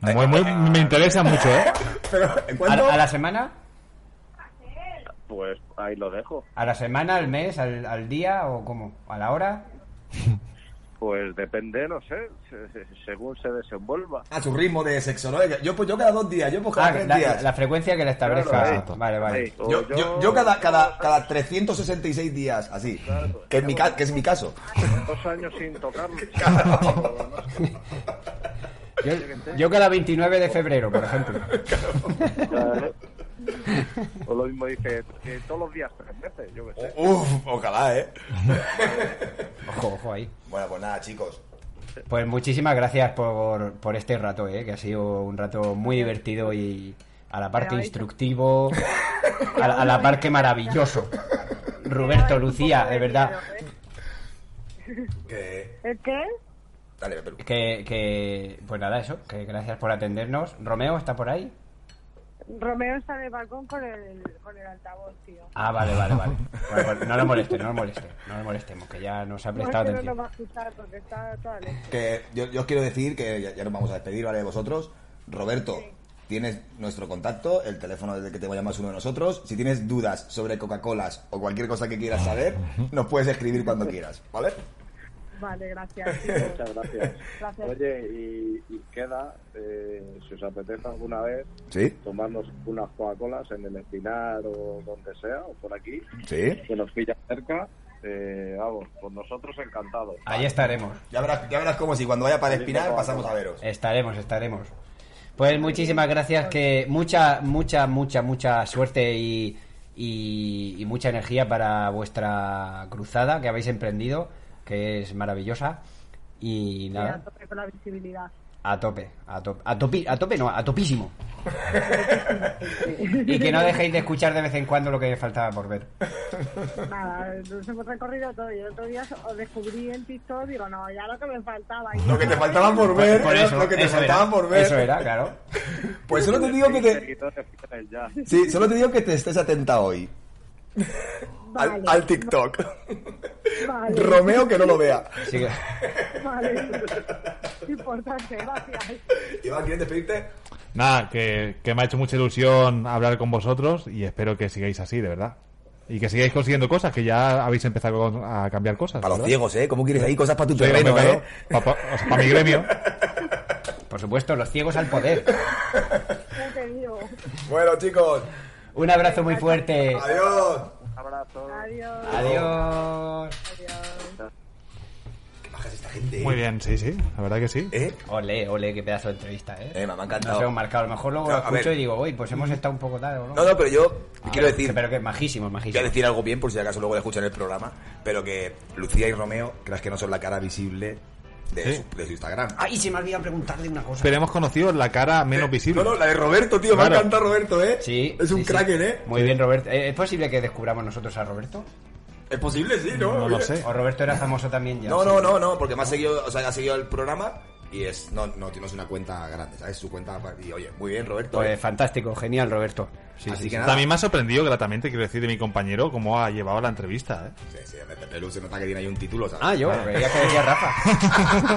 [SPEAKER 3] Muy, muy- me interesa mucho, ¿eh?
[SPEAKER 2] Pero, ¿en
[SPEAKER 5] ¿A,
[SPEAKER 2] cuánto?
[SPEAKER 5] a la semana?
[SPEAKER 13] Pues ahí lo dejo.
[SPEAKER 5] ¿A la semana, al mes, al, al día o cómo? ¿A la hora?
[SPEAKER 13] Pues depende, no sé, se- se- según se desenvuelva.
[SPEAKER 2] A su ritmo de sexo, ¿no? Yo, pues yo cada dos días, yo pues cada
[SPEAKER 5] Ah,
[SPEAKER 2] tres
[SPEAKER 5] la,
[SPEAKER 2] días.
[SPEAKER 5] la frecuencia que le establezca. Ah,
[SPEAKER 13] Claro,
[SPEAKER 3] exacto.
[SPEAKER 5] vale, vale.
[SPEAKER 13] Sí, o
[SPEAKER 2] Oh, Yo, yo, yo cada, cada, cada 366 días, así.
[SPEAKER 13] Claro.
[SPEAKER 2] Que, es mi ca- que es mi caso.
[SPEAKER 13] Dos años sin tocarlo.
[SPEAKER 5] Yo, yo cada 29 de febrero, por ejemplo.
[SPEAKER 13] Claro. ¿eh? o lo mismo dice que todos los días tres veces, yo qué sé.
[SPEAKER 2] Uf, ojalá, ¿eh?
[SPEAKER 5] Ojo, ojo ahí.
[SPEAKER 2] Bueno, pues nada, chicos.
[SPEAKER 5] Pues muchísimas gracias por, por este rato, ¿eh? que ha sido un rato muy divertido y a la parte
[SPEAKER 11] Pero ahí-
[SPEAKER 5] instructivo, a, la- a la par que maravilloso. Roberto, Lucía, de verdad.
[SPEAKER 11] Pero, ¿eh?
[SPEAKER 1] Que...
[SPEAKER 11] ¿El qué?
[SPEAKER 1] Dale, Perú.
[SPEAKER 5] Que, que, pues nada, eso, que gracias por atendernos. Romeo, ¿está por ahí?
[SPEAKER 11] Romeo está en el balcón con el, con el altavoz, tío.
[SPEAKER 5] Ah, vale, vale, vale. Bueno, bueno, no lo moleste, no lo moleste, no lo molestemos, que ya nos ha
[SPEAKER 11] No, es
[SPEAKER 5] prestado
[SPEAKER 11] que no lo
[SPEAKER 5] atención.
[SPEAKER 11] va a escuchar porque está toda leche.
[SPEAKER 1] Que yo, yo os quiero decir que ya, ya nos vamos a despedir, ¿vale? de Vosotros. Roberto, tienes nuestro contacto, el teléfono del que te voy a llamar es uno de nosotros. Si tienes dudas sobre Coca-Colas o cualquier cosa que quieras saber, nos puedes escribir cuando quieras, ¿vale?
[SPEAKER 11] Vale, gracias. tío.
[SPEAKER 13] Muchas gracias.
[SPEAKER 11] Gracias.
[SPEAKER 13] Oye, y, y queda, eh, si os apetece alguna vez,
[SPEAKER 1] Sí.
[SPEAKER 13] tomarnos unas Coca-Colas en el Espinar o donde sea, o por aquí,
[SPEAKER 1] Sí.
[SPEAKER 13] que nos pilla cerca, eh, vamos, por nosotros encantados.
[SPEAKER 5] Ahí estaremos.
[SPEAKER 1] Ya verás, ya verás cómo si cuando vaya para el Espinar
[SPEAKER 13] Coca-Cola.
[SPEAKER 1] pasamos a veros.
[SPEAKER 5] Estaremos, estaremos. Pues muchísimas gracias, que mucha, mucha, mucha, mucha suerte y, y- y mucha energía para vuestra cruzada que habéis emprendido, que es maravillosa. Y
[SPEAKER 11] Estoy a
[SPEAKER 5] nada,
[SPEAKER 11] tope con la visibilidad.
[SPEAKER 5] a tope, a tope, a topi- a tope no, a topísimo. Y que no dejéis de escuchar de vez en cuando lo que faltaba por ver.
[SPEAKER 11] Nada, nos hemos recorrido todo. Yo el otro día os descubrí en TikTok, digo, no, ya lo que me faltaba. Y
[SPEAKER 1] Lo que te faltaba por ver,
[SPEAKER 5] Por eso,
[SPEAKER 1] lo que te
[SPEAKER 5] eso
[SPEAKER 1] faltaba
[SPEAKER 5] era,
[SPEAKER 1] por ver.
[SPEAKER 5] Eso era, claro.
[SPEAKER 1] Pues solo te digo que te...
[SPEAKER 13] Ya.
[SPEAKER 1] Sí, solo te digo que te estés atenta hoy. Al-
[SPEAKER 11] Vale.
[SPEAKER 1] al TikTok.
[SPEAKER 11] Vale.
[SPEAKER 1] Romeo que no lo vea.
[SPEAKER 5] Sí,
[SPEAKER 11] Vale. Importante, gracias.
[SPEAKER 1] Iván, ¿quieres despedirte?
[SPEAKER 3] Nada, que, que me ha hecho mucha ilusión hablar con vosotros y espero que sigáis así, de verdad. Y que sigáis consiguiendo cosas, que ya habéis empezado con- a cambiar cosas.
[SPEAKER 1] Para los
[SPEAKER 3] ¿verdad?
[SPEAKER 1] ciegos, ¿eh? ¿Cómo quieres ahí cosas para tu
[SPEAKER 3] Sí, hombre,
[SPEAKER 1] terreno,
[SPEAKER 3] claro.
[SPEAKER 1] eh?
[SPEAKER 3] Pa- pa- o sea, para mi gremio.
[SPEAKER 5] Por supuesto, los ciegos al poder.
[SPEAKER 11] Ya te digo.
[SPEAKER 1] Bueno, chicos,
[SPEAKER 5] Un abrazo muy fuerte.
[SPEAKER 1] adiós.
[SPEAKER 13] Abrazo.
[SPEAKER 11] Adiós.
[SPEAKER 5] Adiós.
[SPEAKER 1] ¿Qué bajas esta gente? eh?
[SPEAKER 3] Muy bien, sí, sí, la verdad que sí.
[SPEAKER 1] ¿Eh?
[SPEAKER 5] Ole, ole, qué pedazo de entrevista, ¿eh?
[SPEAKER 1] Eh, me ha
[SPEAKER 5] Nos
[SPEAKER 1] encantado.
[SPEAKER 5] hemos marcado. A lo mejor luego
[SPEAKER 1] No,
[SPEAKER 5] lo
[SPEAKER 1] a
[SPEAKER 5] escucho
[SPEAKER 1] ver.
[SPEAKER 5] y digo, uy, pues hemos estado un poco tal o no.
[SPEAKER 1] No, no, pero yo
[SPEAKER 5] Ah,
[SPEAKER 1] quiero decir,
[SPEAKER 5] Pero que majísimo, majísimo.
[SPEAKER 1] voy a decir algo bien por si acaso luego lo escuchan en el programa, pero que Lucía y Romeo, creas que no son la cara visible de,
[SPEAKER 3] Sí.
[SPEAKER 1] su, de su Instagram.
[SPEAKER 5] Ay, se me ha olvidado preguntarle una cosa.
[SPEAKER 3] Pero hemos conocido la cara menos visible.
[SPEAKER 1] No, no, la de Roberto, tío, me
[SPEAKER 3] Claro.
[SPEAKER 1] ha encantado Roberto, ¿eh?
[SPEAKER 5] Sí.
[SPEAKER 1] Es un
[SPEAKER 5] sí, sí.
[SPEAKER 1] cracker, ¿eh?
[SPEAKER 5] Muy bien, Roberto. ¿Eh, ¿Es posible que descubramos nosotros a Roberto?
[SPEAKER 1] Es posible, sí, ¿no?
[SPEAKER 3] No lo sé.
[SPEAKER 5] ¿O Roberto era famoso también ya?
[SPEAKER 1] No, no, no, no, porque me ha seguido, o sea, ha seguido el programa y es, no, no, no es una cuenta grande, ¿sabes? Su cuenta, y oye, muy bien, Roberto. eh.
[SPEAKER 5] Pues fantástico, genial, Roberto. Sí,
[SPEAKER 1] Así
[SPEAKER 5] sí,
[SPEAKER 1] que
[SPEAKER 5] sí.
[SPEAKER 1] nada.
[SPEAKER 3] También me ha sorprendido gratamente, quiero decir, de mi compañero, cómo ha llevado la entrevista. ¿eh?
[SPEAKER 1] Sí, sí, Pepe Pelú se nota que tiene ahí un título, ¿sabes?
[SPEAKER 5] Ah, yo, creía que decía Rafa.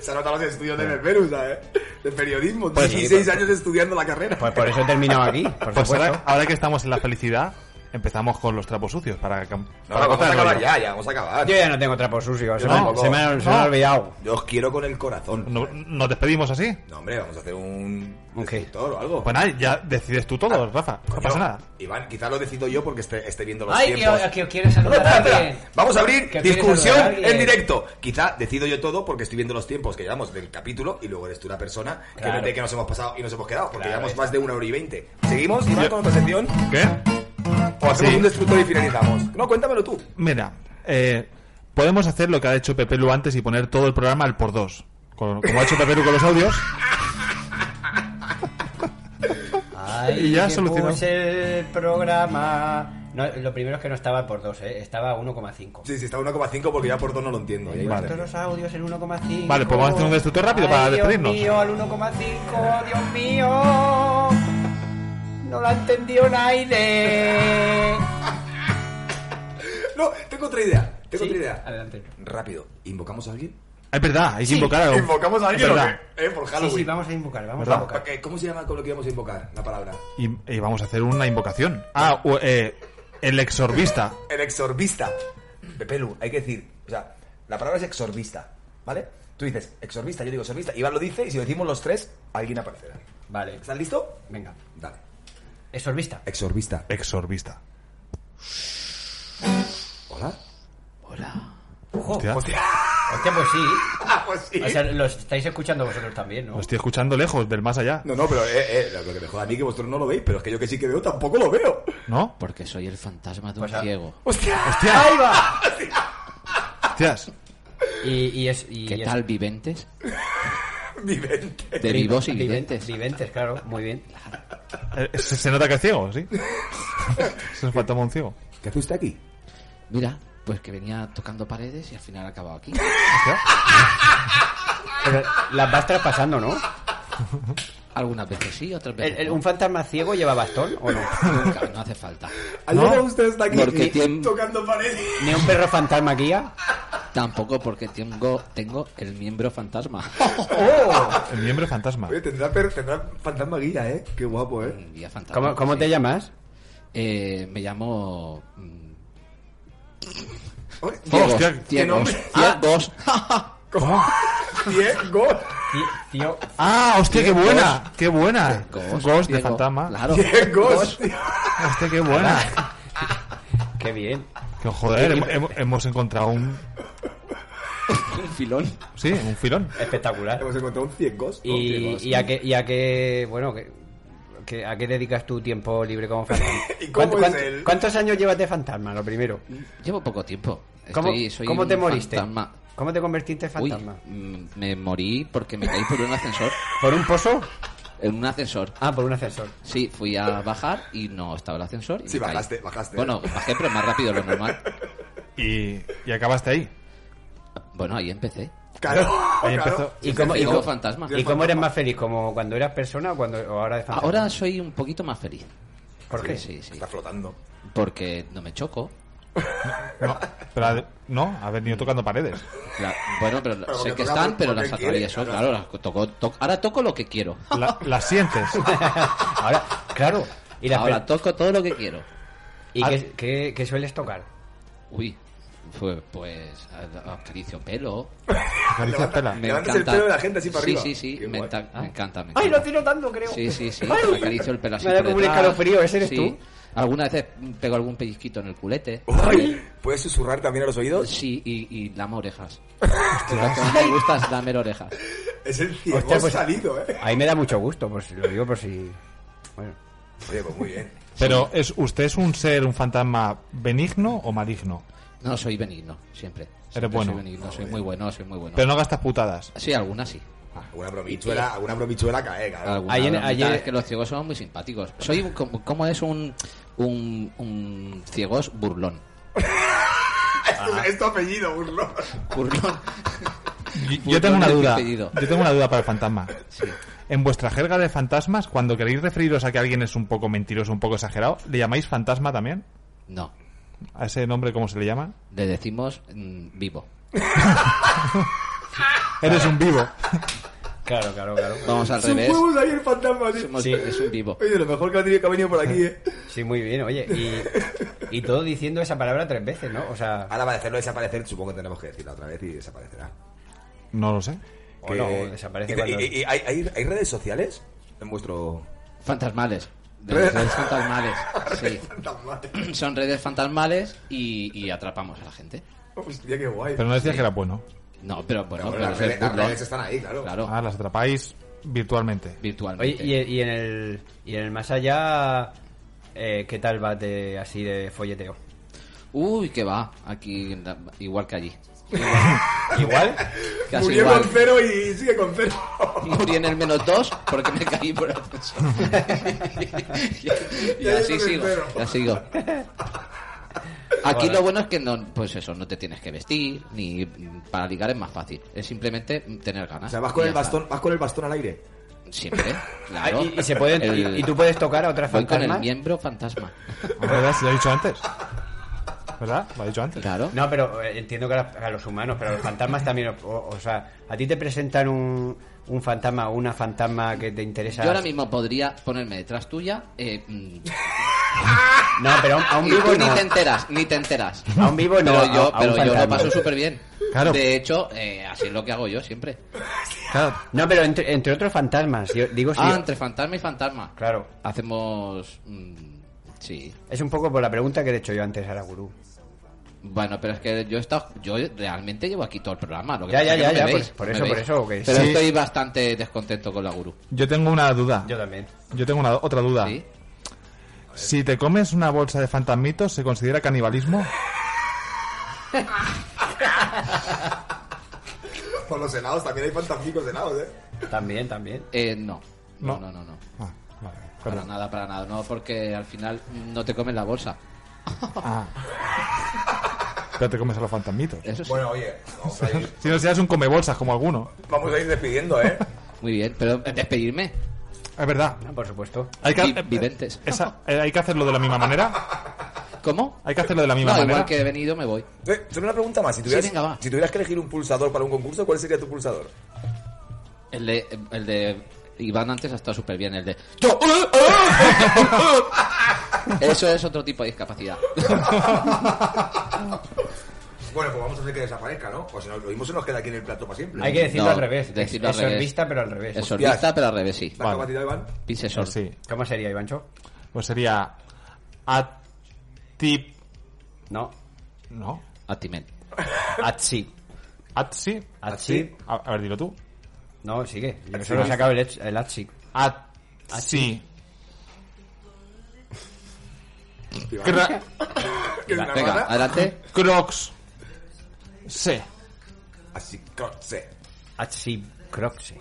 [SPEAKER 1] Se nota los estudios de Pepe ¿sabes? De periodismo,
[SPEAKER 5] Ah. Pues sí,
[SPEAKER 1] 16
[SPEAKER 5] pues-
[SPEAKER 1] años estudiando la carrera.
[SPEAKER 5] Pues por eso he terminado aquí, por
[SPEAKER 3] Pues
[SPEAKER 5] supuesto.
[SPEAKER 3] ahora, ahora que estamos en la felicidad, empezamos con los trapos sucios para, cam-
[SPEAKER 1] No,
[SPEAKER 3] para
[SPEAKER 1] vamos a
[SPEAKER 5] pues
[SPEAKER 3] cortar el
[SPEAKER 1] acabar
[SPEAKER 3] rollo.
[SPEAKER 1] ya, ya, vamos a acabar.
[SPEAKER 5] Yo ya no tengo trapos sucios, se,
[SPEAKER 3] Yo
[SPEAKER 5] me-
[SPEAKER 3] tampoco.
[SPEAKER 5] se me han- se me han
[SPEAKER 3] No.
[SPEAKER 5] olvidado.
[SPEAKER 1] Yo os quiero con el corazón.
[SPEAKER 3] No- ¿Nos despedimos así?
[SPEAKER 1] No, hombre, vamos a hacer un
[SPEAKER 5] ¿Un qué?
[SPEAKER 1] destructor o algo.
[SPEAKER 3] Pues nada, ya decides tú todo, Rafa. No
[SPEAKER 1] Coño,
[SPEAKER 3] pasa nada.
[SPEAKER 1] Iván, quizá lo decido yo porque esté, esté viendo los
[SPEAKER 5] Ay, que,
[SPEAKER 1] tiempos.
[SPEAKER 5] que quiero
[SPEAKER 1] No, no,
[SPEAKER 5] saludar a
[SPEAKER 1] espera, espera.
[SPEAKER 5] alguien.
[SPEAKER 1] Vamos a abrir
[SPEAKER 5] Que quiere saludar a
[SPEAKER 1] discusión
[SPEAKER 5] alguien.
[SPEAKER 1] en directo. Quizá decido yo todo porque estoy viendo los tiempos que llevamos del capítulo y luego eres tú la persona
[SPEAKER 5] Claro.
[SPEAKER 1] que, no- de que nos hemos pasado y nos hemos quedado porque
[SPEAKER 5] Claro,
[SPEAKER 1] llevamos
[SPEAKER 5] es.
[SPEAKER 1] más de una hora y veinte. ¿Seguimos, Iván, con otra sección?
[SPEAKER 3] ¿Qué?
[SPEAKER 1] ¿O hacemos
[SPEAKER 3] Sí.
[SPEAKER 1] un destructor y finalizamos? No, cuéntamelo tú.
[SPEAKER 3] Mira, eh, podemos hacer lo que ha hecho Pepe Lu antes y poner todo el programa al por dos. Con- Como ha hecho Pepe Lu con los audios.
[SPEAKER 5] Ay,
[SPEAKER 3] Y ya
[SPEAKER 5] que
[SPEAKER 3] solucionó.
[SPEAKER 5] puse el programa. No, lo primero es que no estaba por 2, ¿eh? estaba a 1,5.
[SPEAKER 1] Sí, sí, está 1,5 porque ya por dos no lo entiendo. Ya,
[SPEAKER 3] Vale.
[SPEAKER 5] Todos los audios en 1,5.
[SPEAKER 3] Vale, pues vamos a hacer un destructor rápido para
[SPEAKER 5] Ay,
[SPEAKER 3] despedirnos.
[SPEAKER 5] Dios mío, al 1,5, Dios mío. No la entendió nadie.
[SPEAKER 1] No, tengo otra idea. Tengo
[SPEAKER 5] Sí,
[SPEAKER 1] otra idea.
[SPEAKER 5] Adelante.
[SPEAKER 1] Rápido, ¿invocamos a alguien?
[SPEAKER 3] Es verdad, hay que invocar a
[SPEAKER 1] ¿Invocamos a alguien
[SPEAKER 3] Es
[SPEAKER 1] o
[SPEAKER 3] verdad.
[SPEAKER 1] qué? Eh, por
[SPEAKER 5] Sí,
[SPEAKER 1] Halloween.
[SPEAKER 5] sí, vamos a invocar, vamos
[SPEAKER 3] ¿Verdad?
[SPEAKER 5] a invocar.
[SPEAKER 1] Ok, ¿Cómo se llama con lo que íbamos a invocar? La palabra.
[SPEAKER 3] Y, y vamos a hacer una invocación. Ah, o, eh, el exorbista.
[SPEAKER 1] El exorbista. Pepelu, hay que decir. O sea, la palabra es exorbista, ¿vale? Tú dices exorbista, yo digo exorbista. Iván lo dice y si lo decimos los tres, alguien aparecerá.
[SPEAKER 5] Vale,
[SPEAKER 1] ¿Estás listo?
[SPEAKER 5] venga.
[SPEAKER 1] Dale.
[SPEAKER 5] Exorbista.
[SPEAKER 1] Exorbista.
[SPEAKER 3] Exorbista.
[SPEAKER 1] Hola.
[SPEAKER 5] Ojo.
[SPEAKER 3] Hostia,
[SPEAKER 1] Hostia.
[SPEAKER 5] Hostia, pues sí.
[SPEAKER 1] Ah, pues sí.
[SPEAKER 5] O sea, los estáis escuchando vosotros también, ¿no?
[SPEAKER 3] lo estoy escuchando lejos, del más allá.
[SPEAKER 1] No, no, pero eh, eh, lo que me joda a mí que vosotros no lo veis, pero es que yo que sí que veo tampoco lo veo.
[SPEAKER 3] ¿No?
[SPEAKER 14] Porque soy el fantasma de un
[SPEAKER 5] Pues a-
[SPEAKER 14] ciego.
[SPEAKER 1] Hostia.
[SPEAKER 3] ¡Hostia! ¡Ahí va! ¡Hostias!
[SPEAKER 5] Y, y es. Y
[SPEAKER 14] ¿Qué
[SPEAKER 5] es-
[SPEAKER 14] tal, viventes?
[SPEAKER 1] Vivente.
[SPEAKER 14] De vivos y
[SPEAKER 5] Viventes,
[SPEAKER 14] videntes.
[SPEAKER 5] viventes, claro, muy bien.
[SPEAKER 3] Eh, Se, se nota que es ciego, ¿sí? Se nos faltaba un ciego.
[SPEAKER 1] ¿Qué hace usted aquí?
[SPEAKER 14] Mira, Pues que venía tocando paredes y al final acababa aquí.
[SPEAKER 5] Pero las vas traspasando, ¿no?
[SPEAKER 14] Algunas veces sí, otras
[SPEAKER 5] ¿El-
[SPEAKER 14] veces
[SPEAKER 5] el-
[SPEAKER 14] no.
[SPEAKER 5] ¿Un fantasma ciego lleva bastón o no?
[SPEAKER 14] Nunca, no hace falta.
[SPEAKER 2] Ayer usted está aquí
[SPEAKER 14] Porque tiene-
[SPEAKER 2] tocando paredes.
[SPEAKER 5] ¿Ni un perro fantasma guía?
[SPEAKER 14] Tampoco porque tengo, tengo el miembro fantasma. ¡Oh!
[SPEAKER 3] El miembro fantasma.
[SPEAKER 2] Oye, Eh, tendrá, per- tendrá fantasma guía, ¿eh? Qué guapo, ¿eh?
[SPEAKER 5] ¿Cómo- cómo te llamas?
[SPEAKER 14] Eh, me llamo... mm,
[SPEAKER 2] Diego,
[SPEAKER 14] Hostia,
[SPEAKER 2] ¿qué
[SPEAKER 14] Diego,
[SPEAKER 2] nombre?
[SPEAKER 14] Diego.
[SPEAKER 2] Ah.
[SPEAKER 3] ¿Cómo?
[SPEAKER 2] Diego.
[SPEAKER 5] Tío.
[SPEAKER 3] Ah, hostia, qué
[SPEAKER 14] Diego.
[SPEAKER 3] buena. Qué buena.
[SPEAKER 14] Ghost,
[SPEAKER 3] Ghost de
[SPEAKER 14] Diego,
[SPEAKER 3] fantasma.
[SPEAKER 14] claro.
[SPEAKER 2] Diego.
[SPEAKER 14] Ghost.
[SPEAKER 3] Hostia, qué buena.
[SPEAKER 5] Ah. Qué bien.
[SPEAKER 3] Que, joder, hem- hem- hemos, encontrado un...
[SPEAKER 14] Un filón.
[SPEAKER 3] Sí, un filón.
[SPEAKER 5] Espectacular.
[SPEAKER 1] Pues,
[SPEAKER 2] Hemos encontrado un ciegos.
[SPEAKER 5] ¿Y, y a qué, y a qué, bueno, que- que- a qué dedicas tu tiempo libre como fantasma?
[SPEAKER 2] cómo
[SPEAKER 5] ¿Cuánto-
[SPEAKER 2] es
[SPEAKER 5] cuánto-
[SPEAKER 2] él?
[SPEAKER 5] ¿Cuántos años llevas de fantasma, lo primero?
[SPEAKER 14] Llevo poco tiempo.
[SPEAKER 5] ¿Cómo,
[SPEAKER 14] Estoy- soy
[SPEAKER 5] cómo
[SPEAKER 14] un
[SPEAKER 5] te moriste?
[SPEAKER 14] fantasma.
[SPEAKER 5] ¿Cómo te convertiste en
[SPEAKER 14] Uy,
[SPEAKER 5] fantasma?
[SPEAKER 14] mm, me morí porque me caí por un ascensor.
[SPEAKER 5] ¿Por un pozo?
[SPEAKER 14] En un ascensor.
[SPEAKER 5] Ah, por un ascensor.
[SPEAKER 14] Sí, fui a bajar y no estaba el ascensor. Y
[SPEAKER 2] Sí,
[SPEAKER 14] me caí.
[SPEAKER 2] bajaste, bajaste.
[SPEAKER 14] Bueno, bajé, pero más rápido de lo normal.
[SPEAKER 3] Y, y acabaste ahí.
[SPEAKER 14] Bueno, ahí empecé.
[SPEAKER 2] Claro,
[SPEAKER 3] Ahí
[SPEAKER 2] claro.
[SPEAKER 3] empezó.
[SPEAKER 5] ¿Y cómo, y
[SPEAKER 14] Yo
[SPEAKER 5] cómo-
[SPEAKER 14] fantasma.
[SPEAKER 5] ¿Y cómo eres más feliz? ¿Como cuando eras persona o, cuando, o ahora de fantasma?
[SPEAKER 14] Ahora soy un poquito más feliz.
[SPEAKER 5] ¿Por qué?
[SPEAKER 14] Sí, sí.
[SPEAKER 2] Está flotando.
[SPEAKER 14] Porque no me choco.
[SPEAKER 3] No, pero ha- no, ha venido tocando paredes.
[SPEAKER 14] La- bueno, pero,
[SPEAKER 2] Pero
[SPEAKER 14] sé que
[SPEAKER 2] porque toca
[SPEAKER 14] están,
[SPEAKER 2] por-
[SPEAKER 14] pero
[SPEAKER 2] porque
[SPEAKER 14] las atravieso.
[SPEAKER 2] quiere,
[SPEAKER 14] Claro, las toco- to- ahora toco lo que quiero.
[SPEAKER 3] La- las sientes.
[SPEAKER 5] Ahora, claro. ¿Y, las per-
[SPEAKER 14] Ahora toco todo lo que quiero.
[SPEAKER 5] ¿y
[SPEAKER 3] Ah.
[SPEAKER 5] qué, qué- qué sueles tocar?
[SPEAKER 14] Uy, fue- pues a- acaricio pelo.
[SPEAKER 3] Acaricias pela.
[SPEAKER 14] Me
[SPEAKER 2] Levantas
[SPEAKER 14] encanta.
[SPEAKER 2] el pelo de la gente así para
[SPEAKER 14] sí,
[SPEAKER 2] arriba.
[SPEAKER 14] Sí, sí,
[SPEAKER 2] Qué
[SPEAKER 14] me,
[SPEAKER 2] guay.
[SPEAKER 14] enta- me encanta. Me
[SPEAKER 5] Ah. ¡Ay,
[SPEAKER 14] encanta.
[SPEAKER 5] lo tiro tanto, creo!
[SPEAKER 14] Sí, sí, sí.
[SPEAKER 5] Ay.
[SPEAKER 14] Acaricio el pelo así.
[SPEAKER 5] Me da
[SPEAKER 14] por
[SPEAKER 5] como un
[SPEAKER 14] detrás.
[SPEAKER 5] escalofrío, ¿ese eres
[SPEAKER 14] Sí.
[SPEAKER 5] tú?
[SPEAKER 14] Algunas veces pego algún pellizquito en el culete.
[SPEAKER 2] Uy, ¿Puedes susurrar también a los oídos?
[SPEAKER 14] Sí, y, y lamo orejas. Lo que más me gusta es lamer orejas.
[SPEAKER 2] Es el ciego
[SPEAKER 5] Hostia, pues-
[SPEAKER 2] salido, ¿eh?
[SPEAKER 5] Ahí me da mucho gusto, pues lo digo por si... Bueno,
[SPEAKER 2] Oye, pues muy bien.
[SPEAKER 3] Pero es usted es un ser, un fantasma benigno o maligno.
[SPEAKER 14] No, soy benigno, siempre. Siempre
[SPEAKER 3] bueno.
[SPEAKER 14] Soy benigno, soy muy bueno, soy muy bueno.
[SPEAKER 3] Pero no gastas putadas.
[SPEAKER 14] Sí, algunas sí.
[SPEAKER 2] Alguna bromichuela, alguna bromichuela cae, claro.
[SPEAKER 14] Alguna
[SPEAKER 5] Ayer-
[SPEAKER 14] bromita,
[SPEAKER 5] ayer-
[SPEAKER 14] Es que los ciegos son muy simpáticos. Soy, un- como, como es un, un, un ciegos burlón.
[SPEAKER 2] Esto Es tu apellido, burlón.
[SPEAKER 14] Burlón.
[SPEAKER 3] Yo, tengo una
[SPEAKER 14] de
[SPEAKER 3] duda.
[SPEAKER 14] pedido.
[SPEAKER 3] Yo tengo una duda para el fantasma.
[SPEAKER 14] Sí.
[SPEAKER 3] En vuestra jerga de fantasmas, cuando queréis referiros a que alguien es un poco mentiroso, un poco exagerado, ¿le llamáis fantasma también?
[SPEAKER 14] No,
[SPEAKER 3] ¿A ese nombre cómo se le llama?
[SPEAKER 14] le decimos mm, vivo.
[SPEAKER 3] Eres un vivo.
[SPEAKER 5] claro, claro, claro.
[SPEAKER 14] Vamos al
[SPEAKER 2] Sus
[SPEAKER 14] revés.
[SPEAKER 2] huevos ahí el fantasma, tío.
[SPEAKER 14] Somos- Es un vivo.
[SPEAKER 2] Oye, lo mejor que ha tenido que ha venido por aquí, ¿eh?
[SPEAKER 5] Sí, muy bien, oye. Y, y todo diciendo esa palabra tres veces, ¿no? O sea...
[SPEAKER 2] Ahora para hacerlo desaparecer, supongo que tenemos que decirla otra vez y desaparecerá.
[SPEAKER 3] No lo sé.
[SPEAKER 5] O no, o desaparece
[SPEAKER 2] y-
[SPEAKER 5] cuando-
[SPEAKER 2] y- y- hay, hay- hay redes sociales en vuestro...?
[SPEAKER 14] Fantasmales. De las redes fantasmales. Sí.
[SPEAKER 2] Fantasmales.
[SPEAKER 14] Son redes fantasmales y, y atrapamos a la gente.
[SPEAKER 2] Hostia, qué guay.
[SPEAKER 3] Pero no decías que era bueno.
[SPEAKER 14] No, pero bueno,
[SPEAKER 2] Pero
[SPEAKER 14] claro,
[SPEAKER 2] las,
[SPEAKER 14] es
[SPEAKER 2] redes, las
[SPEAKER 14] burlón.
[SPEAKER 2] redes están ahí, claro.
[SPEAKER 14] Claro,
[SPEAKER 3] Ah, las atrapáis virtualmente.
[SPEAKER 5] Oye,
[SPEAKER 14] virtualmente.
[SPEAKER 5] y, y en el, y en el más allá, eh, ¿qué tal vas de, así de folleteo?
[SPEAKER 14] Uy, que va. Aquí, igual que allí.
[SPEAKER 5] ¿Igual?
[SPEAKER 14] Casi
[SPEAKER 2] Murió
[SPEAKER 14] igual.
[SPEAKER 2] con cero y sigue con cero.
[SPEAKER 14] Morí en el menos dos porque me caí por el ascensor. y,
[SPEAKER 2] Ya
[SPEAKER 14] así
[SPEAKER 2] llego
[SPEAKER 14] sigo,
[SPEAKER 2] primero.
[SPEAKER 14] ya sigo. Aquí lo bueno es que no, pues eso, no te tienes que vestir, ni para ligar es más fácil. Es simplemente tener ganas.
[SPEAKER 2] O sea, vas con,
[SPEAKER 14] Y
[SPEAKER 2] el
[SPEAKER 14] ya está.
[SPEAKER 2] bastón, vas con el bastón al aire.
[SPEAKER 14] Siempre,
[SPEAKER 5] Ah,
[SPEAKER 14] claro.
[SPEAKER 5] y, y se pueden,
[SPEAKER 14] El-
[SPEAKER 5] y, y tú puedes tocar a otra
[SPEAKER 14] Voy con el
[SPEAKER 5] fantasma.
[SPEAKER 14] miembro fantasma.
[SPEAKER 3] ¿Verdad? Se lo he dicho antes. ¿Verdad? Lo he dicho antes.
[SPEAKER 14] Claro.
[SPEAKER 5] No, pero eh, entiendo que a, las- a los humanos, pero a los fantasmas también. os- O, o sea, a ti te presentan un, un fantasma o una fantasma que te interesa.
[SPEAKER 14] Yo ahora mismo podría ponerme detrás tuya. Eh, mm,
[SPEAKER 5] No, pero a un, a un
[SPEAKER 14] y
[SPEAKER 5] vivo
[SPEAKER 14] tú
[SPEAKER 5] no.
[SPEAKER 14] ni te enteras, ni te enteras.
[SPEAKER 5] A un vivo no.
[SPEAKER 14] Pero
[SPEAKER 5] a-
[SPEAKER 14] yo,
[SPEAKER 5] a un
[SPEAKER 14] pero yo lo
[SPEAKER 5] fantasma.
[SPEAKER 14] paso súper bien.
[SPEAKER 3] Claro.
[SPEAKER 14] De hecho, eh, así es lo que hago yo siempre.
[SPEAKER 5] Pues
[SPEAKER 3] Claro.
[SPEAKER 5] No, pero entre, entre otros fantasmas. Yo digo sí.
[SPEAKER 14] Ah, entre fantasma y fantasma.
[SPEAKER 5] Claro.
[SPEAKER 14] Hacemos. mm, sí.
[SPEAKER 5] Es un poco por la pregunta que le he hecho yo antes a la gurú.
[SPEAKER 14] Bueno, pero es que yo he estado, yo realmente llevo aquí todo el programa. Lo que
[SPEAKER 5] Ya,
[SPEAKER 14] pasa
[SPEAKER 5] ya,
[SPEAKER 14] es que
[SPEAKER 5] ya,
[SPEAKER 14] no me
[SPEAKER 5] ya,
[SPEAKER 14] veis,
[SPEAKER 5] por- por
[SPEAKER 14] no me
[SPEAKER 5] eso, por
[SPEAKER 14] veis.
[SPEAKER 5] eso, que
[SPEAKER 14] Pero
[SPEAKER 3] sí.
[SPEAKER 14] estoy bastante descontento con la gurú.
[SPEAKER 3] Yo tengo una duda.
[SPEAKER 5] Yo también.
[SPEAKER 3] Yo tengo una, otra
[SPEAKER 5] Ah.
[SPEAKER 3] duda.
[SPEAKER 14] ¿Sí?
[SPEAKER 3] Si te comes una bolsa de fantasmitos, ¿se considera canibalismo?
[SPEAKER 2] Por los helados también hay fantásticos helados, ¿eh?
[SPEAKER 5] También, también.
[SPEAKER 14] Eh, no. No,
[SPEAKER 3] No.
[SPEAKER 14] no, no, no.
[SPEAKER 3] Ah, vale.
[SPEAKER 14] Para
[SPEAKER 3] Perdón.
[SPEAKER 14] nada, para nada. No, porque al final no te comes la bolsa.
[SPEAKER 3] Ah. Ya te comes a los fantasmitos.
[SPEAKER 1] Bueno, oye, vamos a ir,
[SPEAKER 3] Si no seas un comebolsas como alguno.
[SPEAKER 1] vamos a ir despidiendo, ¿eh?
[SPEAKER 14] Muy bien, pero despedirme.
[SPEAKER 3] Es verdad.
[SPEAKER 5] Ah, por supuesto.
[SPEAKER 3] Hay que,
[SPEAKER 14] Vi- videntes.
[SPEAKER 3] esa- eh, hay que hacerlo de la misma manera.
[SPEAKER 14] ¿Cómo?
[SPEAKER 3] Hay que hacerlo de la misma
[SPEAKER 14] No,
[SPEAKER 3] manera.
[SPEAKER 14] igual que he venido me voy.
[SPEAKER 1] Eh, Solo una pregunta más. Si tuvieras,
[SPEAKER 14] Sí, venga, va.
[SPEAKER 1] si tuvieras que elegir un pulsador para un concurso, ¿cuál sería tu pulsador?
[SPEAKER 14] El de, el de Iván antes ha estado súper bien, el de...
[SPEAKER 3] ¡oh, eh,
[SPEAKER 14] Eso es otro tipo de discapacidad.
[SPEAKER 1] Bueno, pues vamos a hacer que desaparezca, ¿no? O si nos lo vimos, se nos queda aquí en el plato para siempre.
[SPEAKER 5] Hay que decirlo
[SPEAKER 14] No,
[SPEAKER 5] al revés.
[SPEAKER 14] decirlo
[SPEAKER 5] es
[SPEAKER 14] al revés.
[SPEAKER 5] sorbista, pero al revés.
[SPEAKER 14] Exorbista, pero al revés, sí.
[SPEAKER 1] ¿La capacidad, Iván?
[SPEAKER 14] Pisesor.
[SPEAKER 3] Sí.
[SPEAKER 5] ¿Cómo sería, Ivancho?
[SPEAKER 3] Pues sería. A ti.
[SPEAKER 5] No.
[SPEAKER 3] No.
[SPEAKER 14] Atimen.
[SPEAKER 5] Atsi.
[SPEAKER 3] Atsi.
[SPEAKER 5] Atsi.
[SPEAKER 3] A, a ver, dilo tú.
[SPEAKER 5] No, sigue. Yo
[SPEAKER 3] Atsi.
[SPEAKER 5] solo he sacado el, ets- el Atsi.
[SPEAKER 3] Atsi. Cra-
[SPEAKER 14] Venga, venga, adelante.
[SPEAKER 3] Crocs. Sí.
[SPEAKER 1] Así que...
[SPEAKER 5] Atsi Croxe.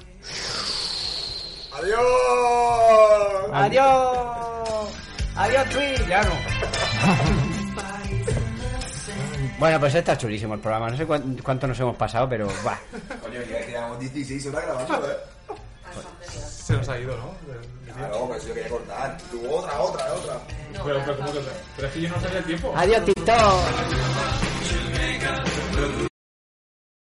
[SPEAKER 1] ¡Adiós!
[SPEAKER 5] Adiós. Adiós, Twitch. Ya no. Bueno, pues está chulísimo el programa. No sé cuán- cuánto nos hemos pasado, pero va.
[SPEAKER 1] Coño, ya llevamos 16 horas grabando, ¿eh?
[SPEAKER 3] Se nos ha ido, ¿no?
[SPEAKER 1] Claro, pero si yo quería cortar. Tú otra, otra, otra.
[SPEAKER 3] Pero, pero, ¿cómo que otra? Pero es que yo no sabía el tiempo.
[SPEAKER 5] Adiós, TikTok.